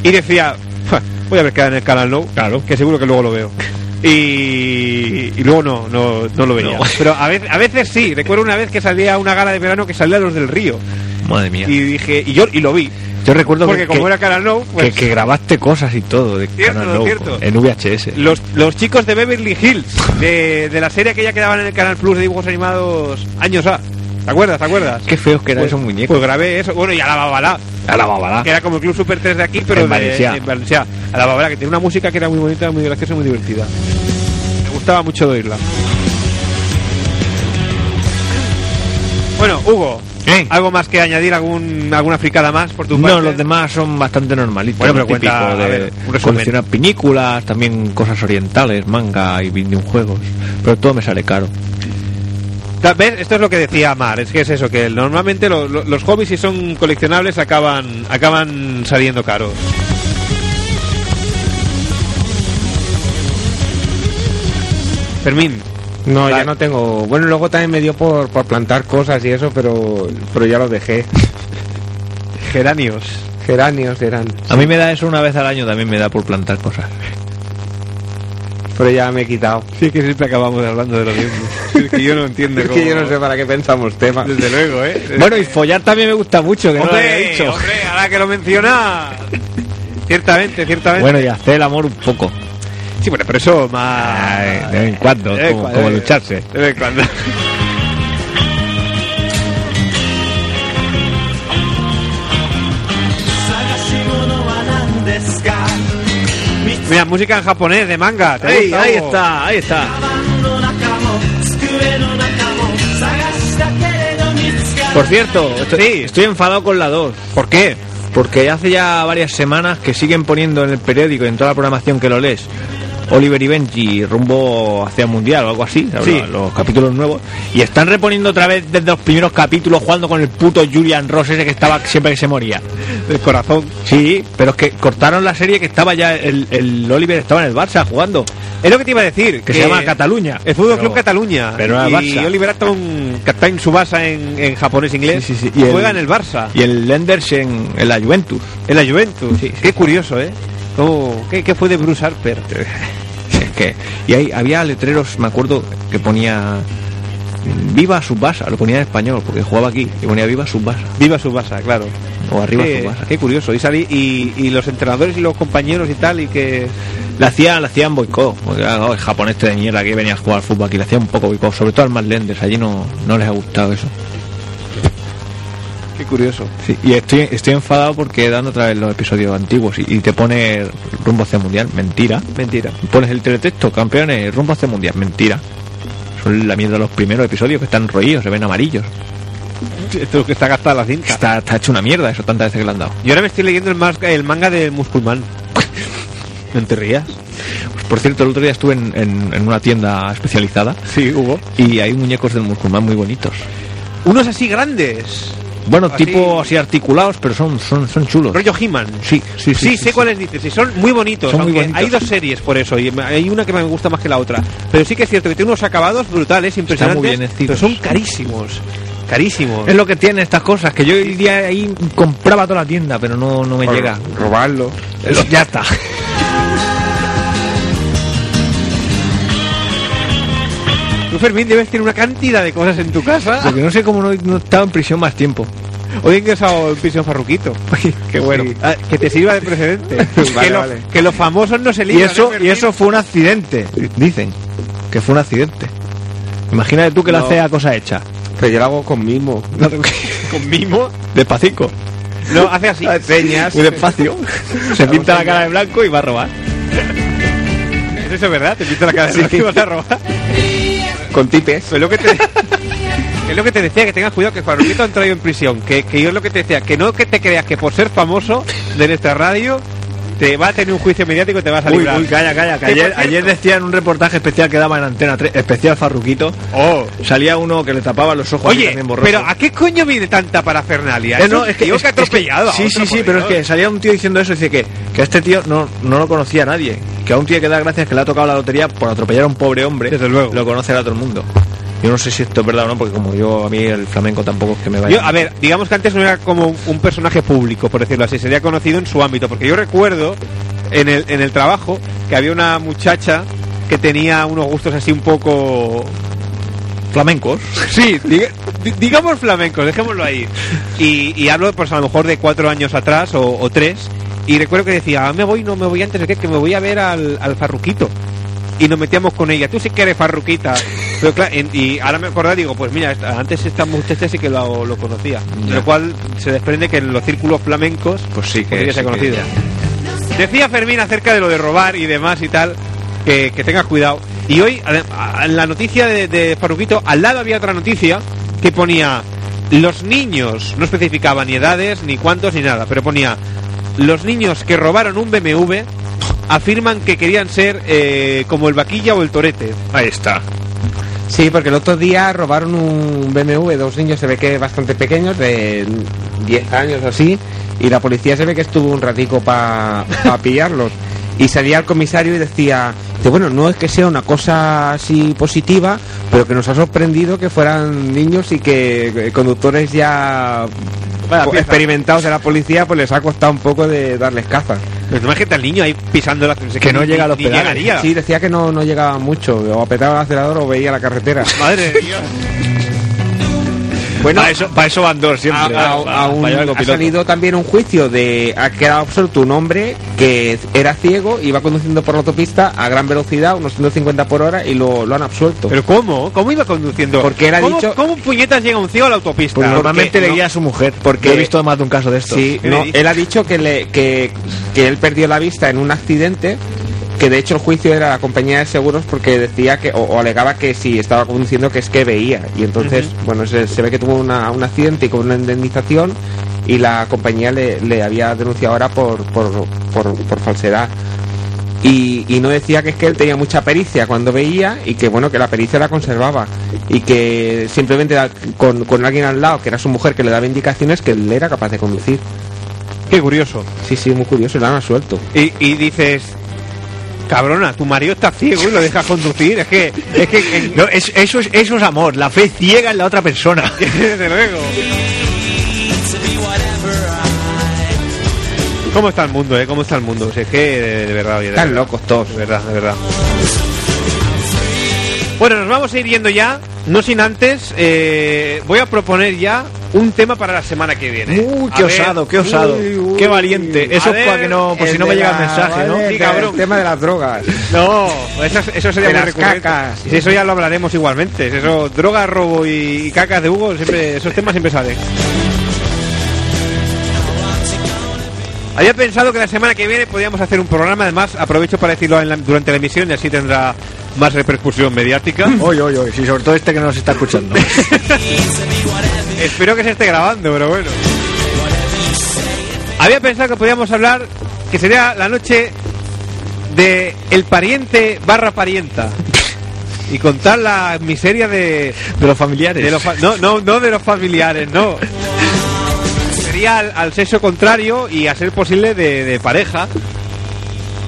D: y decía, "Ja, voy a ver qué dan en el canal no, claro, que seguro que luego lo veo. Y, y luego no, no, no lo veía. Pero a veces, a veces sí, recuerdo una vez que salía una gala de verano que salía Los del Río.
E: Madre mía.
D: Y dije, y yo y lo vi.
E: Yo recuerdo
D: Porque
E: que,
D: como
E: que-
D: era Canal No, pues-
E: que, que grabaste cosas y todo de
D: Cierto,
E: Canal No,
D: cierto.
E: en VHS.
D: Los, los chicos de Beverly Hills, de, de la serie que ya quedaban en el Canal Plus de dibujos animados años A. ¿Te acuerdas? ¿Te acuerdas?
E: Qué feos que eran
D: Pues-
E: esos muñecos.
D: Pues grabé eso. Bueno, y a la babalá.
E: A la babalá.
D: Que era como el Club Super 3 de aquí, pero
E: Ah. En
D: de-
E: Valencià.
D: en Valencià. A la babalá, que tenía una música que era muy bonita, muy graciosa, muy divertida. Me gustaba mucho de oírla. Bueno, Hugo, ¿algo más que añadir? ¿Algún, ¿Alguna fricada más por tu parte?
E: Eh. No, los demás son bastante normalitos.
D: Bueno, pero
E: lo típico
D: cuenta, a
E: de
D: ver, un resumen.
E: coleccionar pinículas, también cosas orientales, manga y videojuegos. Pero todo me sale caro.
D: Ta- ¿Ves? Esto es lo que decía Mar, es que es eso, que normalmente lo- lo- los hobbies si son coleccionables acaban, acaban saliendo caros. Fermín.
F: No, ya no tengo... Bueno, luego también me dio por, por plantar cosas y eso, pero, pero ya lo dejé.
D: Geranios.
F: Geranios eran.
E: A mí me da eso una vez al año, también me da por plantar cosas.
F: Pero ya me he quitado.
D: Sí, que siempre acabamos hablando de lo mismo. Es que yo no entiendo
F: Es
D: cómo...
F: que yo no sé para qué pensamos temas.
D: Desde luego, ¿eh?
E: Bueno, y follar también me gusta mucho, que no lo había
D: hombre,
E: dicho.
D: hombre, ahora que lo menciona... Ciertamente, ciertamente.
E: Bueno, y hacer el amor un poco.
D: Sí, bueno, pero eso más...
E: Ay, de vez en cuando,
D: De vez en
E: como,
D: cuando,
E: como
D: eh.
E: lucharse.
D: De vez en cuando. Mira, música en japonés de manga. ¿te
E: Ey,
D: gusta,
E: ahí
D: Hugo?
E: está, ahí está.
W: 机の中も探したけれど見つからない
E: Por cierto, estoy, estoy enfadado con la 2.
D: ¿Por qué?
E: Porque hace ya varias semanas que siguen poniendo en el periódico y en toda la programación que lo lees Oliver y Benji rumbo hacia el mundial o algo así, la
D: Sí.
E: verdad, los capítulos nuevos. Y están reponiendo otra vez desde los primeros capítulos jugando con el puto Julian Ross ese que estaba siempre que se moría.
D: Del corazón.
E: Sí, pero es que cortaron la serie que estaba ya, el, el Oliver estaba en el Barça jugando,
D: Es lo que te iba a decir.
E: que se llama Cataluña.
D: El Fútbol
E: Pero-
D: Club Cataluña.
E: pero era
D: y
E: Barça.
D: Oliver Atom, que está en su base en, en japonés e inglés,
E: Sí, sí, sí. Y el-
D: juega en el Barça.
E: Y el Lenders en, en la Juventus.
D: En la Juventus. Qué curioso, ¿eh? Oh, ¿qué, qué fue de Bruce Harper?
E: que y ahí había letreros, me acuerdo que ponía Viva Subbasa, lo ponía en español porque jugaba aquí y ponía Viva Subbasa.
D: Viva Subasa, claro.
E: O arriba
D: Qué-
E: Subasa.
D: Qué curioso. Y salí y, y los entrenadores y los compañeros y tal y que
E: La hacían, la hacían boicot, porque claro, el japonés este de mierda que venía a jugar al fútbol aquí, le hacían un poco boicot, sobre todo al más Lenders, allí no, no les ha gustado eso.
D: qué curioso.
E: Sí, y estoy, estoy enfadado porque dando otra vez los episodios antiguos y, y te pone rumbo hacia el mundial, mentira.
D: Mentira.
E: Pones el teletexto, campeones, rumbo hacia el mundial, mentira. Son la mierda los primeros episodios que están roídos, se ven amarillos.
D: Esto es que está gastada la cinta.
E: Está, está hecho una mierda eso tantas veces que le han dado.
D: Yo ahora me estoy leyendo el, mas- el manga de Musculman. ¿No te rías?
E: Pues, por cierto, el otro día estuve en, en- en una tienda especializada.
D: Sí, hubo.
E: Y hay muñecos del Musculmán muy bonitos.
D: Unos así grandes.
E: Bueno,
D: Así-
E: tipo así articulados, pero son, son, son chulos.
D: Rollo He-Man.
E: Sí, sí, sí.
D: Sí, sé cuáles dices, y son muy bonitos,
E: Son muy
D: aunque
E: bonitos.
D: hay dos series por eso, y me- hay una que me gusta más que la otra. Pero sí que es cierto que tiene unos acabados brutales, impresionantes,
E: muy bien
D: pero
E: hechos.
D: son carísimos, carísimos.
E: Es lo que tienen estas cosas, que yo el día ahí compraba toda la tienda, pero no, no me
F: Por
E: llega.
F: Robarlo.
D: eh,
E: Eso, ya está.
D: Tú, Fermín, debes tener una cantidad de cosas en tu casa.
E: Porque no sé cómo no, no he estado en prisión más tiempo.
D: Hoy he ingresado en prisión Farruquito.
E: Qué bueno.
D: Ah, que te sirva de precedente.
E: Vale,
D: que, lo-
E: vale.
D: que los famosos no se
E: Y
D: libran.
E: eso,
D: ¿eh,
E: y
D: Fermín?
E: eso fue un accidente, dicen. Que fue un accidente. Imagínate tú que lo
F: No.
E: haces a cosa hecha.
F: Pero yo lo hago con mimo.
D: con mimo, Ah,
E: Despacito.
D: no, hace así.
F: Señas.
E: Muy despacio. Se pinta la cara de blanco y va a robar.
D: Eso es verdad, te pinta la cara
E: Sí.
D: de que vas a robar.
F: Con tipes.
D: Pues lo que te... que es lo que te decía, que tengas cuidado, que Farruquito han traído en prisión. Que, que yo es lo que te decía, que no que te creas que por ser famoso de nuestra radio te va a tener un juicio mediático y te vas a
E: Uy,
D: librar.
E: uy, calla, calla.
D: Que
E: Que
D: por
E: ayer,
D: cierto-
E: ayer decía en un reportaje especial que daba en Antena 3, especial Farruquito,
D: Oh.
E: salía uno que le tapaba los ojos. así
D: Oye,
E: también borroso.
D: pero ¿a qué coño viene tanta parafernalia?
E: Eh,
D: Eso
E: no, es que
D: digo
E: es-
D: que ha
E: es que-
D: atropellado. a
E: sí,
D: otro,
E: sí, sí,
D: por
E: pero es
D: Dios.
E: que salía un tío diciendo eso, dice que, que a este tío no, no lo conocía nadie, que a un tío que da gracias que le ha tocado la lotería por atropellar a un pobre hombre,
D: Desde luego.
E: lo conoce a todo el mundo. Yo no sé si esto es verdad o no, porque como yo a mí el flamenco tampoco es que me vaya.
D: Yo, a ver, digamos que antes no era como un, un personaje público, por decirlo así, sería conocido en su ámbito, porque yo recuerdo en el, en el trabajo que había una muchacha que tenía unos gustos así un poco...
E: flamencos.
D: Sí, diga- di- digamos flamencos, dejémoslo ahí. Y, y hablo pues a lo mejor de cuatro años atrás o, o tres, y recuerdo que decía, "Ah, me voy, no me voy antes de que, que me voy a ver al, al farruquito. Y nos metíamos con ella, tú sí que eres farruquita. Pero claro, en- y ahora me acordé, digo, pues mira, esta- antes esta muchacha sí que lo, lo conocía. De lo cual se desprende que en los círculos flamencos
E: Pues sí que
D: podría
E: sí
D: ser
E: que
D: conocido.
E: ya.
D: Decía Fermín acerca de lo de robar y demás y tal, que, que tengas cuidado. Y hoy, ade- a- en la noticia de, de Farruquito, al lado había otra noticia que ponía, los niños, no especificaba ni edades, ni cuántos, ni nada, pero ponía, los niños que robaron un BMW afirman que querían ser eh, como el vaquilla o el torete.
E: Ahí está.
F: Sí, porque el otro día robaron un BMW, dos niños se ve que bastante pequeños, de 10 años o así, y la policía se ve que estuvo un ratico para pillarlos. Y salía el comisario y decía, dice, bueno, no es que sea una cosa así positiva, pero que nos ha sorprendido que fueran niños y que eh, conductores ya
D: Vaya
F: pues,
D: pieza.
F: experimentados de la policía, pues les ha costado un poco de darles caza.
D: Pues no imagínate al niño ahí pisando la...
E: Que no
D: ni-
E: llega a los
D: ni
E: pedales.
D: llegaría.
F: Sí, decía que no, no llegaba mucho, o apretaba el acelerador o veía la carretera.
D: Madre de Dios.
E: Bueno, para eso, para eso van dos siempre.
F: A- a-
E: para-
F: a un-
E: para llevar el
F: ha
E: copiloto.
F: salido también un juicio de ha quedado absoluto un hombre que era ciego iba conduciendo por la autopista a gran velocidad unos 150 por hora y lo, lo han absuelto
D: ¿Pero cómo? ¿Cómo iba conduciendo?
F: Porque él ha
D: ¿Cómo,
F: dicho-
D: ¿Cómo puñetas llega un ciego a la autopista?
E: Pues normalmente le
D: no-
E: guía a su mujer,
F: porque-
E: porque he visto más de un caso de esto.
F: sí
D: ¿Qué
F: no,
D: le dices?
F: él ha dicho que le que, que él perdió la vista en un accidente que de hecho el juicio era la compañía de seguros porque decía que o, o alegaba que si estaba conduciendo que es que veía y entonces bueno se, se ve que tuvo una- un accidente y con una indemnización y la compañía le, le había denunciado ahora por, por, por, por falsedad y, y no decía que es que él tenía mucha pericia cuando veía y que bueno que la pericia la conservaba y que simplemente al- con, con alguien al lado que era su mujer que le daba indicaciones que él era capaz de conducir
D: Qué curioso.
F: sí sí muy curioso lo han absuelto
D: Y, y dices... Cabrona, tu marido está ciego y lo dejas conducir. Es que... Es que... en-
E: No, es- eso, es, eso es amor, la fe ciega en la otra persona.
D: Desde luego. ¿Cómo está el mundo, eh? ¿Cómo está el mundo? Si es que, de, de verdad, oye, de
F: están
D: verdad.
F: locos todos
D: De verdad, de verdad. Bueno, nos vamos a ir yendo ya, no sin antes, eh, voy a proponer ya un tema para la semana que viene.
E: Uy, qué
D: A ver-
E: osado, qué osado.
D: Uy,
E: Qué valiente. Eso
D: A
E: es para
D: ver,
E: que no, por si
D: el
E: no me
D: de
E: llega el
D: la-
E: mensaje, ¿no?
D: vale,
E: Sí,
D: el
E: cabrón.
H: tema de las drogas.
D: No, eso, eso sería muy
H: De las
D: recurrente.
H: cacas.
D: Sí, Eso ya lo hablaremos igualmente. Eso, droga, robo y, y cacas de Hugo, siempre, esos temas siempre salen. Había pensado que la semana que viene podíamos hacer un programa, además aprovecho para decirlo en la- durante la emisión y así tendrá más repercusión mediática.
E: Oye, oye, oye, sí, sobre todo este que nos está escuchando.
D: Espero que se esté grabando, pero bueno. Había pensado que podíamos hablar que sería la noche de el pariente barra parienta y contar la miseria de
E: De los familiares.
D: de los fa- no, no, no de los familiares, no. Sería al, al sexo contrario y a ser posible de, de pareja.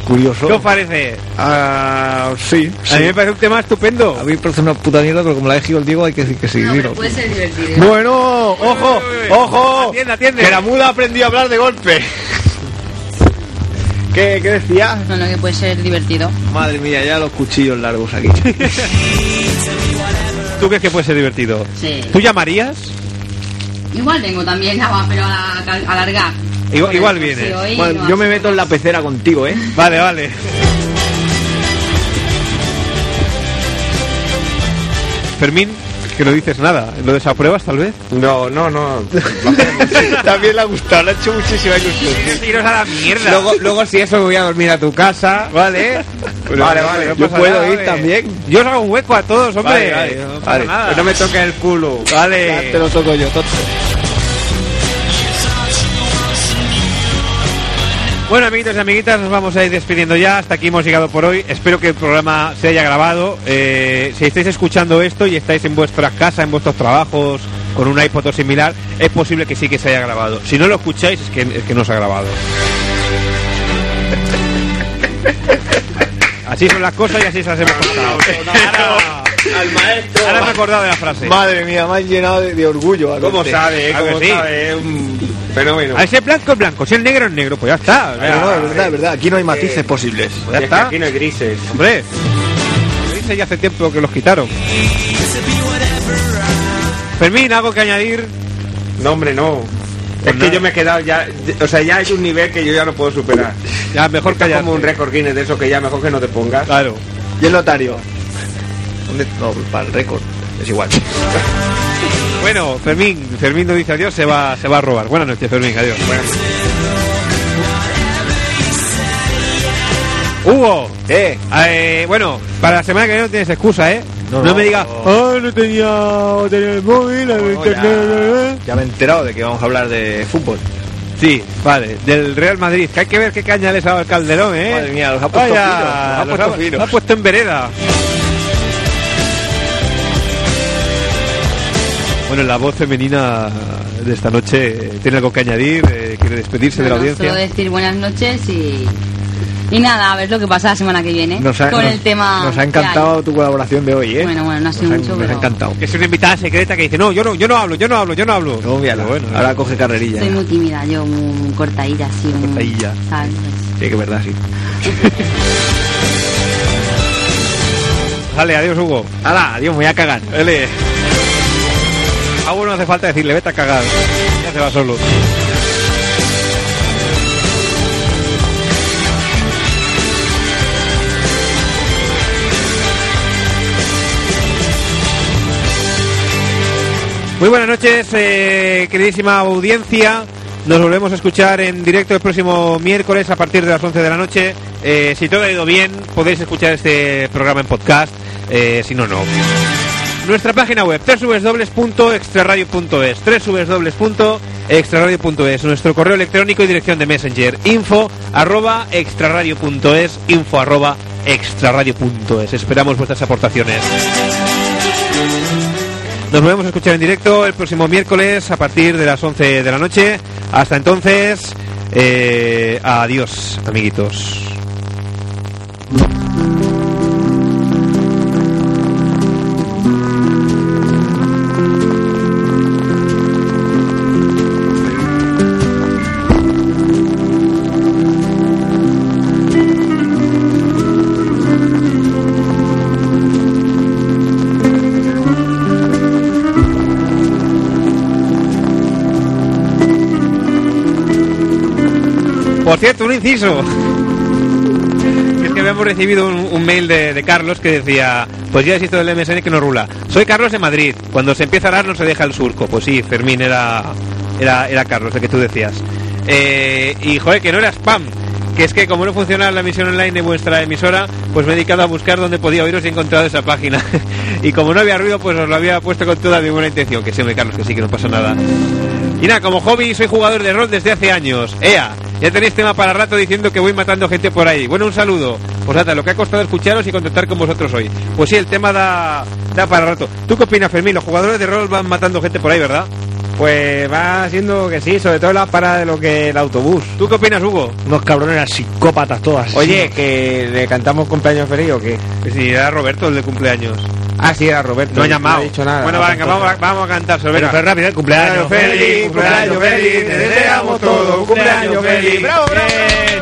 E: Curioso.
D: ¿Qué os parece?
E: Ah, sí, sí.
D: A mí me parece un tema estupendo.
E: A mí me parece una puta mierda, pero como la ha elegido el Diego, hay que decir que sí. dilo.
F: Puede ser divertido.
E: Bueno, ojo, ojo.
D: Atiende, atiende.
E: Que la mula aprendió a hablar de golpe. ¿Qué, ¿Qué decía?
F: No, no, que puede ser divertido.
E: Madre mía, ya los cuchillos largos aquí.
D: ¿Tú crees que puede ser divertido?
F: Sí.
D: ¿Tú llamarías?
F: Igual vengo también, nada más, pero a, a alargar.
D: Igual, igual
F: Sí,
D: viene.
F: hoy
E: Bueno,
F: no
E: yo me meto en la pecera contigo, ¿eh?
D: Vale, vale. Fermín, que no dices nada. ¿Lo desapruebas tal vez?
H: No, no, no.
E: También le ha gustado, le ha hecho muchísima ilusión.
D: Tiros a la mierda. Ah,
H: Luego, luego si eso me voy a dormir a tu casa.
D: Vale.
H: vale, vale.
D: no
H: yo
D: pasa
H: puedo
D: nada,
H: ir
D: hombre.
H: también.
D: Yo os hago un hueco a todos, hombre.
H: Vale, vale,
D: Pues no pasa
H: vale.
D: nada.
H: Que no me toques el culo.
D: Vale.
E: Te lo toco yo, tonto.
D: Bueno, amiguitos y amiguitas, nos vamos a ir despidiendo ya. Hasta aquí hemos llegado por hoy. Espero que el programa se haya grabado. Eh, si estáis escuchando esto y estáis en vuestras casas, en vuestros trabajos, con un iPod o similar, es posible que sí que se haya grabado. Si no lo escucháis, es que, es que no se ha grabado. Así son las cosas y así se las hemos contado.
E: Al maestro.
D: Ahora me he acordado de la frase.
E: Madre mía, me han llenado de, de orgullo. Alberto.
H: ¿Cómo sabe? eh?
D: Claro que
H: ¿Cómo
D: sí.
H: sabe? Es un fenómeno.
D: A ese blanco es blanco, si el negro es negro, pues ya está.
E: Pero no, es verdad, es verdad. Aquí no hay matices posibles.
D: Pues ya está.
X: no hay grises.
D: Hombre, lo hice ya hace tiempo que los quitaron. Fermín, algo que añadir. Pues
H: No, hombre, no. es que yo me he quedado ya. O sea, ya hay un nivel que yo ya no puedo superar.
D: Ya, mejor
H: Está
D: callar.
H: como un récord Guinness de eso que ya mejor que no te pongas.
D: Claro.
E: ¿Y el notario? ¿Dónde? No, para el récord. Es igual.
D: Bueno, Fermín, Fermín no dice adiós, se va, se va a robar. Buenas noches, Fermín, adiós. Hugo,
E: ¿Eh?
D: eh, bueno, para la semana que viene no tienes excusa, ¿eh? No,
E: No, no.
D: me digas, "Ay, no tenía, no tenía el móvil, el
E: No,
D: internet, eh".
E: ya, ya me he enterado de que vamos a hablar de fútbol.
D: Sí, vale, del Real Madrid. Que hay que ver qué caña le ha dado el Calderón, ¿eh?
E: Madre mía, los ha puesto
D: Vaya,
E: finos, los ha
D: los
E: puesto
D: ha-
E: finos.
D: los ha puesto en vereda. Bueno, la voz femenina de esta noche eh, tiene algo que añadir, eh, quiere despedirse de la
F: No, no, Solo
D: audiencia.
F: decir buenas noches y. Y nada, a ver lo que pasa la semana que viene.
E: Nos ha,
F: con
E: nos-
F: el tema.
E: nos ha
F: que hay.
E: encantado tu colaboración de hoy, ¿eh?
F: Bueno, bueno, no ha sido
E: nos ha,
F: mucho,
E: nos
F: pero
E: ha encantado.
D: Que es una invitada secreta que dice, no, yo no, yo no hablo, yo no hablo, yo no hablo.
E: No, mírala,
D: Pero bueno,
E: ahora coge carrerilla. ¿eh?
F: Estoy muy tímida, yo muy, muy cortadilla, así. muy-
E: Cortadilla.
F: ¿sabes?
E: Sí, que es verdad, sí.
D: Dale, adiós Hugo.
E: ¡Hala! Adiós, me voy a cagar.
D: Dale. Ah, bueno, no hace falta decirle, vete a cagar. Ya se va solo. Muy buenas noches, eh, queridísima audiencia. Nos volvemos a escuchar en directo el próximo miércoles a partir de las 11 de la noche. Eh, si todo ha ido bien, podéis escuchar este programa en podcast. eh, si no, no. Nuestra página web www.extraradio.es www.extraradio.es Nuestro correo electrónico y dirección de Messenger info arroba extraradio.es info arroba extraradio.es Esperamos vuestras aportaciones. Nos volvemos a escuchar en directo el próximo miércoles a partir de las 11 de la noche. Hasta entonces, eh, adiós, amiguitos. Por cierto, un inciso. Es que habíamos recibido un, un mail de, de Carlos que decía, pues ya existo del MSN que no rula. Soy Carlos de Madrid. Cuando se empieza a arar no se deja el surco. Pues sí, Fermín era, era, era Carlos, el que tú decías. Eh, y joder, que no era spam. Que es que como no funciona la emisión online de vuestra emisora, pues me he dedicado a buscar dónde podía oíros y he encontrado esa página. y como no había ruido, pues os lo había puesto con toda mi buena intención. Que sí, hombre, Carlos, que sí, que no pasa nada. Y nada, como hobby soy jugador de rol desde hace años. ¡Ea! Ya tenéis tema para rato diciendo que voy matando gente por ahí. Bueno, un saludo. Pues nada, lo que ha costado escucharos y contactar con vosotros hoy. Pues sí, el tema da, da para rato. ¿Tú qué opinas, Fermín? Los jugadores de rol van matando gente por ahí, ¿verdad?
F: Pues va siendo que sí, sobre todo en la parada de lo que el autobús.
D: ¿Tú qué opinas, Hugo?
G: Unos cabrones eran psicópatas todas.
F: Oye, que le cantamos cumpleaños feliz o qué?
D: Si era Roberto el de cumpleaños.
F: Ah, sí, era Roberto.
D: No ha llamado.
F: ha dicho nada.
D: Bueno, venga, vamos, a- vamos a cantar, Solvera.
G: Pero fue rápido, ¿eh? Cumpleaños
D: feliz,
G: cumpleaños feliz, te deseamos todo, cumpleaños feliz.
D: ¡Bravo, bravo!